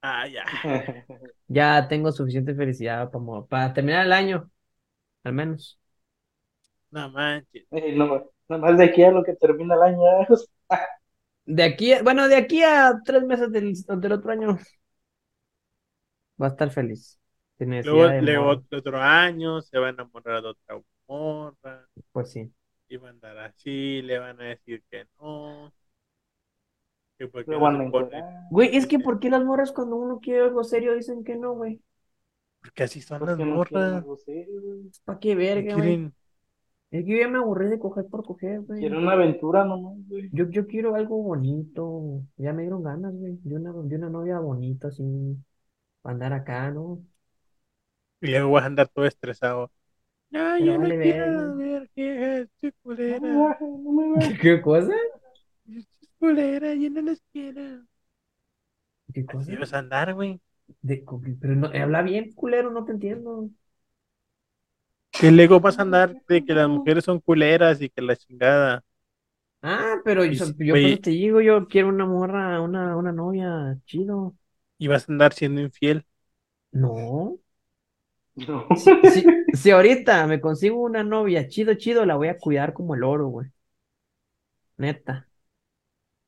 S1: Ah, ya.
S3: Ya tengo suficiente felicidad para, para terminar el año. Al menos.
S1: No manches.
S4: Eh, no, nada más de aquí a lo que termina el año. ¿eh?
S3: De aquí, a- bueno, de aquí a tres meses del, del otro año va a estar feliz. Sin
S1: Luego,
S3: necesidad de
S1: luego
S3: amor,
S1: otro, año se va a enamorar de otra morra
S3: pues sí.
S1: y va a andar así, le van a decir que no. Que por qué
S4: Lo
S1: no
S4: van a
S1: se
S4: encontrar.
S1: pone-
S3: Güey, es que ¿por qué las morras cuando uno quiere algo serio dicen que no, güey?
S1: Porque así son
S4: Porque
S1: las
S4: no quieren
S1: morras.
S4: algo serio, güey.
S3: ¿Para qué
S1: No
S3: verga, güey?
S1: quieren-
S3: Es que yo ya me aburrí de coger por coger, güey.
S4: Quieren una aventura nomás, güey.
S3: Yo, yo quiero algo bonito. Ya me dieron ganas, güey. De una, de una novia bonita, así. Para andar acá, ¿no?
S1: Y luego vas a andar todo estresado. No,
S3: Pero
S1: yo no
S3: vale
S1: quiero ver que estoy
S4: No me
S1: culera.
S4: bajes, no me bajes.
S3: ¿Qué cosa?
S1: Yo soy culera, yo no los quiero.
S3: ¿Qué
S1: Así
S3: cosa?
S1: vas a andar, güey.
S3: De- co- pero no, habla bien, culero, no te entiendo.
S1: Que luego vas a andar de que las mujeres son culeras y que la chingada.
S3: Ah, pero yo,
S1: Y
S3: o sea,
S4: Pues,
S1: sí,
S3: yo por
S1: güey.
S3: eso te digo, yo quiero una morra, una, una novia, chido.
S1: Y vas a andar siendo infiel.
S3: No.
S4: No.
S3: Si, si ahorita me consigo una novia chido, chido, la voy a cuidar como el oro, güey. Neta.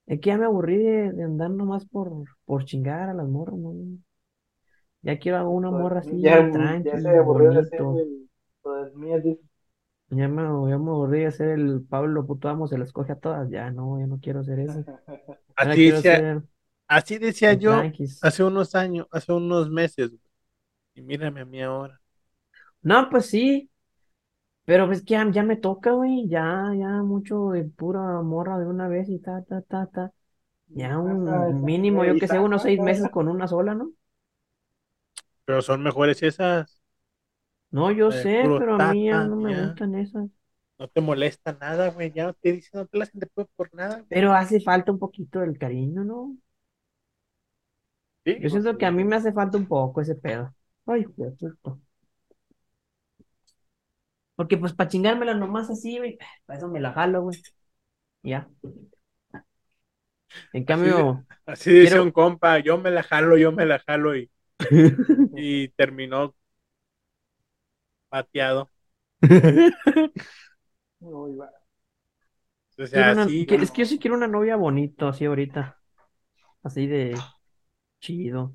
S3: Es que ya me aburrí de, de andar nomás por, por chingar a las morras, ¿no? Ya quiero a una morra así,
S4: Pues, Ya,
S3: tranqui,
S4: ya se aburrió de hacer
S3: bonito.
S4: el. Todas mías, dice.
S3: Ya me, ya me aburrí de ser el Pablo puto amo, se las coge a todas. Ya no, ya no quiero ser eso. Ahora
S1: Así
S3: quiero
S1: decía,
S3: ser
S1: así decía
S3: el
S1: yo
S3: tranquis.
S1: hace unos años, hace unos meses. güey. Y mírame a mí ahora.
S3: No, pues sí. Pero pues que ya, ya me toca, güey. Ya, ya mucho de pura morra de una vez y ta, ta, ta, ta. Ya un un mínimo, yo que sé, unos seis meses con una sola, ¿no?
S1: Pero son mejores esas.
S3: No, yo
S1: Eh,
S3: sé,
S1: puro
S3: pero a mí ya
S1: ta, ta,
S3: no me
S1: ya.
S3: gustan esas.
S1: No te molesta nada, güey. Ya no te dicen, no te la hacen después por nada.
S3: Pero hace falta un poquito del cariño, ¿no?
S1: güey.
S3: Yo siento que a mí me hace falta un poco ese pedo. Ay, hijo de puta. Porque pues para chingármela nomás así, güey, para eso me la jalo, güey. Ya. En cambio,
S1: Así dice
S3: Quiero-
S1: un compa, yo me la jalo, yo me la jalo y, y terminó pateado.
S4: Uy, va.
S1: O sea,
S3: quiero una-
S1: sí,
S3: que- es que yo sí quiero una novia bonito, así ahorita. Así de chido.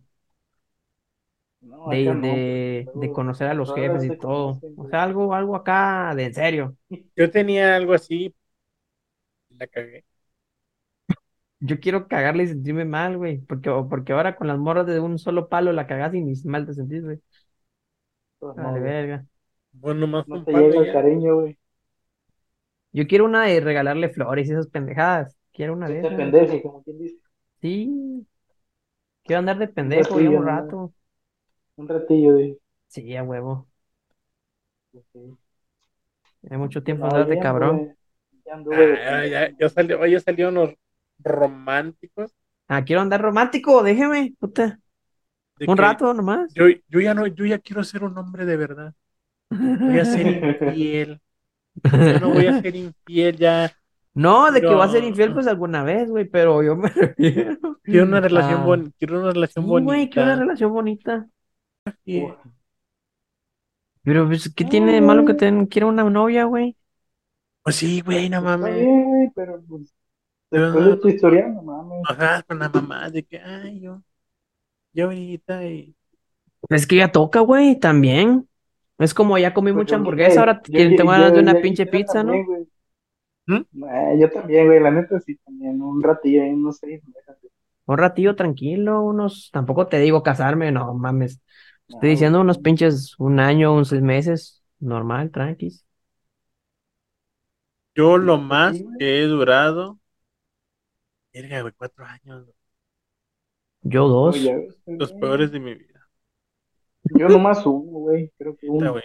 S4: No,
S3: de,
S4: acá no,
S3: de-
S4: luego-
S3: de conocer a los
S4: luego
S3: jefes y
S4: se
S3: todo.
S4: conocen,
S3: O
S4: güey.
S3: sea, algo, algo acá de en serio.
S1: yo tenía algo así, la cagué.
S3: Yo quiero cagarle y sentirme mal, güey. Porque, o porque ahora con las morras de un solo palo la cagás y ni mal te sentís, güey.
S4: Pues
S3: Vale,
S4: no, güey.
S3: verga.
S1: Bueno, más
S4: No
S1: un
S4: te
S1: palo
S4: llega el
S1: ya.
S4: cariño, güey.
S3: Yo quiero una de regalarle flores y esas pendejadas. Quiero una de
S4: Este
S3: esas.
S4: pendejo, como quien dice.
S3: Sí. Quiero andar de pendejo ya
S4: ratillo,
S3: un
S4: ¿no?
S3: rato.
S4: Un ratillo, güey.
S3: Sí, a huevo.
S4: Ok.
S3: Hay mucho tiempo
S4: No,
S3: andar de
S4: ya
S3: cabrón.
S4: anduve- ya anduve de-
S1: Ah, ya, ya salió, hoy ya salieron los románticos.
S3: Ah, quiero andar romántico, déjeme, puta.
S1: de
S3: Un
S1: que
S3: rato nomás.
S1: Yo, yo ya no, yo ya quiero ser un hombre de verdad. Voy a ser infiel. Yo no voy a ser infiel ya.
S3: No, de que va a ser
S1: No.
S3: infiel pues alguna vez, güey, pero yo me refiero.
S1: Quiero una relación
S3: Ah.
S1: bonita. Quiero una
S3: Sí,
S1: relación
S3: güey, que una
S1: bonita.
S3: relación bonita.
S1: Sí.
S3: Pero, pues, ¿qué tiene de malo que ten... quiera una novia, güey?
S1: Pues sí, güey, no
S4: Está
S1: mames.
S4: bien, güey, pero pues, después
S1: Ajá.
S4: de tu historia, no mames.
S1: Ajá, con la mamá de que, ay, yo, yo ahorita y
S3: Es que ya toca, güey, también. Es como ya comí
S4: Pues
S3: mucha
S4: yo-
S3: hamburguesa, ahora
S4: yo-
S3: te-
S4: yo-
S3: tengo ganas
S4: yo-
S3: de una
S4: yo
S3: pinche
S4: quisiera
S3: pizza, ¿no?
S4: también, güey. Eh, yo también, güey, la neta sí, también, un ratillo ahí, no sé.
S3: Un ratillo tranquilo, unos... Tampoco te digo casarme, no mames.
S4: Ah,
S3: Estoy diciendo unos pinches un año, un seis meses, normal, tranquis.
S1: yo lo más
S4: Sí, güey.
S1: que he durado, verga, güey, cuatro años, güey,
S3: Yo dos.
S4: Oye, a ver,
S1: los
S4: eh,
S1: peores de mi vida,
S4: Yo nomás uno, güey, creo que
S1: Puta,
S4: uno.
S1: güey,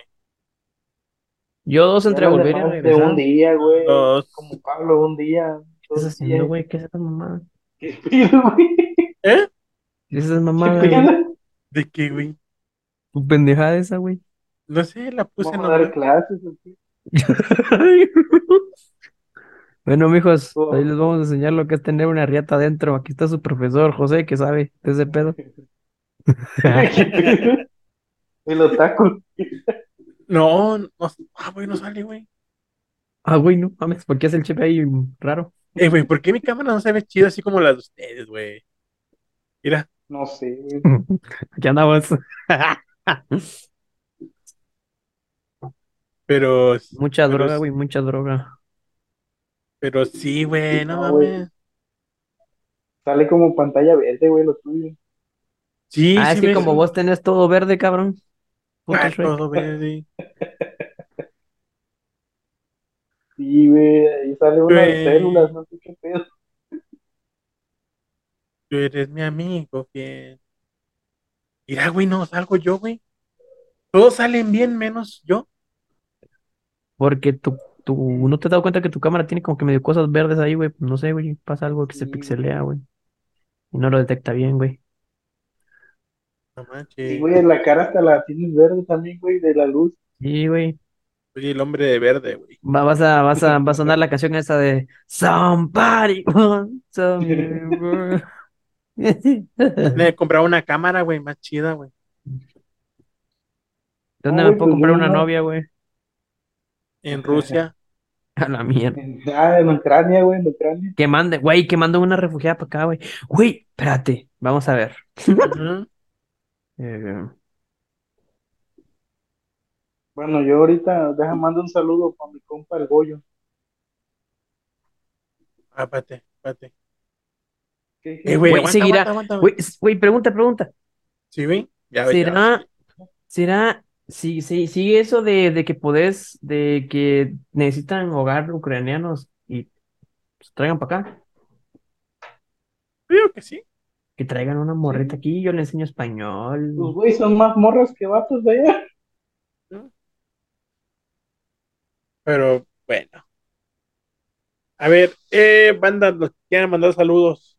S3: Yo dos
S4: Ya
S3: entre
S4: los
S3: volver y
S4: demás de
S3: regresar.
S4: un día, güey,
S1: Dos.
S4: como Pablo, un día.
S3: ¿Qué estás
S4: Entonces,
S3: haciendo, güey? ¿Qué es esa mamada?
S4: ¿Qué pedo, güey?
S1: ¿Eh?
S3: ¿Qué es esa
S4: ¿Qué
S3: mamada, güey?
S4: pedo?
S1: ¿De qué, güey?
S3: Tu pendejada esa, güey.
S1: No sé, la puse
S4: Vamos a
S1: nomás.
S4: dar clases. ¿o qué?
S3: Bueno, mijos,
S4: Oh.
S3: ahí les vamos a enseñar lo que es tener una riata adentro. Aquí está su profesor, José, que sabe de ese pedo.
S4: Y los tacos.
S1: No, no, ah, güey, no sale, güey.
S3: Ah, güey, no mames, ¿por qué hace el chip ahí raro?
S1: Eh, güey, ¿por qué mi cámara no se ve chida así como la de ustedes, güey? Mira,
S4: No sé, güey.
S3: Aquí andamos.
S1: pero,
S3: Mucha
S1: Pero
S3: droga,
S1: es-
S3: güey, mucha droga.
S1: pero sí, güey, no
S4: No, güey.
S1: mames.
S4: Sale como pantalla verde, güey, lo tuyo.
S1: Sí,
S3: Ah,
S1: sí
S3: es que
S1: ves-
S3: como vos tenés todo verde, cabrón. Puto
S1: Ah,
S3: Shrek.
S1: todo verde.
S4: Sí, güey, ahí sale una
S1: Güey.
S4: de células, no sé qué pedo.
S1: Tú eres mi amigo, bien. Mira, güey, no salgo yo, güey. Todos salen bien, menos yo.
S3: Porque tú, tú no te has dado cuenta que tu cámara tiene como que medio cosas verdes ahí, güey. No sé, güey, pasa algo que se
S4: Sí.
S3: pixelea, güey. Y no lo detecta bien, güey.
S1: No
S4: Sí,
S1: manches.
S4: güey, la cara hasta la tienes verde también, güey, de la luz.
S3: Sí, güey.
S1: Soy el hombre de verde, güey.
S3: Va- vas a, vas a, va a sonar la canción esa de Somebody wants a mirror. ¿Dónde
S1: Le he comprado una cámara, güey, más chida, güey.
S3: me
S4: Ay,
S3: puedo
S4: pues,
S3: comprar
S4: no,
S3: una
S4: no.
S3: novia, güey?
S1: En Rusia.
S3: A la mierda.
S4: Ah, en Ucrania, güey, en Ucrania.
S3: Que mande, güey, que mande una refugiada para acá, güey. Güey, espérate, vamos a ver.
S1: Ujú.
S3: Eh,
S4: Bueno, yo ahorita, deja, mando un saludo para mi compa el Goyo.
S1: Ah, espérate, espérate.
S4: ¿Qué-
S1: Eh,
S4: qué-
S1: güey,
S3: Güey,
S1: aguanta,
S3: seguirá.
S1: aguanta, aguanta, güey.
S3: Güey, s- güey, pregunta, pregunta.
S1: Sí, güey. Ya, güey, ya.
S3: ¿Será, será, sí, sí, sí, eso de, de que podés, de que necesitan hogar ucranianos y se traigan para acá?
S1: Creo que sí.
S3: Que traigan una morrita aquí, yo le enseño español.
S4: Pues, güey, son más morros que vatos de allá.
S1: Pero bueno. A ver, eh, banda, los que quieran mandar saludos.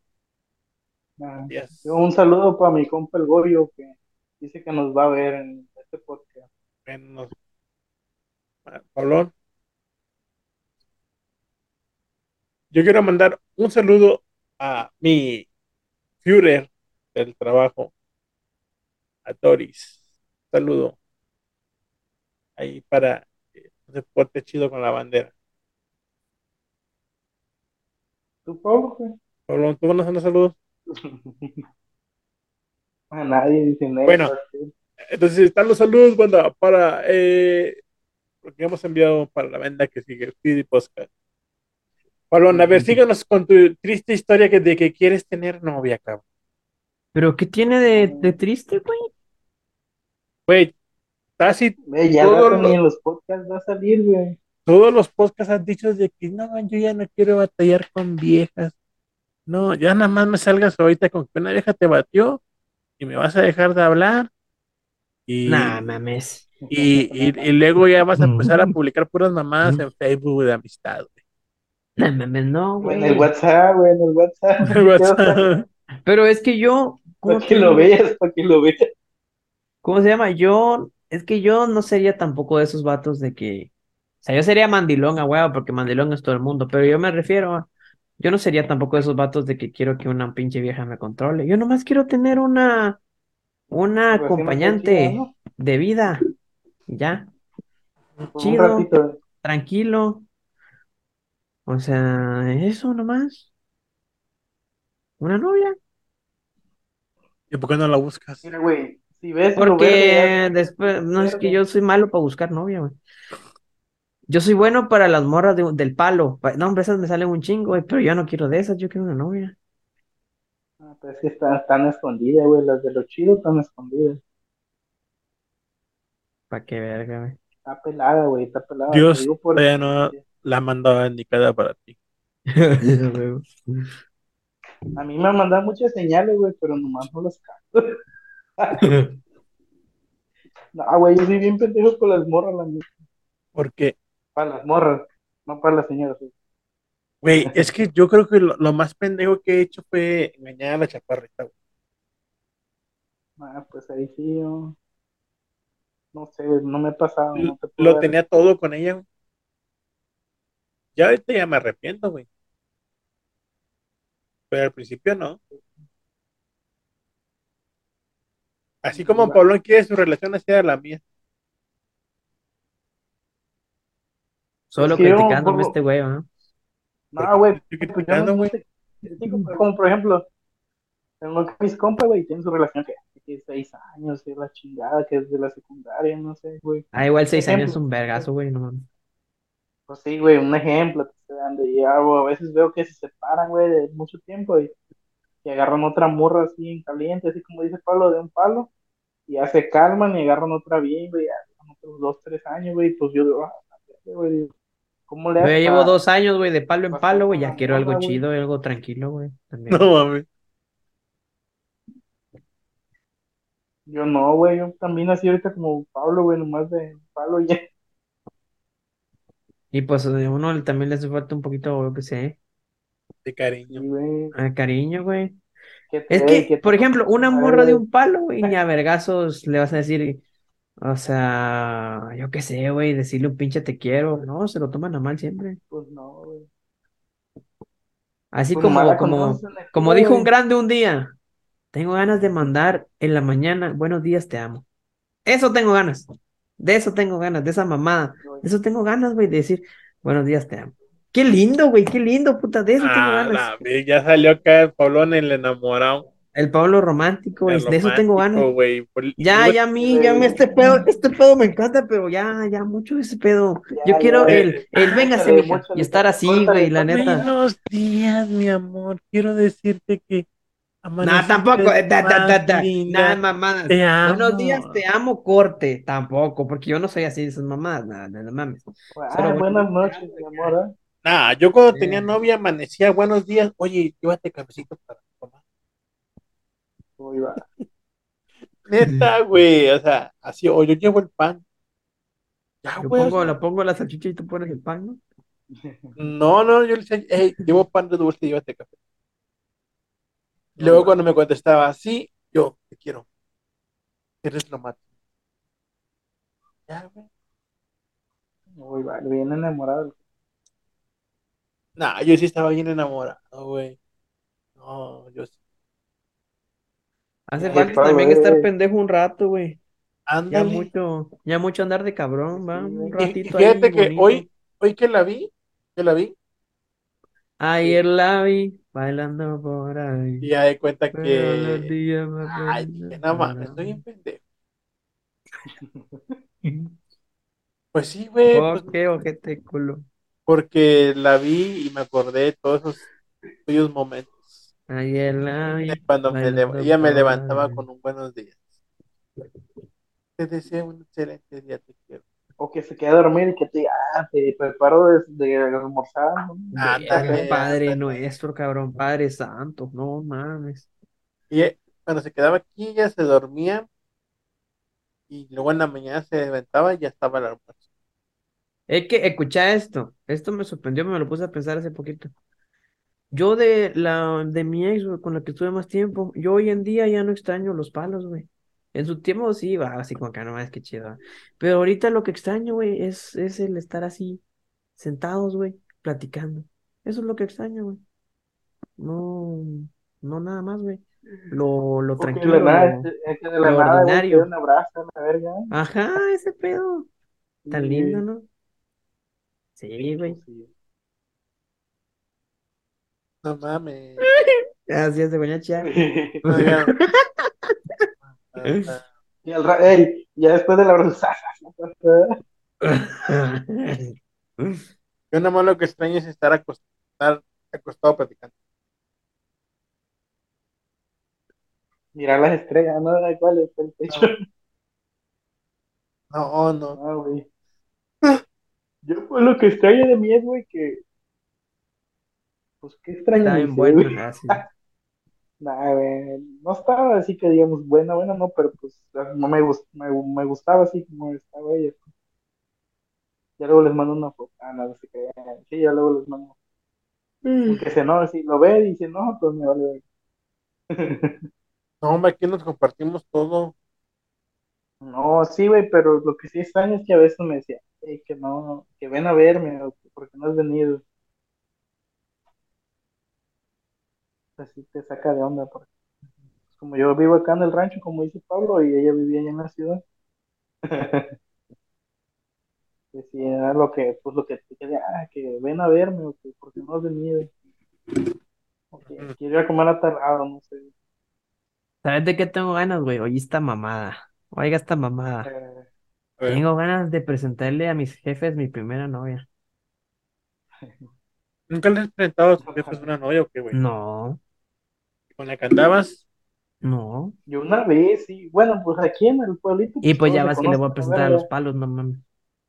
S4: Ah,
S1: Yes.
S4: yo un saludo para mi compa el Goyo, que dice que nos va a ver en este podcast.
S1: Menos. Ah, Pablón. Yo quiero mandar un saludo a mi Führer del trabajo, a Doris. Saludo. Ahí para eh, un deporte chido con la bandera.
S4: ¿Tú, Pablo, güey?
S1: Pablón, ¿tú mandas unos saludos?
S4: A nadie dice nada.
S1: Bueno. Entonces están los saludos, banda, para eh, lo que hemos enviado para la banda que sigue, Pidi Podcast. Pablón, a ver, síganos con tu triste historia que, de que quieres tener novia, cabrón.
S3: Pero ¿qué tiene de, de triste, güey?
S1: Güey, casi
S4: Ve, ya
S1: Todo
S4: rato
S1: lo-
S4: ni en los podcasts va a salir, güey.
S1: todos los podcasts han dicho de que no, yo ya no quiero batallar con viejas. No, ya nada más me salgas ahorita con que una vieja te batió y me vas a dejar de hablar. Y,
S3: Nah, mames.
S1: y, y- y luego ya vas a empezar a publicar puras mamadas en Facebook de amistad. güey.
S3: Nah, mames, no, güey.
S4: En el WhatsApp, güey, en el WhatsApp.
S1: El WhatsApp.
S3: Pero es que yo, ¿cómo
S4: Para que
S3: te digo?
S4: lo veas, para que lo veas.
S3: ¿Cómo se llama? Yo, es que yo no sería tampoco de esos vatos de que, o sea, yo sería mandilón a huevo porque mandilón es todo el mundo, pero yo me refiero a, yo no sería tampoco de esos vatos de que quiero que una pinche vieja me controle, yo nomás quiero tener una, una
S4: Recién
S3: acompañante
S4: chingado,
S3: de vida, y ya,
S4: ¿no? Por
S3: Chido.
S4: Un ratito.
S3: tranquilo, o sea, eso nomás, una novia,
S1: ¿Y por qué no la buscas?
S4: Mira, güey, si ves lo
S3: porque
S4: verde, ya-
S3: después, no es que
S4: verde.
S3: yo soy malo para buscar novia, güey. Yo soy bueno para las morras de- del palo. Pa- No, hombre, esas me salen un chingo, güey, pero yo no quiero de esas, yo quiero una novia.
S4: Ah, pero es que están, están escondidas, güey. Las de los chidos están escondidas.
S3: Pa' qué verga, güey.
S4: Está pelada, güey, está pelada. Te
S1: Dios,
S4: digo por-
S1: todavía no la mandaba indicada para ti.
S4: A mí me han mandado muchas señales, güey, pero nomás no las capto. No, güey, yo soy bien pendejo con las morras, la neta.
S1: Porque
S4: Para las morras, no para las señoras. güey.
S1: Güey, es que yo creo que lo, lo más pendejo que he hecho fue engañar a la chaparrita, güey.
S4: Ah, pues ahí sí, yo. No sé, no me ha pasado. no te puedo
S1: Lo
S4: dar-
S1: tenía todo con ella, güey. Ya ahorita ya me arrepiento, güey. Pero al principio no. Así como
S4: Va.
S1: Pablón quiere su relación hacia la mía.
S3: Solo
S4: Sí, yo,
S3: criticándome
S4: como-
S3: este güey, ¿no?
S4: No, güey,
S1: Estoy
S4: pues yo no
S1: criticando, güey.
S4: sé, critico, pero como por ejemplo, tengo que mis compas, güey, tienen su relación que que seis años, que es la chingada, que es de la secundaria, no sé, güey.
S3: Ah, igual seis
S4: Ejemplo.
S3: años es un vergazo, güey, no mames.
S4: Pues sí, güey, un ejemplo que te dan de ya, o a veces veo que se separan, güey, de mucho tiempo y, y agarran otra morra así en caliente, así como dice Pablo, de un palo, y ya se calman y agarran otra bien, güey, ya son otros dos, tres años, güey, pues yo digo, ah, la verga, güey, digo, ¿cómo le
S3: Güey,
S4: haces
S3: llevo
S4: pa-
S3: dos años, güey, de palo en
S4: pa-
S3: palo, güey, ya
S4: pa-
S3: quiero algo
S4: pa- güey.
S3: chido, algo tranquilo, güey, también.
S1: No mames.
S4: Yo no, güey, yo también así ahorita como Pablo, güey, nomás de palo y ya.
S3: Y pues de uno también le hace falta un poquito, yo qué sé,
S1: De
S4: Sí,
S1: cariño.
S4: güey.
S3: ah, cariño, güey.
S4: Que te-
S3: Es que,
S4: que te-
S3: por ejemplo, una
S4: A ver,
S3: morra de
S4: güey.
S3: un palo, güey, ni a vergazos le vas a decir, o sea, yo qué sé, güey, decirle un pinche te quiero, no, se lo toman a mal siempre.
S4: Pues no, güey.
S3: Así
S4: Pues
S3: como,
S4: nomás la
S3: como,
S4: conoces en el
S3: como
S4: día,
S3: dijo un
S4: güey.
S3: grande un día, tengo ganas de mandar en la mañana, buenos días, te amo. Eso tengo ganas, de eso tengo ganas, de esa mamada, de eso tengo ganas, güey, de decir, buenos días, te amo. Qué lindo, güey, qué lindo, puta, de eso tengo
S1: Ah,
S3: ganas.
S1: la vi- ya salió acá el Pablón el enamorado.
S3: El Pablo romántico,
S1: el
S3: güey, de eso tengo ganas.
S1: romántico, güey. Por-
S3: Ya,
S4: Pues
S1: Digo,
S3: ya a mí, ya a mí este pedo, este pedo me encanta, pero ya, ya mucho ese pedo.
S4: Ya,
S3: Yo quiero
S1: ya.
S3: el, el véngase,
S4: Córtale,
S3: mija,
S4: mucho,
S3: y estar así,
S4: córtale,
S3: güey, la
S4: córtale.
S3: neta.
S1: Buenos días, mi amor. Quiero decirte que
S3: No,
S1: amaneciste
S3: tampoco, eh, da, da, da,
S1: más
S3: da,
S1: linda.
S3: nada de mamadas.
S1: Te amo.
S3: Buenos días, te amo, corte, tampoco, porque yo no soy así de esas mamadas, nada, nada, no mames.
S4: Ah,
S3: Pero, güey,
S4: buenas noches, mi amor. ¿eh?
S1: Nah, yo cuando
S3: Sí.
S1: tenía novia amanecía, buenos días. Oye, llévate cafecito para tomar.
S4: Uy, va.
S1: Neta, güey. O sea, así, o yo llevo el pan. Ya,
S3: Yo
S1: güey. o
S3: pongo,
S1: sea,
S3: lo pongo la salchicha y tú pones el pan, ¿no?
S1: No, no, yo le decía, hey, llevo pan de dulce, llévate café. Y Luego cuando me contestaba así, yo te quiero. Eres lo máximo. Ya, güey.
S4: Uy, va, bien enamorado.
S1: Nah, yo sí estaba bien enamorado, güey. No, yo sí.
S3: Hace
S4: Ya,
S3: falta
S4: Pablo,
S3: también
S4: eh,
S3: estar
S4: güey.
S3: pendejo un rato, güey. Ya
S1: Ándale.
S3: mucho, ya mucho andar de cabrón, va,
S4: Sí,
S3: un
S4: güey. Y-
S1: Y- y
S3: ratito ahí
S1: fíjate que
S3: bonito.
S1: hoy, hoy que la vi, que la vi,
S3: Ayer la vi bailando por ahí.
S1: y ya de cuenta
S3: Pero los
S1: que.
S3: días me
S1: Ay,
S3: prenden
S1: dije, no mames,
S3: para-
S1: estoy bien pendejo. Pues sí, güey, pues,
S3: Oh, qué ojete culo.
S1: porque la vi y me acordé de todos esos tuyos momentos.
S3: Ayer la vi
S1: De Cuando me
S3: bailando
S1: le- ella me
S3: por
S1: levantaba
S3: ahí.
S1: con un buenos días. Te deseo un excelente día, te quiero.
S4: O que se quede a dormir y que te diga, ah, te preparo de, de almorzar. ¿no?
S3: Verga,
S1: Ándale,
S3: padre
S1: ándale.
S3: nuestro, cabrón, padre santo, no mames.
S1: Y eh, cuando se quedaba aquí, ella se dormía y luego en la mañana se levantaba y ya estaba el almuerzo.
S3: Es que, escucha esto, esto me sorprendió, me lo puse a pensar hace poquito. Yo de la de mi ex, güey, con la que estuve más tiempo, yo hoy en día ya no extraño los palos, güey. En su tiempo sí, va, así como que "Ah, no es que chido. va. Pero ahorita lo que extraño, güey, es, es el estar así, sentados, güey, platicando. Eso es lo que extraño, güey. No, no nada más, güey. Lo, lo
S4: Porque de
S3: tranquilo.
S4: la nada, este
S3: lo-
S4: es que de la
S3: lo
S4: nada, güey,
S3: ordinario.
S4: te da un abrazo, la verga.
S3: Ajá, ese pedo. Tan
S4: Sí,
S3: lindo, ¿no? Sí, güey.
S4: sí.
S1: No mames.
S3: Gracias, de buena chía.
S4: pues
S1: Oigan.
S4: Y al ra- ey, ya después del abrazo,
S1: Yo nada más lo que extraño es estar acostado, estar acostado platicando.
S4: mirar las estrellas, ¿no? Da igual, está el techo.
S1: No, no.
S4: Ah, güey. Yo, pues, lo que extraño de mí es, güey, que. Pues, qué extraño.
S3: Está
S4: de
S3: bien
S4: mí,
S3: bueno,
S4: güey.
S3: así.
S4: Nah, güey, no estaba así que digamos, buena, buena, no, pero pues no me, gust- me, me gustaba así como estaba ella. Ya luego les mando una foto. Ah, no, no se crean. Sí, ya luego les mando. Porque se no, si lo ve, dice, no, pues me vale. verga".
S5: No, hombre, aquí nos compartimos todo.
S4: No, sí, güey, pero lo que sí extraño es que a veces me decía, "Ey, que no, que ven a verme, o que ¿por qué no has venido? Así te saca de onda, porque como yo vivo acá en el rancho, como dice Pablo, y ella vivía allá en la ciudad. Decía lo que, pues lo que te quería, "Ah, que ven a verme, o que ¿por qué no has venido? O que quiero ir a comer a tal lado, no sé.
S3: ¿Sabes de qué tengo ganas, güey? Oye, esta mamada. Oiga, esta mamada.
S4: Eh,
S1: A ver.
S3: Tengo ganas de presentarle a mis jefes mi primera novia.
S5: ¿Nunca le has presentado a tus jefes una novia o qué, güey?
S3: No,
S5: ¿Con la que andabas?
S3: no.
S4: Yo una vez, sí. Bueno, pues aquí en el pueblito.
S3: Y pues ya
S4: todos
S3: vas
S4: se
S3: que le voy a
S4: conocen,
S3: presentar a
S4: verga.
S3: los palos, no mames.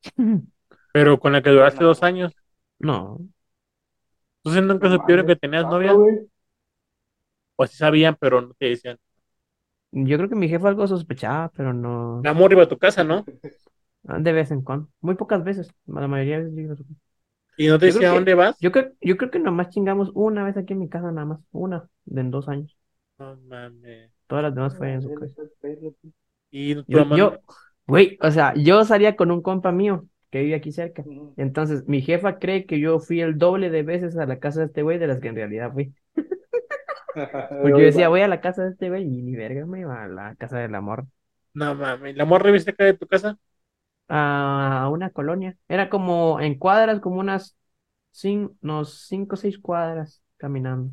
S5: Pero con la que duraste dos años.
S3: No.
S5: Entonces nunca
S4: No
S5: supieron
S4: mames,
S5: que tenías
S4: tanto,
S5: novia.
S4: güey.
S5: O sí sabían, pero no te decían.
S3: Yo creo que mi jefe algo sospechaba, pero no.
S5: La amor iba a tu casa, ¿no?
S3: De vez en cuando. Muy pocas veces. La mayoría de veces yo creo que-
S5: Y no te
S3: Yo creo
S5: decían
S3: que-
S5: dónde vas.
S3: Yo creo, yo creo que nomás chingamos una vez aquí en mi casa, nada más. Una, de en dos años.
S5: No mames.
S3: Todas las
S4: Ah,
S3: demás Pues, fue en su casa.
S5: Y tu
S3: Yo,
S5: mamá
S3: yo, güey, o sea, yo salía con un compa mío que vive aquí cerca.
S4: Mm.
S3: Entonces, mi jefa cree que yo fui el doble de veces a la casa de este güey de las que en realidad fui. Porque yo decía, voy a la casa de este güey y ni verga me iba a la casa del amor.
S5: No mames. ¿La morra viste acá de tu casa?
S3: A una colonia. Era como en cuadras, como unas cinco, no, cinco o seis cuadras caminando.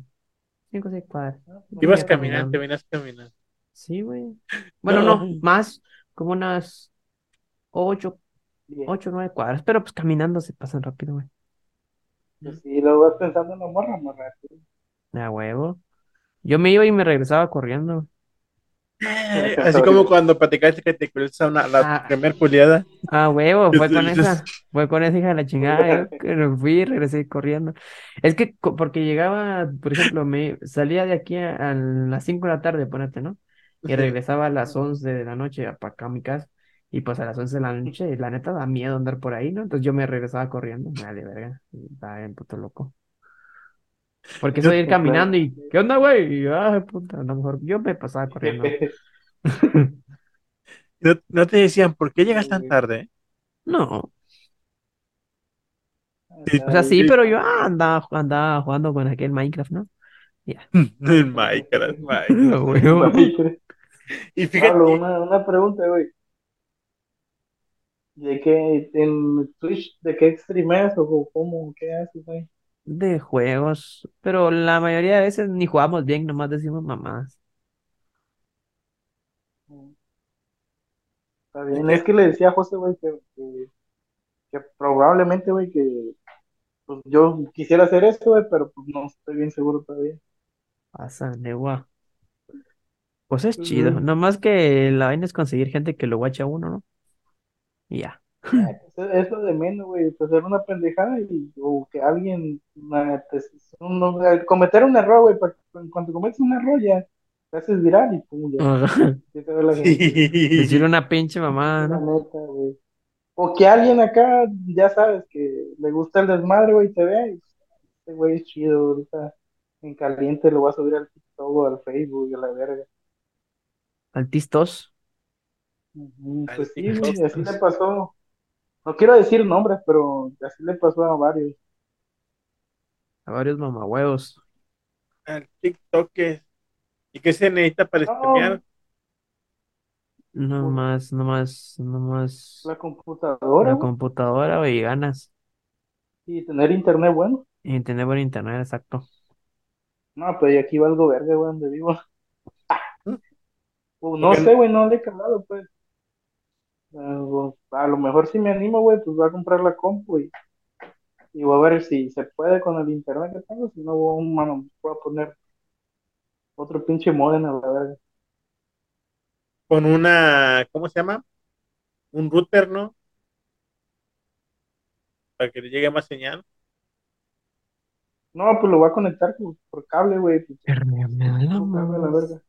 S3: Cinco o seis cuadras.
S4: Ah,
S5: Ibas
S4: pues,
S3: Iba
S5: caminando, te venías caminando.
S3: Sí, güey. Bueno, no, más, como unas ocho,
S4: Bien.
S3: ocho, nueve cuadras, pero pues caminando se pasan rápido, güey.
S4: Y pues, luego vas pensando en la morra, morra.
S3: A huevo. Yo me iba y me regresaba corriendo.
S5: Eh, Así como cuando platicaste que te culiaste a una, la
S3: Ah.
S5: primer culiada.
S3: A huevo, fue con
S5: Entonces-
S3: esa, fue con esa hija de la chingada, yo que me fui y regresé corriendo. Es que co- porque llegaba, por ejemplo, me salía de aquí a, a las 5 de la tarde, ponete, ¿no? Y regresaba a las 11 de la noche para acá a mi casa. Y pues a las 11 de la noche, y la neta da miedo andar por ahí, ¿no? Entonces yo me regresaba corriendo, nada de verga, y estaba bien puto loco. Porque eso de ir caminando y, ¿qué onda, güey? Y, ah, puta, a lo mejor yo me pasaba corriendo.
S5: No, no te decían, ¿por qué llegas tan
S4: Sí.
S5: tarde?
S3: No.
S5: Sí,
S3: O sea, sí, pero yo ah, andaba, andaba jugando con aquel Minecraft, ¿no?
S5: En Minecraft, Minecraft. Y fíjate,
S4: Pablo, una, una pregunta, güey. ¿De qué en Twitch, de qué streameas o cómo, qué haces, güey?
S3: De juegos. Pero la mayoría de veces ni jugamos bien, nomás decimos mamás.
S4: Está bien, es que le decía a José, güey, que, que, que probablemente, güey, que pues yo quisiera hacer esto, güey, pero pues no estoy bien seguro todavía.
S3: Pasa, negua. Pues es chido. Nomás que la vaina es conseguir gente que lo guache a uno, ¿no? Y ya.
S4: Eso es lo de menos, güey, pues hacer una pendejada y, o que alguien, una- te- un- un- cometer un error, güey, para que en cuanto cometes un error ya te haces viral y pum, ya,
S3: Ah,
S4: ya te ve la gente.
S3: Decir una pinche mamada,
S4: La
S3: Ah, ¿no?
S4: neta, güey. O que alguien acá, ya sabes, que le gusta el desmadre, güey, te ve. y, Este güey es chido, ahorita en caliente lo va a subir al TikTok o al Facebook, y a la verga.
S3: Altistos.
S4: Ujú,
S5: Al
S4: Pues sí, güey,
S5: TikTok.
S4: así le pasó. No quiero decir nombres, pero así le pasó a varios.
S3: A varios mamahuevos.
S5: al TikTok es- ¿Y qué se necesita para
S4: No.
S5: streamear?
S3: Nomás, nomás, nomás.
S4: La
S3: La
S4: computadora, güey,
S3: computadora, güey, y ganas.
S4: y tener internet bueno.
S3: Y tener buen internet, exacto.
S4: No, pero yo aquí valgo verga, güey, donde vivo. O no
S5: Ok.
S4: sé, güey, no le he calado, pues. Ah, o- A lo mejor si me animo, güey, pues voy a comprar la compu y, y voy a ver si se puede con el internet que tengo. Si no, voy, a- mano, voy a poner otro pinche modem a la verga.
S5: Con una, ¿cómo se llama? Un router, ¿no? Para que le llegue más señal.
S4: No, pues lo voy a conectar por, por cable, güey. Pues, por cable a la verga.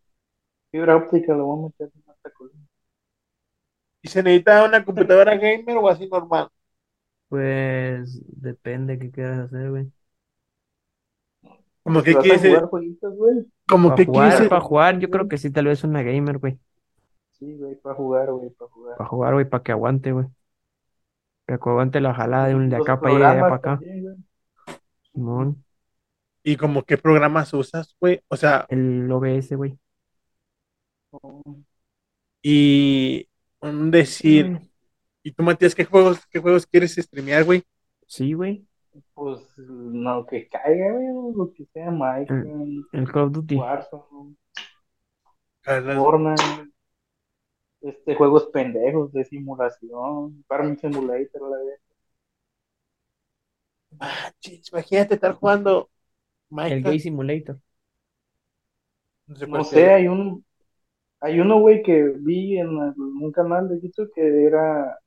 S4: Fibra óptica lo voy a meter en esta columna.
S5: ¿Y se necesita una computadora gamer o así normal?
S3: Pues depende qué quieras hacer, güey.
S1: Como
S4: Si
S1: que
S4: vas a
S1: quiere decir-
S4: jugar jueguitos, güey.
S1: como
S3: Para
S1: que quiere
S3: jugar,
S1: decir-
S3: para jugar, yo creo que sí, tal vez una gamer, güey.
S4: Sí, güey, para jugar, güey, para jugar.
S3: Para jugar, güey, para que aguante, güey. Para que aguante la jalada de un de
S4: Los
S3: acá para allá, de allá
S4: programas
S3: para acá.
S4: también, güey.
S3: Simón,
S1: y como qué programas usas, güey. O sea,
S3: el OBS, güey.
S1: y un decir,
S3: Mm,
S1: y tú Matías, ¿qué juegos, qué juegos quieres streamear, güey?
S3: Sí, güey.
S4: Pues no, que caiga, güey, lo que sea, Minecraft,
S3: El Call of Duty.
S4: Warzone,
S1: Carlos,
S4: Fortnite, este, juegos pendejos de simulación, Farming Simulator, la verdad.
S1: ah, chich, imagínate estar jugando
S3: El
S1: Minecraft.
S3: Gay Simulator.
S1: no sé
S4: No
S1: cuál
S4: sé,
S1: sea.
S4: hay un, hay uno, güey, que vi en el- un canal de YouTube que era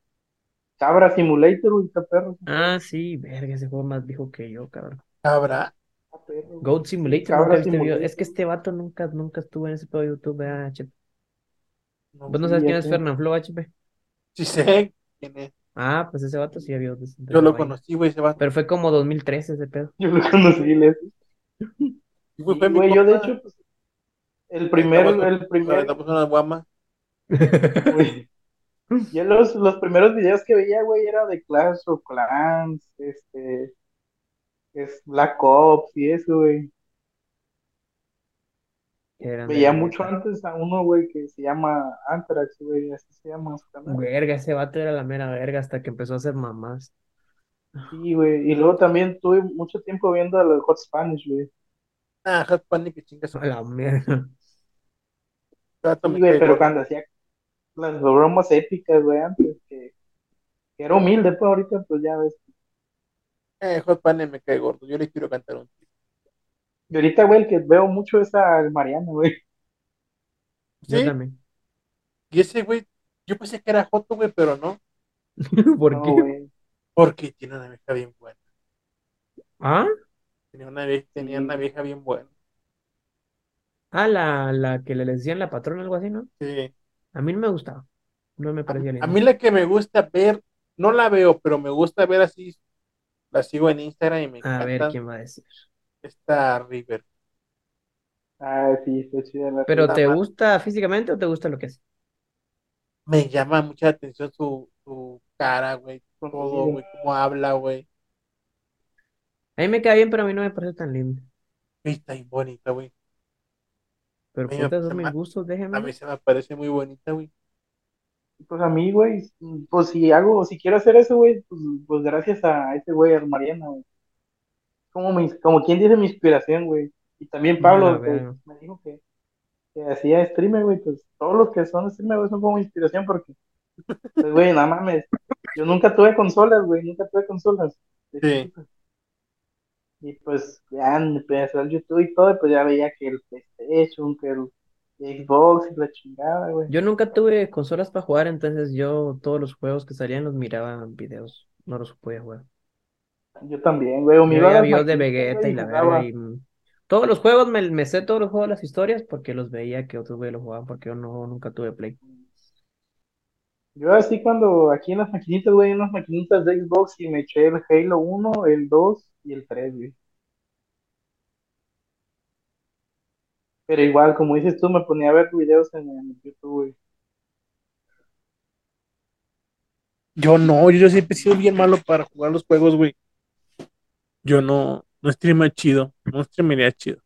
S4: Cabra Simulator, güey, está perro,
S3: Ah, sí, verga, ese juego más viejo que yo, cabrón.
S1: Cabra.
S4: está perro, güey.
S3: Goat Simulator,
S4: Cabra
S3: nunca viste video.
S4: Simulator.
S3: Es que este vato nunca, nunca estuvo en ese pedo de YouTube, ¿verdad, HP?
S1: No,
S3: ¿Vos no
S4: Sí,
S3: sabes
S4: ya
S3: quién es
S4: sé.
S3: Fernanfloo, HP?
S1: sí sé quién es.
S3: Ah, pues ese vato sí había videos de- de
S1: Yo lo
S3: Minecraft.
S1: conocí, güey, se va.
S3: Pero fue como 2013 ese pedo.
S4: Yo lo conocí, les.
S1: Güey,
S4: Sí,
S1: fue mi
S4: güey, yo de
S1: compa.
S4: hecho, pues, el primer,
S1: Aventamos-
S4: el primer,
S1: aventamos una guama.
S4: güey, yo los, los primeros videos que veía, güey, era de Clash of Clans, este, es Black Ops y eso, güey.
S3: Que eran de
S4: Veía
S3: la
S4: mucho
S3: verga.
S4: antes a uno, güey, que se llama Anthrax, güey, así se llama su canal.
S3: Verga, ese vato era la mera verga hasta que empezó a hacer mamás.
S4: Sí, güey, y luego también tuve mucho tiempo viendo a los Hot Spanish, güey.
S1: Ah, Hot Panic, que chingas.
S3: A la mierda.
S1: Trato,
S4: Sí,
S1: me
S4: güey,
S1: caigo.
S4: pero cuando hacía las bromas épicas, güey, antes, que, que era humilde, pues ahorita, pues ya ves.
S1: Eh, Hot Panic me cae gordo. Yo le quiero cantar un tiro.
S4: Y ahorita, güey, el que veo mucho es a Mariano, güey.
S3: Yo
S1: Sí,
S3: también.
S1: y ese güey, yo pensé que era Joto, güey, pero no.
S3: ¿Por
S4: No,
S3: qué?
S4: güey.
S1: Porque tiene una vieja bien buena.
S3: ¿Ah?
S1: Tenía una vieja, tenía
S4: Sí.
S1: una vieja bien buena.
S3: Ah, la, la que le decían la patrona, algo así, ¿no?
S1: Sí.
S3: A mí no me gustaba. No me parecía
S1: A
S3: linda.
S1: mí la que me gusta ver, no la veo, pero me gusta ver así. La sigo en Instagram y me
S3: A ver
S1: encanta
S3: quién va a decir.
S1: esta River.
S4: Ah, sí, está chida la
S3: ¿Pero te
S1: Nada más.
S3: gusta físicamente o te gusta lo que hace?
S1: Me llama mucha atención su, su cara, güey.
S4: Pues
S1: Todo, güey, cómo habla, güey.
S3: A mí me cae bien, pero a mí no me parece tan lindo.
S1: Y Está bien bonita, güey.
S3: Pero
S1: Mira,
S3: puta, son
S1: se
S3: mis
S1: ma-
S3: gustos, déjenme.
S1: A mí se me parece muy bonita, güey.
S4: Pues a mí, güey, pues si hago, si quiero hacer eso, güey, pues, pues gracias a ese güey, al Mariano, güey. Como, mi, como quien dice mi inspiración, güey. Y también
S3: A
S4: Pablo
S3: la
S4: pues,
S3: verga.
S4: me dijo que, que hacía streamer, güey, pues todos los que son streamer, güey, son como inspiración porque, pues, güey, nada mames. Yo nunca tuve consolas, güey, nunca tuve consolas. de
S1: Sí.
S4: chiquito. Y pues ya empecé al YouTube y todo, y pues ya veía que el PlayStation, que el Xbox y la chingada, güey.
S3: Yo nunca tuve consolas para jugar, entonces yo todos los juegos que salían los miraba en videos. No los podía jugar.
S4: Yo también, güey. o me
S3: Yo
S4: iba
S3: veía
S4: a las
S3: videos de
S4: maquinitas,
S3: Vegeta
S4: güey,
S3: y la
S4: jugaba.
S3: verga. Y... mm, Todos los juegos, me, me sé todos los juegos, las historias, porque los veía que otros güeyes los jugaban, porque yo no, nunca tuve Play.
S4: Yo así cuando aquí en las maquinitas, güey, en las maquinitas de Xbox y me eché el Halo 1, el 2 y el 3, güey. Pero igual, como dices tú, me ponía a ver videos en, en YouTube, güey.
S1: Yo no, yo siempre he sido bien malo para jugar los juegos, güey. Yo no, no streameo chido, no streamearía chido.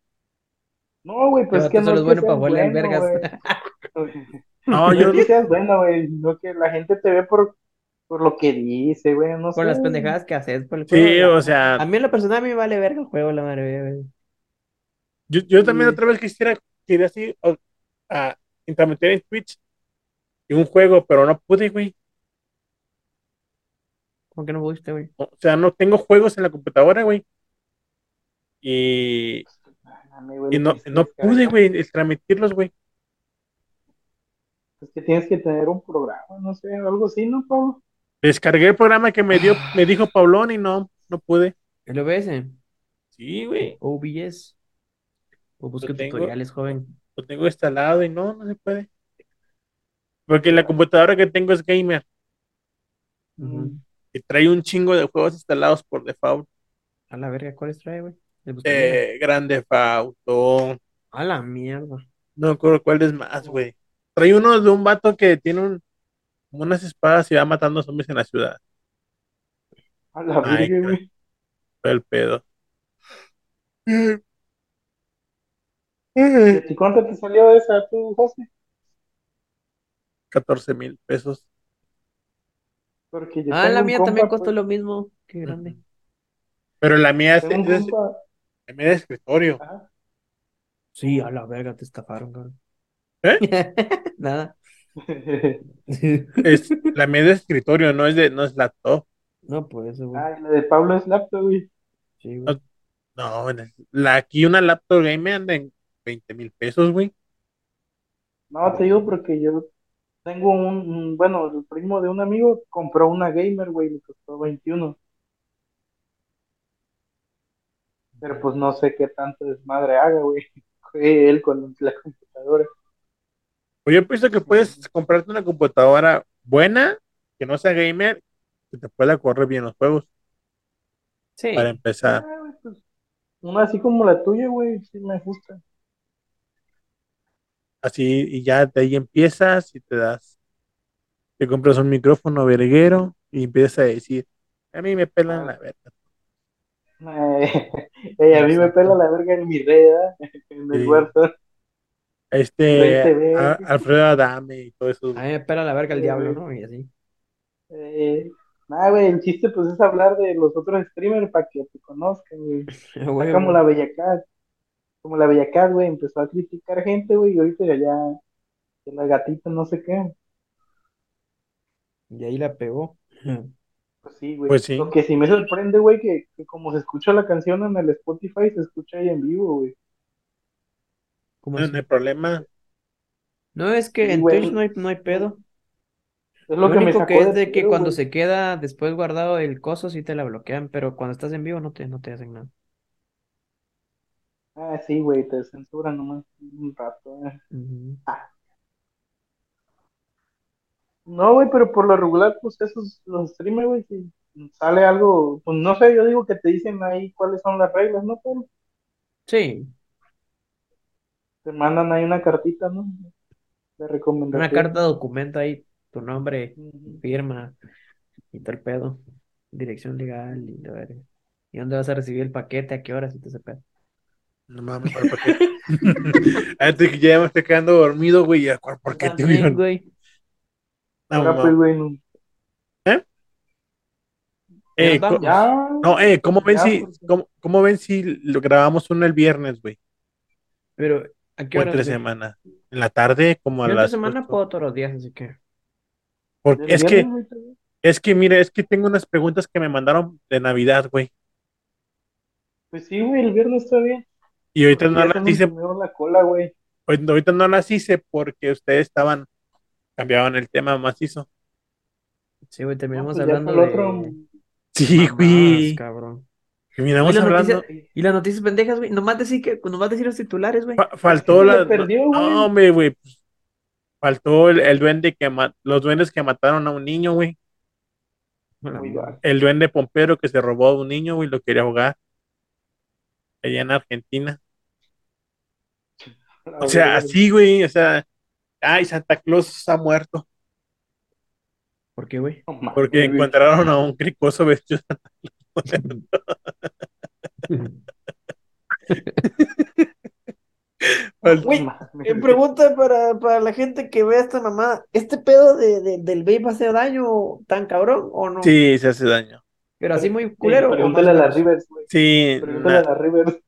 S4: No, güey,
S3: Pero
S4: pues es que
S3: tú
S4: no
S3: solo
S4: es
S3: es
S4: que
S3: bueno para jugarle
S4: seas
S3: al
S4: bueno,
S3: vergas.
S4: güey.
S1: No,
S4: No
S1: yo
S4: es que seas bueno, güey, sino que la gente te ve por, por lo que dice, güey, no
S3: Por
S4: sé.
S3: las pendejadas que haces, por el juego.
S1: sí,
S3: la-
S1: o sea,
S3: A mí en lo personal a mí me vale verga el juego, la madre. güey.
S1: yo, yo también otra vez quisiera, quería así o- a intermeter en Twitch y un juego, pero no pude, güey.
S3: ¿Cómo que no pudiste, güey?
S1: O sea, no tengo juegos en la computadora, güey. Y,
S4: Ah, mame, güey,
S1: y
S4: lo
S1: no,
S4: que hiciste
S1: no
S4: es cagar.
S1: pude, güey, el transmitirlos, güey.
S4: Es pues, que tienes que tener un programa, no sé, algo así, ¿no, Pablo?
S1: Descargué el programa que me dio, me dijo Paulón y no, no pude.
S3: ¿El OBS?
S1: Sí, güey,
S3: OBS. O busque
S1: tengo.
S3: Pues tutoriales, joven.
S1: lo tengo instalado y no, no se puede. Porque la computadora que tengo es gamer.
S3: Ujú.
S4: Mm.
S1: que trae un chingo de juegos instalados por default.
S3: A la verga, ¿cuáles trae, güey? Le buscaría.
S1: Eh, Grande Fauto.
S3: A la mierda.
S1: No me acuerdo cuál es más, güey. Trae uno de un vato que tiene un, como unas espadas y va matando zombies en la ciudad.
S4: A la
S1: Ay,
S4: virgen,
S1: güey.
S4: güey.
S1: Fue el pedo.
S4: ¿Y cuánto te salió esa tú, José?
S1: 14 mil pesos.
S4: Porque yo
S3: Ah,
S4: tengo
S3: la
S4: un
S3: mía también
S4: compa,
S3: costó lo mismo. Qué grande.
S1: Pero la mía
S4: pues,
S1: es,
S4: tengo un
S1: es-
S4: compa,
S1: la mía es de escritorio.
S4: ajá.
S3: Sí, a la verga, te estafaron, cabrón.
S4: ¿Eh?
S3: Nada.
S1: Es, la mía es de escritorio, no es de, no es laptop.
S3: No, por eso, güey.
S4: Ay, la de Pablo es laptop, güey.
S3: Sí, güey.
S1: No, en- la, aquí una laptop gamer anda en 20 mil pesos, güey.
S4: No, te digo porque yo tengo un, un- bueno, el primo de un amigo compró una gamer, güey, le costó 21. Pero pues no sé qué tanto desmadre haga, güey. Fue Él con la computadora.
S1: Pues yo pienso que puedes comprarte una computadora buena, que no sea gamer, que te pueda correr bien los juegos,
S3: Sí.
S1: para empezar.
S4: Ah, güey, pues, una así como la tuya, güey, sí me gusta.
S1: Así, y ya de ahí empiezas y te das. Te compras un micrófono verguero y empiezas a decir, a mí me pelan la verga.
S4: Eh, eh, a mí me pela la verga en mi red, ¿verdad? en el
S1: Sí.
S4: huerto. Vente,
S1: Este,
S4: ve.
S1: a- Alfredo Adame y todo eso.
S3: A mí me pela la verga el diablo, ¿no? Y así.
S4: Eh, nada, güey, el chiste pues es hablar de los otros streamers para que te conozcan, güey.
S3: Ah, güey,
S4: como
S3: güey.
S4: la Bellacat. Como la Bellacat, güey, empezó a criticar gente, güey, y ahorita ya, ya que la gatita no sé qué.
S3: Y ahí la pegó.
S4: Pues sí, güey.
S1: Pues sí.
S4: Lo que sí me sorprende, güey, que, que como se escucha la canción en el Spotify, se escucha ahí en vivo, güey.
S3: ¿Cómo
S1: No,
S3: así?
S1: no hay problema.
S3: No, es que
S4: Sí,
S3: en
S4: güey.
S3: Twitch no hay, no hay pedo.
S4: Es
S3: Lo
S4: lo que me
S3: único
S4: sacó
S3: que es
S4: de
S3: de que
S4: pedo,
S3: cuando
S4: güey.
S3: se queda después guardado el coso, sí te la bloquean, pero cuando estás en vivo no te, no te hacen nada.
S4: Ah, sí, güey, te censuran nomás un rato. eh.
S3: Ujú.
S4: No, güey, pero por lo regular, pues esos, los streamers, güey, si sale algo, pues no sé, yo digo que te dicen ahí cuáles son las reglas, ¿no? Pero
S3: Sí,
S4: te mandan ahí una cartita, ¿no? De
S3: una
S4: recomendación.
S3: carta documenta ahí tu nombre,
S4: Ujú.
S3: firma y todo el pedo. Dirección legal y la verga. ¿Y dónde vas a recibir el paquete? ¿A qué hora? Si te se pedo.
S1: No mames, ¿cuál por qué? Antes que ya me esté quedando dormido, güey, ya, ¿cuál por qué te
S3: También,
S1: vieron?
S3: güey.
S1: No,
S4: Ya, pues,
S1: mames.
S4: güey, no.
S1: Eh,
S3: nos
S1: co-
S3: vamos.
S4: Ya.
S1: no, eh, ¿cómo ven
S4: Ya,
S1: si,
S3: pues.
S4: porque-
S1: cómo, cómo ven si lo grabamos uno el viernes, güey?
S3: Pero, ¿a qué
S1: O
S3: hora?
S1: entre semana. En la tarde, como a
S3: Yo entre
S1: las
S3: semana
S1: ocho.
S3: puedo todos los días, así que.
S1: Porque
S4: del
S1: es que,
S4: viernes, güey,
S1: es que, mira, es que tengo unas preguntas que me mandaron de Navidad, güey.
S4: Pues sí, güey, el viernes está bien.
S1: Y ahorita
S4: Porque
S1: no
S4: ya
S1: las
S4: se me
S1: hice,
S4: entumió la cola, güey. Ah,
S1: ahorita- ahorita no las hice porque ustedes estaban, cambiaban el tema macizo.
S3: Sí, güey,
S4: No,
S3: terminamos
S4: pues ya
S3: hablando
S4: para el
S3: de
S4: otro,
S1: Sí,
S3: mamadas,
S1: güey.
S3: cabrón.
S1: Terminamos
S3: Y las
S1: hablando.
S3: noticias- Y las noticias pendejas, güey. Nomás decir que, pues, nomás decir los titulares, güey.
S1: Fa- faltó
S4: se
S1: la.
S4: perdió,
S1: no,
S4: güey.
S1: hombre, güey. pues, Faltó el, el duende que ma- los duendes que mataron a un niño, güey.
S3: A la
S4: Muy
S3: mierda.
S4: bajo.
S1: El duende pompero que se robó a un niño, güey, lo quería ahogar. Allá en Argentina. O sea, así, güey. O sea, ay, Santa Claus ha muerto.
S3: ¿Por qué, güey?
S4: No mames,
S1: Porque
S4: güey.
S1: encontraron a un cricoso vestido de Santa Claus.
S4: No
S1: Faltó-
S4: mames, güey.
S3: pregunta para, para la gente que vea esta mamada. ¿Este pedo de, de- del vape hace daño tan cabrón o no?
S1: Sí, se hace daño.
S3: Pero así muy
S4: Sí,
S3: culero. o
S4: pregúntale a
S3: más
S4: la
S3: menos?
S4: Rivers, güey.
S1: Sí,
S4: Pregúntale a
S1: na-
S4: la Rivers.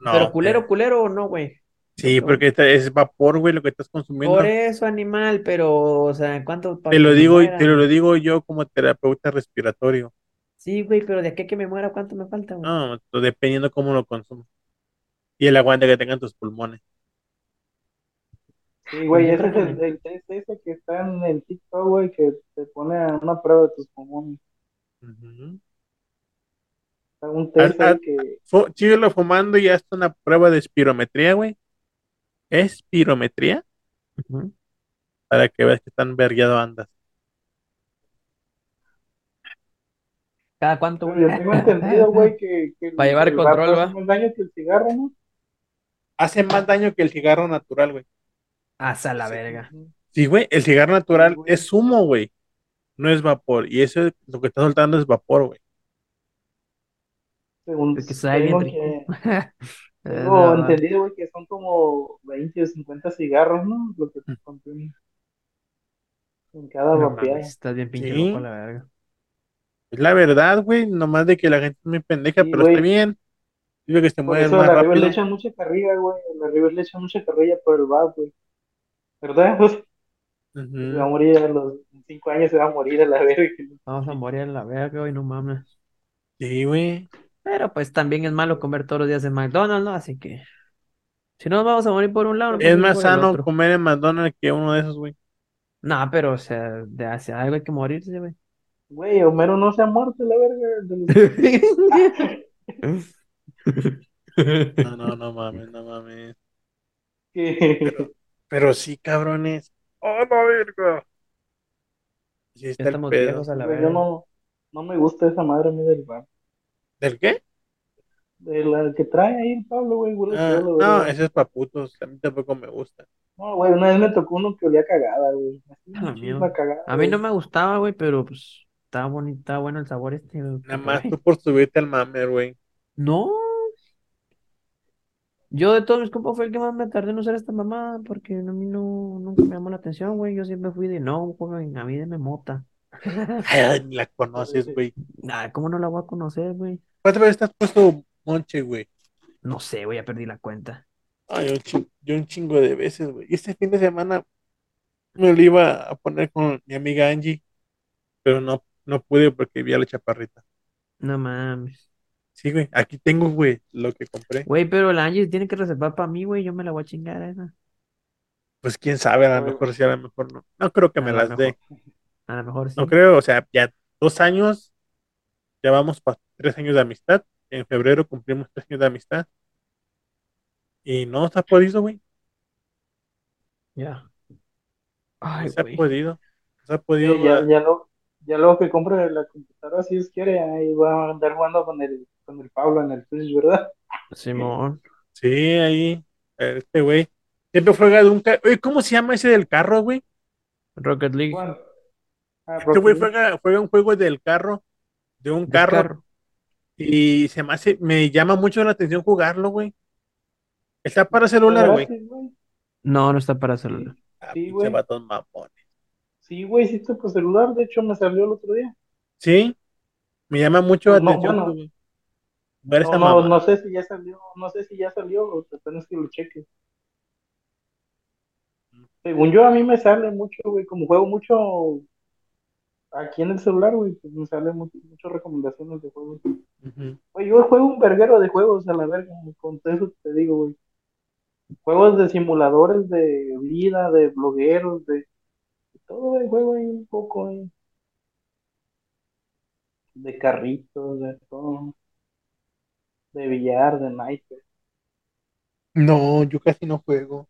S1: no, eh,
S3: Pero culero, culero o no, güey.
S1: Sí, porque esta- es vapor, güey, lo que estás consumiendo.
S3: Por eso, animal, pero, o sea, ¿cuánto para
S1: Te
S3: que
S1: lo
S3: me
S1: digo,
S3: muera?
S1: te lo digo yo como terapeuta respiratorio.
S3: Sí, güey, pero de aquí a que me muera, ¿cuánto me falta, güey?
S1: No, to- dependiendo cómo lo consumas. Y el aguante que tengan tus pulmones.
S4: Sí, güey, ese es el, el test ese que está en el TikTok, güey, que te pone a una prueba de tus pulmones.
S1: Ujú.
S4: Está Un test
S1: Ah,
S4: ahí
S1: ah.
S4: que...
S1: Fu- síguelo fumando y hazte una prueba de espirometría, güey. Espirometría,
S3: Ujú.
S1: para que veas que tan vergueado andas.
S3: ¿Cada cuánto,
S4: Yo
S3: güey?
S4: tengo entendido, güey, que, que
S3: Pa' llevar
S4: el
S3: control,
S4: vato
S3: ¿va?
S4: hace más daño que el cigarro, ¿no?
S1: Hace más daño que el cigarro natural, güey.
S3: Hasta la verga.
S1: Sí, güey, el cigarro natural
S4: Sí, güey.
S1: es humo, güey. No es vapor. Y eso es- lo que está soltando es vapor, güey.
S4: Según
S3: Es que sabe bien
S4: tengo
S3: rico.
S4: que-
S3: Eh,
S4: tengo
S3: no,
S4: entendido, güey, que son como 20 o 50 cigarros, ¿no? Lo que se contiene en cada
S3: Mm. no
S4: vapeada.
S3: mames, estás bien pinche
S1: Sí.
S3: loco, la verga.
S1: Es la verdad, güey. Nomás de que la gente es muy pendeja,
S4: Sí,
S1: pero
S4: güey.
S1: está bien. Digo que se
S4: Por
S1: mueven
S4: eso a
S1: más
S4: la River le
S1: rápido.
S4: echan mucha carrilla, güey. A la River le echan mucha carrilla por el VAP, güey. ¿Verdad? Pues, se va a
S1: Ujú.
S4: morir a los 5 años, se va a morir a la verga.
S3: Vamos a morir a la verga, güey, no mames.
S1: Sí, güey.
S3: Pero pues también es malo comer todos los días en McDonald's, ¿no? Así que. Si no nos vamos a morir por un lado, nos
S1: Es
S3: vamos a
S1: más
S3: morir por el
S1: sano
S3: otro.
S1: comer en McDonald's que uno de esos, güey.
S3: No, pero o sea, de hacia algo hay que morirse, güey.
S4: Güey, Homero no se ha muerto, la verga. de los-
S1: No, no, no mames, no mames.
S4: que-
S1: Pero sí, cabrones. ¡Oh, no, verga! Sí, está
S3: Ya
S1: el
S3: estamos
S1: pedo.
S3: viejos a la
S4: Güey,
S3: verga.
S4: yo no, no me gusta esa madre a mí del VAP.
S1: ¿Del qué?
S4: De la que trae ahí el Pablo, güey. güey,
S1: Ah,
S4: yo lo
S1: no,
S4: veo.
S1: eso es para putos. A mí tampoco me gusta.
S4: No, güey, una vez me tocó uno que olía cagada, güey. Así,
S3: Ah,
S4: una
S3: mierda.
S4: chispa cagada,
S3: A mí no
S4: güey.
S3: me gustaba, güey, pero pues estaba bonito, estaba bueno el sabor este. güey,
S1: Nada
S3: porque,
S1: más
S3: güey,
S1: tú por subirte al mame, güey.
S3: No. Yo de todos mis compas fue el que más me tardé en usar esta mamada porque a mí no, nunca me llamó la atención, güey. Yo siempre fui de no, joven, a mí deme mota.
S1: Ay, ni la conoces, güey.
S3: Nah, ¿cómo no la voy a conocer, güey?
S1: ¿Cuántas veces te has puesto monche, güey?
S3: No sé, güey, ya perdí la cuenta.
S1: Ay, un chingo, yo un chingo de veces, güey. Y este fin de semana me lo iba a poner con mi amiga Angie, pero no, no pude porque vi a la chaparrita.
S3: No mames.
S1: Sí, güey. Aquí tengo, güey, lo que compré.
S3: Güey, pero la Angie tiene que reservar para mí, güey. Yo me la voy a chingar eh. a esa.
S1: Pues quién sabe, a lo
S4: Ay,
S1: mejor sí, a lo mejor no. No creo que
S3: A
S1: me
S3: lo
S1: las
S3: mejor-
S1: dé.
S3: A lo mejor sí.
S1: No creo, o sea, ya dos años, ya vamos para tres años de amistad. En febrero cumplimos tres años de amistad. Y no se ha podido, güey.
S3: Ya.
S1: No
S3: Ay,
S1: se ha
S3: güey.
S1: podido. No se ha
S4: Sí,
S1: podido.
S4: ya,
S1: güey.
S4: ya, lo, ya luego que compre la computadora, si Dios quiere, ahí va a andar jugando con el, con el Pablo en el Twitch, ¿verdad?
S3: Simón.
S1: Sí, ahí. Este güey. Siempre juega de un carro. ¿Cómo se llama ese del carro, güey?
S3: Rocket League.
S4: Juan. Ah,
S1: Este güey
S4: Rocky.
S1: juega, juega un juego del carro, de un
S3: Del
S1: carro,
S3: carro.
S1: y se me hace, me llama mucho la atención jugarlo, güey. Está para celular, güey.
S4: Gracias, güey.
S3: No, no está para celular.
S1: Ah,
S4: Sí,
S1: pinche
S4: güey.
S1: vatos mamones.
S4: Sí, güey, sí está por celular, de hecho me salió el otro día.
S1: Sí, me llama mucho la
S4: Pues No,
S1: atención,
S4: bueno.
S1: güey. Ver
S4: No,
S1: esta
S4: no,
S1: mamá.
S4: no sé si ya salió, no sé si ya salió, o sea, apenas que lo cheque. Según yo, a mí me sale mucho, güey, como juego mucho aquí en el celular, güey, pues me salen mu- muchas recomendaciones de juegos.
S1: Ujú.
S4: Oye, yo juego un verguero de juegos a la verga, con todo eso te digo, güey. Juegos de simuladores de vida, de blogueros, de, de todo el juego ahí un poco, ahí. De carritos, de todo. De billar, de naipes,
S1: No, yo casi no juego.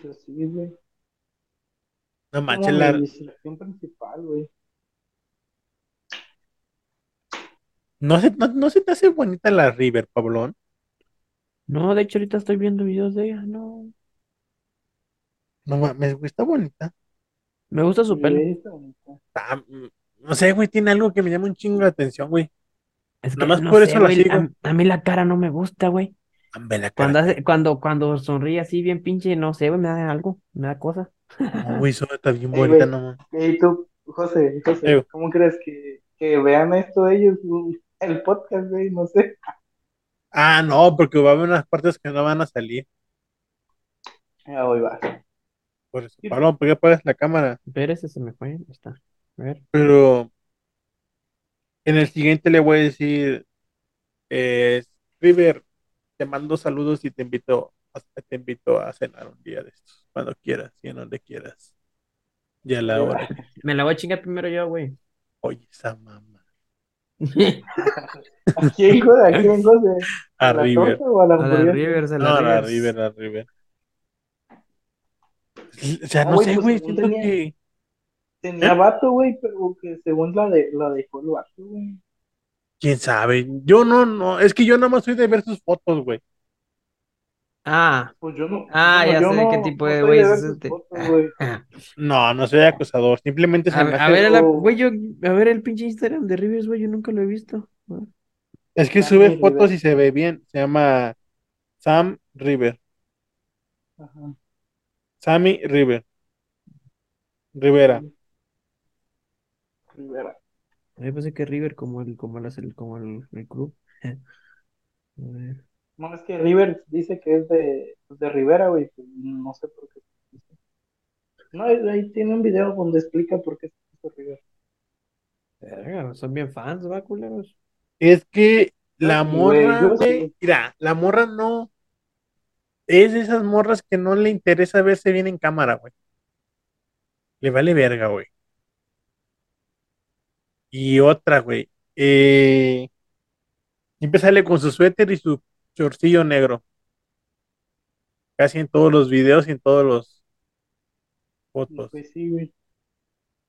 S4: pero sí, güey.
S1: No
S4: Como
S1: manches, la,
S4: mi distracción principal, güey.
S1: no se, no, no se te hace bonita la River, Pablón.
S3: No, de hecho, ahorita estoy viendo videos de ella. No.
S1: No mames, güey, está bonita.
S3: Me gusta su pelo.
S4: Sí, está bonita.
S1: Está- mm, no sé, güey, tiene algo que me llama un chingo la atención, güey.
S3: Es que
S1: Nomás
S3: no
S1: por
S3: sé,
S1: eso la
S3: güey,
S1: sigo.
S3: A, a mí la cara no me gusta, güey.
S1: Hombre, la cara.
S3: Cuando hace, cuando, cuando sonríe así bien pinche, no sé, güey, me da algo, me da cosa.
S1: No, güey, eso está bien
S4: Ey,
S1: bonita,
S4: güey.
S1: no mames.
S4: Ey, tú, José, José,
S1: Ey.
S4: ¿cómo crees que, que vean esto ellos, güey? El podcast, güey, no sé.
S1: Ah, no, porque va a haber unas partes que no van a salir.
S4: Ah, hoy va.
S1: Por eso,
S4: Sí.
S1: Pablo, ¿por qué apagas la cámara?
S3: Ver, ese se me fue, ahí está. A ver.
S1: Pero en el siguiente le voy a decir, eh, River, te mando saludos y te invito, a, te invito a cenar un día de estos, cuando quieras y en donde quieras. Y a la hora. que-
S3: Me la voy a chingar primero yo, güey.
S1: Oye, esa mamá.
S4: ¿A quién, güey? ¿A quién, José?
S1: A
S4: la
S1: River.
S4: torta o a la
S3: A la
S4: hamburguesa?
S3: Rivers, a la
S1: No, a la
S3: Rivers.
S1: River, a River. O sea,
S4: Ah,
S1: no
S4: güey,
S1: sé,
S4: pues,
S1: güey,
S4: según
S1: siento
S4: tenía-
S1: que
S4: Tenía
S1: ¿Eh?
S4: vato, güey, pero que según la de la dejó el vato, güey.
S1: ¿Quién sabe? Yo no, no, es que yo nada más soy de ver sus fotos, güey.
S3: Ah,
S4: Pues yo no.
S3: Ah,
S4: no,
S3: ya
S4: yo
S3: sé
S4: no-
S3: qué tipo
S4: no
S3: de
S4: soy
S3: güey es
S4: ver sus
S3: este.
S4: fotos, güey.
S3: a,
S1: No, no soy acosador, simplemente se me
S3: a
S1: hace-
S3: ver, la-
S4: o-
S3: güey, yo, a ver el pinche Instagram de Rivers, güey, yo nunca lo he visto.
S1: es que
S4: Sam
S1: sube
S4: River.
S1: fotos y se ve bien, se llama Sam River,
S4: Ajá.
S1: Sammy River, Rivera.
S4: Rivera.
S3: A mí me parece que River como el, como las- el, como el, el club. A ver.
S4: No, es que River dice que es de, de Rivera, güey. pues, No sé por qué. No, ahí- ahí tiene un video donde explica por qué es de River.
S3: Verga, son bien fans, va, culeros.
S1: Es que la
S4: Güey,
S1: morra,
S4: yo
S1: güey,
S4: sí.
S1: mira, la morra no es de esas morras que no le interesa verse bien en cámara, güey. Le vale verga, güey. Y otra, güey. Eh, siempre sale con su suéter y su chorcillo negro. Casi en todos los videos y en todos los fotos.
S4: Pues sí, güey.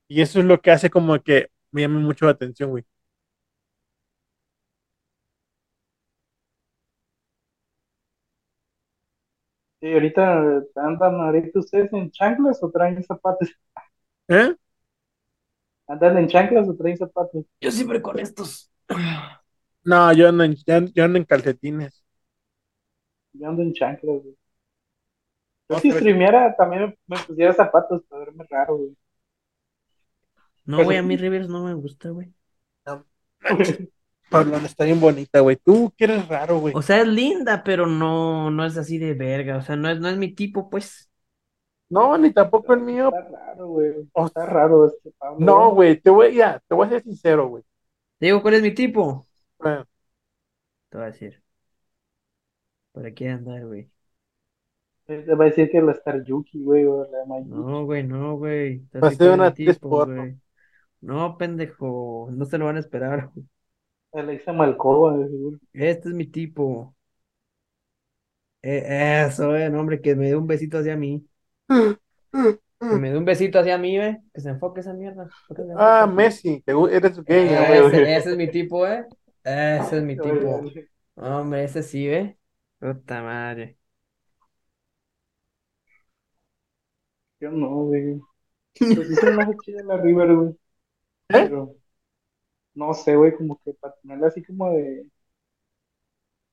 S1: Y eso es lo que hace como que me llame mucho la atención, güey.
S4: Sí, ahorita andan ahorita ustedes en chanclas o traen zapatos.
S1: ¿Eh?
S4: ¿Andan en chanclas o traen zapatos?
S3: Yo siempre con estos.
S1: No, yo ando en, yo- yo ando en calcetines.
S4: Yo ando en chanclas, güey. Yo
S1: No,
S4: si
S1: pero-
S4: streameara también me pusiera zapatos para verme raro, güey.
S3: No,
S1: Pues-
S3: güey, a mí Rivers no me gusta, güey.
S1: Pablo, está bien bonita, güey. Tú que eres raro, güey.
S3: O sea, es linda, pero no, no es así de verga. O sea, no es, no es mi tipo, pues.
S1: No, ni tampoco el Pues mío.
S4: Está raro, güey.
S1: O
S4: Está
S1: sea,
S4: raro este Pablo.
S1: no, güey, te voy, ya, te voy a ser sincero, güey.
S3: Te digo, ¿cuál es mi tipo?
S1: Bueno,
S3: Te voy a decir. ¿Para qué andar, güey?
S4: Eh, Te va a decir que la Star Yuki, güey, o la Mayuki.
S3: No, güey, no, güey. Te
S1: Va a ser
S3: digo, ¿cuál es
S1: Pues una
S3: mi
S1: actriz
S3: tipo,
S1: porno.
S3: güey? No, pendejo. No se lo van a esperar. güey.
S4: Alexa Malcova, de seguro.
S3: Este es mi tipo. Eh, eso, güey, no, hombre, que me dé un besito hacia mí.
S1: Mm,
S3: Que me dé un besito hacia mí, güey. Que se enfoque esa mierda. Que se
S1: Ah,
S3: enfoque.
S1: Messi, te gu- eres gay,
S4: Eh,
S1: güey.
S3: Ese, ese es mi tipo, ¿eh? Ese es mi tipo.
S4: Güey,
S3: Hombre, ese sí, ¿eh? Puta madre.
S4: Yo no, güey. Pues sí se me hace chida la River,
S1: ¿Eh?
S4: güey. Pero no sé, güey, como que patinarla así como de.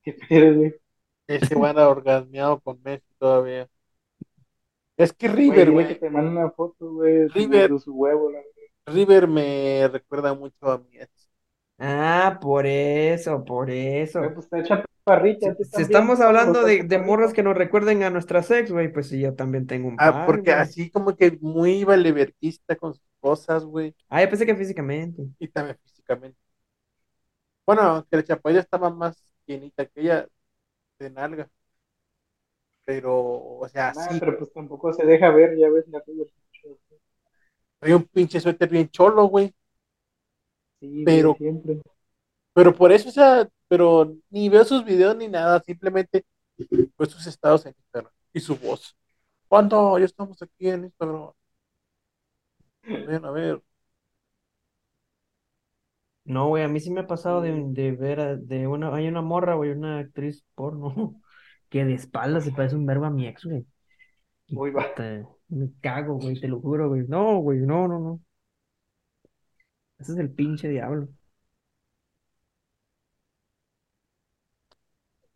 S4: ¿Qué pedo, güey?
S1: Ese güey era orgasmeado con Messi todavía. Es que River,
S4: ya Que
S1: güey,
S4: te mandan una foto, güey.
S1: River.
S4: De su huevo, la
S1: River me recuerda mucho a mi ex.
S3: Ah, por eso, por eso.
S4: Güey, pues está chaparrita,
S3: Eh, Si,
S4: tú
S3: si
S4: también,
S3: estamos
S4: Pablo,
S3: hablando
S4: está
S3: de, de
S4: chaparrita.
S3: morras que nos recuerden a nuestras ex, güey, pues sí, yo también tengo un
S1: Ah,
S3: par,
S1: porque
S3: güey.
S1: así como que muy valeverquista con sus cosas, güey,
S3: Ah, yo pensé que físicamente.
S1: y también físicamente. Bueno, aunque la chapoya estaba más llenita que ella de nalga. Pero, o sea,
S4: Nah,
S1: sí,
S4: pero pues tampoco se deja ver, ya ves, la River.
S1: Trae un pinche suéter bien cholo, güey.
S4: Sí, güey,
S1: Pero-
S4: siempre.
S1: Pero por eso, o sea, pero ni veo sus videos ni nada, simplemente veo sus estados en Instagram y su voz. ¿Cuándo? Ya estamos aquí en Instagram. Ven, a ver.
S3: No, güey, a mí sí me ha pasado de, de ver a- de una, hay una morra, güey, una actriz porno, que de espaldas se parece un verbo a mi ex, güey. Y
S4: Uy, va.
S3: puta, me cago, güey, te lo juro, güey. No, güey, no, no, no. Ese es el pinche diablo.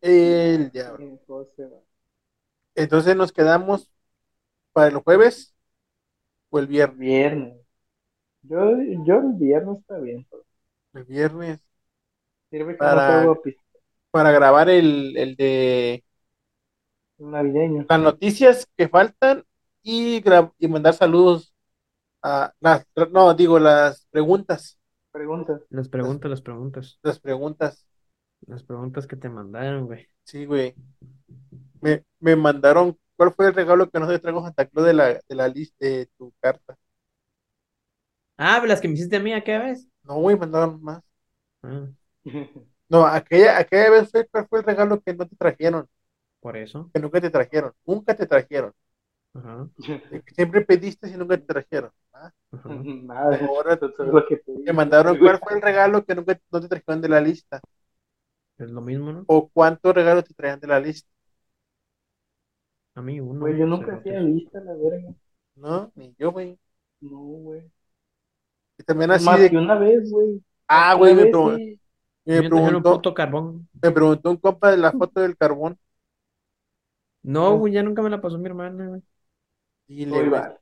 S1: El diablo.
S4: Bien, José, va.
S1: Entonces nos quedamos para el jueves o el viernes.
S4: Viernes. Yo, yo el viernes está bien. pues.
S1: El viernes.
S4: Sirve que
S1: Para-
S4: no salgo a pis-
S1: Para grabar el, el de
S4: navideño.
S1: las noticias que faltan y, gra- y mandar saludos a las, no, digo, las preguntas.
S4: Pregunta.
S3: Las preguntas, las preguntas,
S1: Las preguntas.
S3: las preguntas que te mandaron, güey.
S1: Sí, güey. Me, me mandaron. ¿Cuál fue el regalo que no te trajo Santa Claus de la, de la lista de tu carta?
S3: Ah, las que me hiciste a mí, ¿a qué vez?
S1: No, güey, mandaron más.
S3: Ah,
S1: No, aquella, aquella vez fue cuál fue el regalo que no te trajeron,
S3: por eso.
S1: que nunca te trajeron, nunca te trajeron.
S3: Ajá.
S1: Siempre pediste y nunca te trajeron. mamá.
S3: Ajá.
S4: Madre,
S1: Ahora
S4: eso es lo que te
S1: Te
S4: digo.
S1: mandaron, ¿cuál fue el regalo que nunca no te trajeron de la lista?
S3: Es lo mismo, ¿no?
S1: ¿O cuántos regalos te traían de la lista?
S3: A mí uno.
S4: Güey, yo nunca hacía
S3: cerotes.
S4: lista, la verga.
S1: No, ni yo, güey.
S4: No, güey.
S1: Y también así
S4: Más
S1: de...
S4: que una vez, güey.
S1: Ah,
S4: Una
S1: güey, me,
S4: vez,
S1: pregun-
S4: sí.
S1: me
S3: Me trajeron un
S1: preguntó,
S3: puto carbón.
S1: me preguntó un compa de la foto del carbón.
S3: No, güey, ya nunca me la pasó mi hermana, güey.
S1: Y le
S4: Oye,
S1: güey,
S4: va.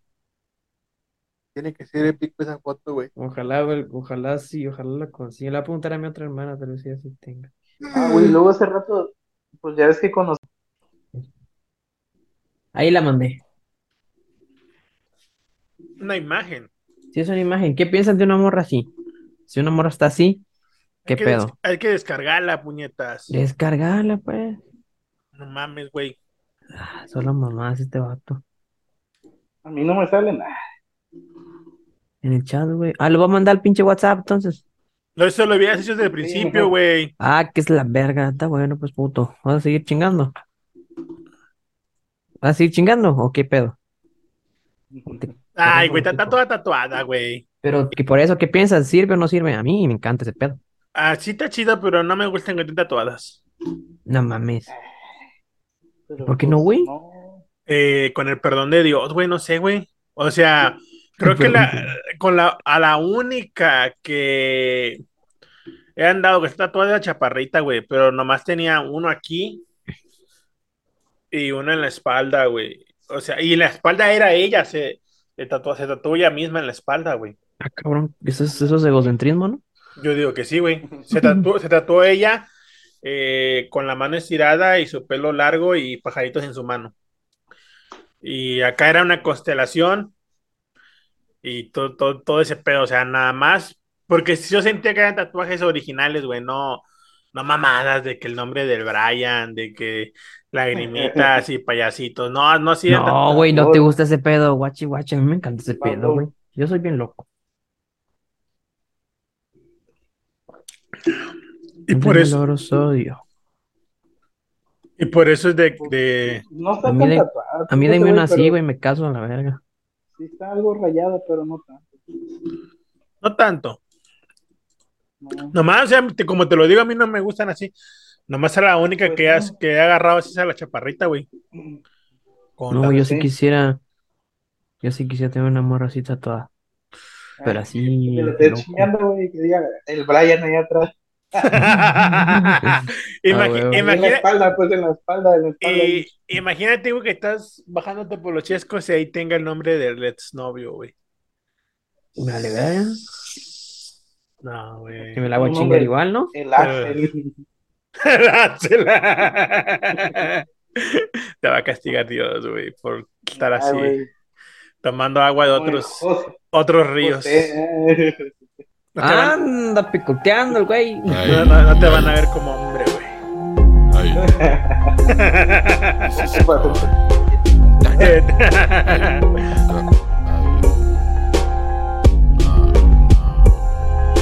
S1: tiene que ser épico esa foto, güey.
S3: Ojalá, güey, ojalá sí, ojalá la consiga. Le voy a preguntar a mi otra hermana, tal vez ella sí tenga.
S4: Ah, güey, luego hace rato, pues ya ves que conocí.
S3: Ahí la mandé.
S6: Una imagen.
S3: Sí, es una imagen. ¿Qué piensan de una morra así? Si una morra está así, ¿qué
S6: hay que
S3: pedo?
S6: des- hay que descargarla, puñetas.
S3: Descargala, pues.
S6: No mames, güey.
S3: Ah, son las mamás este vato.
S4: A mí no me sale nada.
S3: En el chat, güey. Ah, lo voy a mandar al pinche WhatsApp, entonces.
S6: No, eso lo hubieras hecho desde el principio,
S4: mejor.
S6: güey.
S3: Ah, que es la verga. Está bueno, pues puto. ¿Vas a seguir chingando? ¿Vas a seguir chingando o qué pedo?
S6: Ay, güey,
S3: Perdón,
S6: está, está
S3: tipo.
S6: toda tatuada, güey.
S3: Pero que por eso, ¿qué piensas? ¿Sirve o no sirve? A mí me encanta ese pedo.
S6: Así está chida, pero no me gustan que estén tatuadas.
S3: No mames.
S4: Pero, pues,
S3: ¿Por qué no, güey?
S4: no.
S6: Eh, con el perdón de Dios, güey, no sé, güey. O sea, creo que la, con la, a la única que he andado que está tatuada de la chaparrita, güey, pero nomás tenía uno aquí y uno en la espalda, güey. O sea, y en la espalda era ella, se, se tatuó, se tatuó ella misma en la espalda, güey.
S3: Ah, cabrón. Eso es, eso es egocentrismo, ¿no?
S6: Yo digo que sí, güey. Se tatuó, se tatuó ella eh, con la mano estirada y su pelo largo y pajaritos en su mano. Y acá era una constelación y todo, todo, todo ese pedo, o sea, nada más. Porque yo sentía que eran tatuajes originales, güey, no, no mamadas de que el nombre del Brian, de que lagrimitas y payasitos. No, no, sí. eran
S3: No,
S6: tatu-
S3: güey, no
S4: favor.
S3: te gusta ese pedo, guachi, guachi. A mí me encanta ese
S4: Vamos.
S3: pedo, güey. Yo soy bien loco.
S6: Y por
S3: Del
S6: eso,
S3: oro sodio.
S6: y por eso es de, de-
S4: No está
S3: A mí
S4: tan
S3: de-
S4: tatuada.
S3: A mí
S4: fíjate,
S3: denme una
S4: pero
S3: así, güey, me caso a la verga.
S4: Sí está algo rayada, pero no tanto.
S6: No tanto.
S4: No.
S6: Nomás, o sea, te- como te lo digo, a mí no me gustan así. Nomás a la única
S4: Pues
S6: que,
S4: no.
S6: has, que he agarrado así es a la chaparrita, güey. Con
S3: No,
S6: la-
S3: yo sí
S4: sí.
S3: quisiera. Yo sí quisiera tener una morra así tatuada. Pero así.
S4: Que lo esté
S3: loco.
S4: chingando, güey, que diga el Brian ahí atrás.
S6: Imagi-
S3: güey, güey.
S4: En la
S6: imagina-
S4: espalda, pues en la espalda, en la espalda.
S6: y- imagínate, güey, que estás bajándote por los chescos y ahí tenga el nombre del exnovio, güey.
S3: Dale, verga.
S6: No, güey.
S3: Que me la hago
S4: No,
S3: chingar
S4: güey.
S3: igual, ¿no?
S4: El Axel.
S6: Dársela. Te va a castigar Dios, güey, por estar
S4: Ah,
S6: así,
S4: güey,
S6: tomando agua de
S4: como el
S6: otros,
S4: José,
S6: otros ríos.
S4: José, eh.
S6: No te van-
S3: Anda picoteando el güey.
S2: ay,
S6: no- no- no te van a ver como hombre, güey.
S2: ay,
S4: ¿Qué pasó?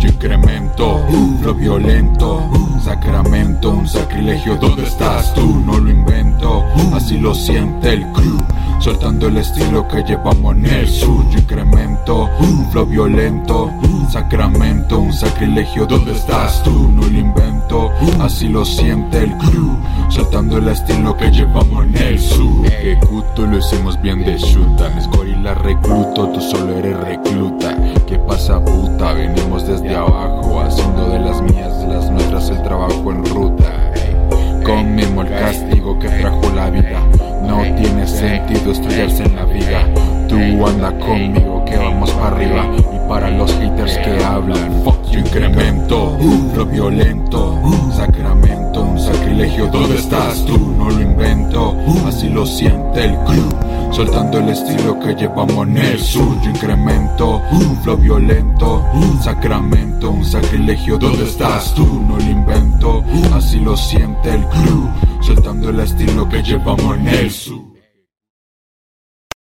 S2: Incremento, lo violento, sacramento, un sacrilegio. ¿Dónde estás tú? No lo invento, así lo siente el crew. Soltando el estilo que llevamos en el sur. Yo incremento, lo violento, sacramento, un sacrilegio. ¿Dónde estás tú? No lo invento, así lo siente el crew. Soltando el estilo que llevamos en el sur. Ejecuto, lo hicimos bien de chuta. Mis gorilas recluto, tú solo eres recluta. ¿Qué pasa, puta? Venimos desde abajo, haciendo de las mías, las nuestras, el trabajo en ruta. Conmemo el castigo que trajo la vida. No tiene sentido estudiarse en la viga. Tú anda conmigo que vamos para arriba. Y para los haters que hablan, fuck you, incremento. Uh, Lo violento, sacramento, un sacrilegio. ¿Dónde estás tú? No lo invento, así lo siente el club. Soltando el estilo que llevamos en el sur. Yo incremento, lo violento, sacramento, un sacrilegio. Uh. ¿Dónde estás Uh. tú? No lo invento, así lo siente el club. Soltando el estilo que llevamos en el sur.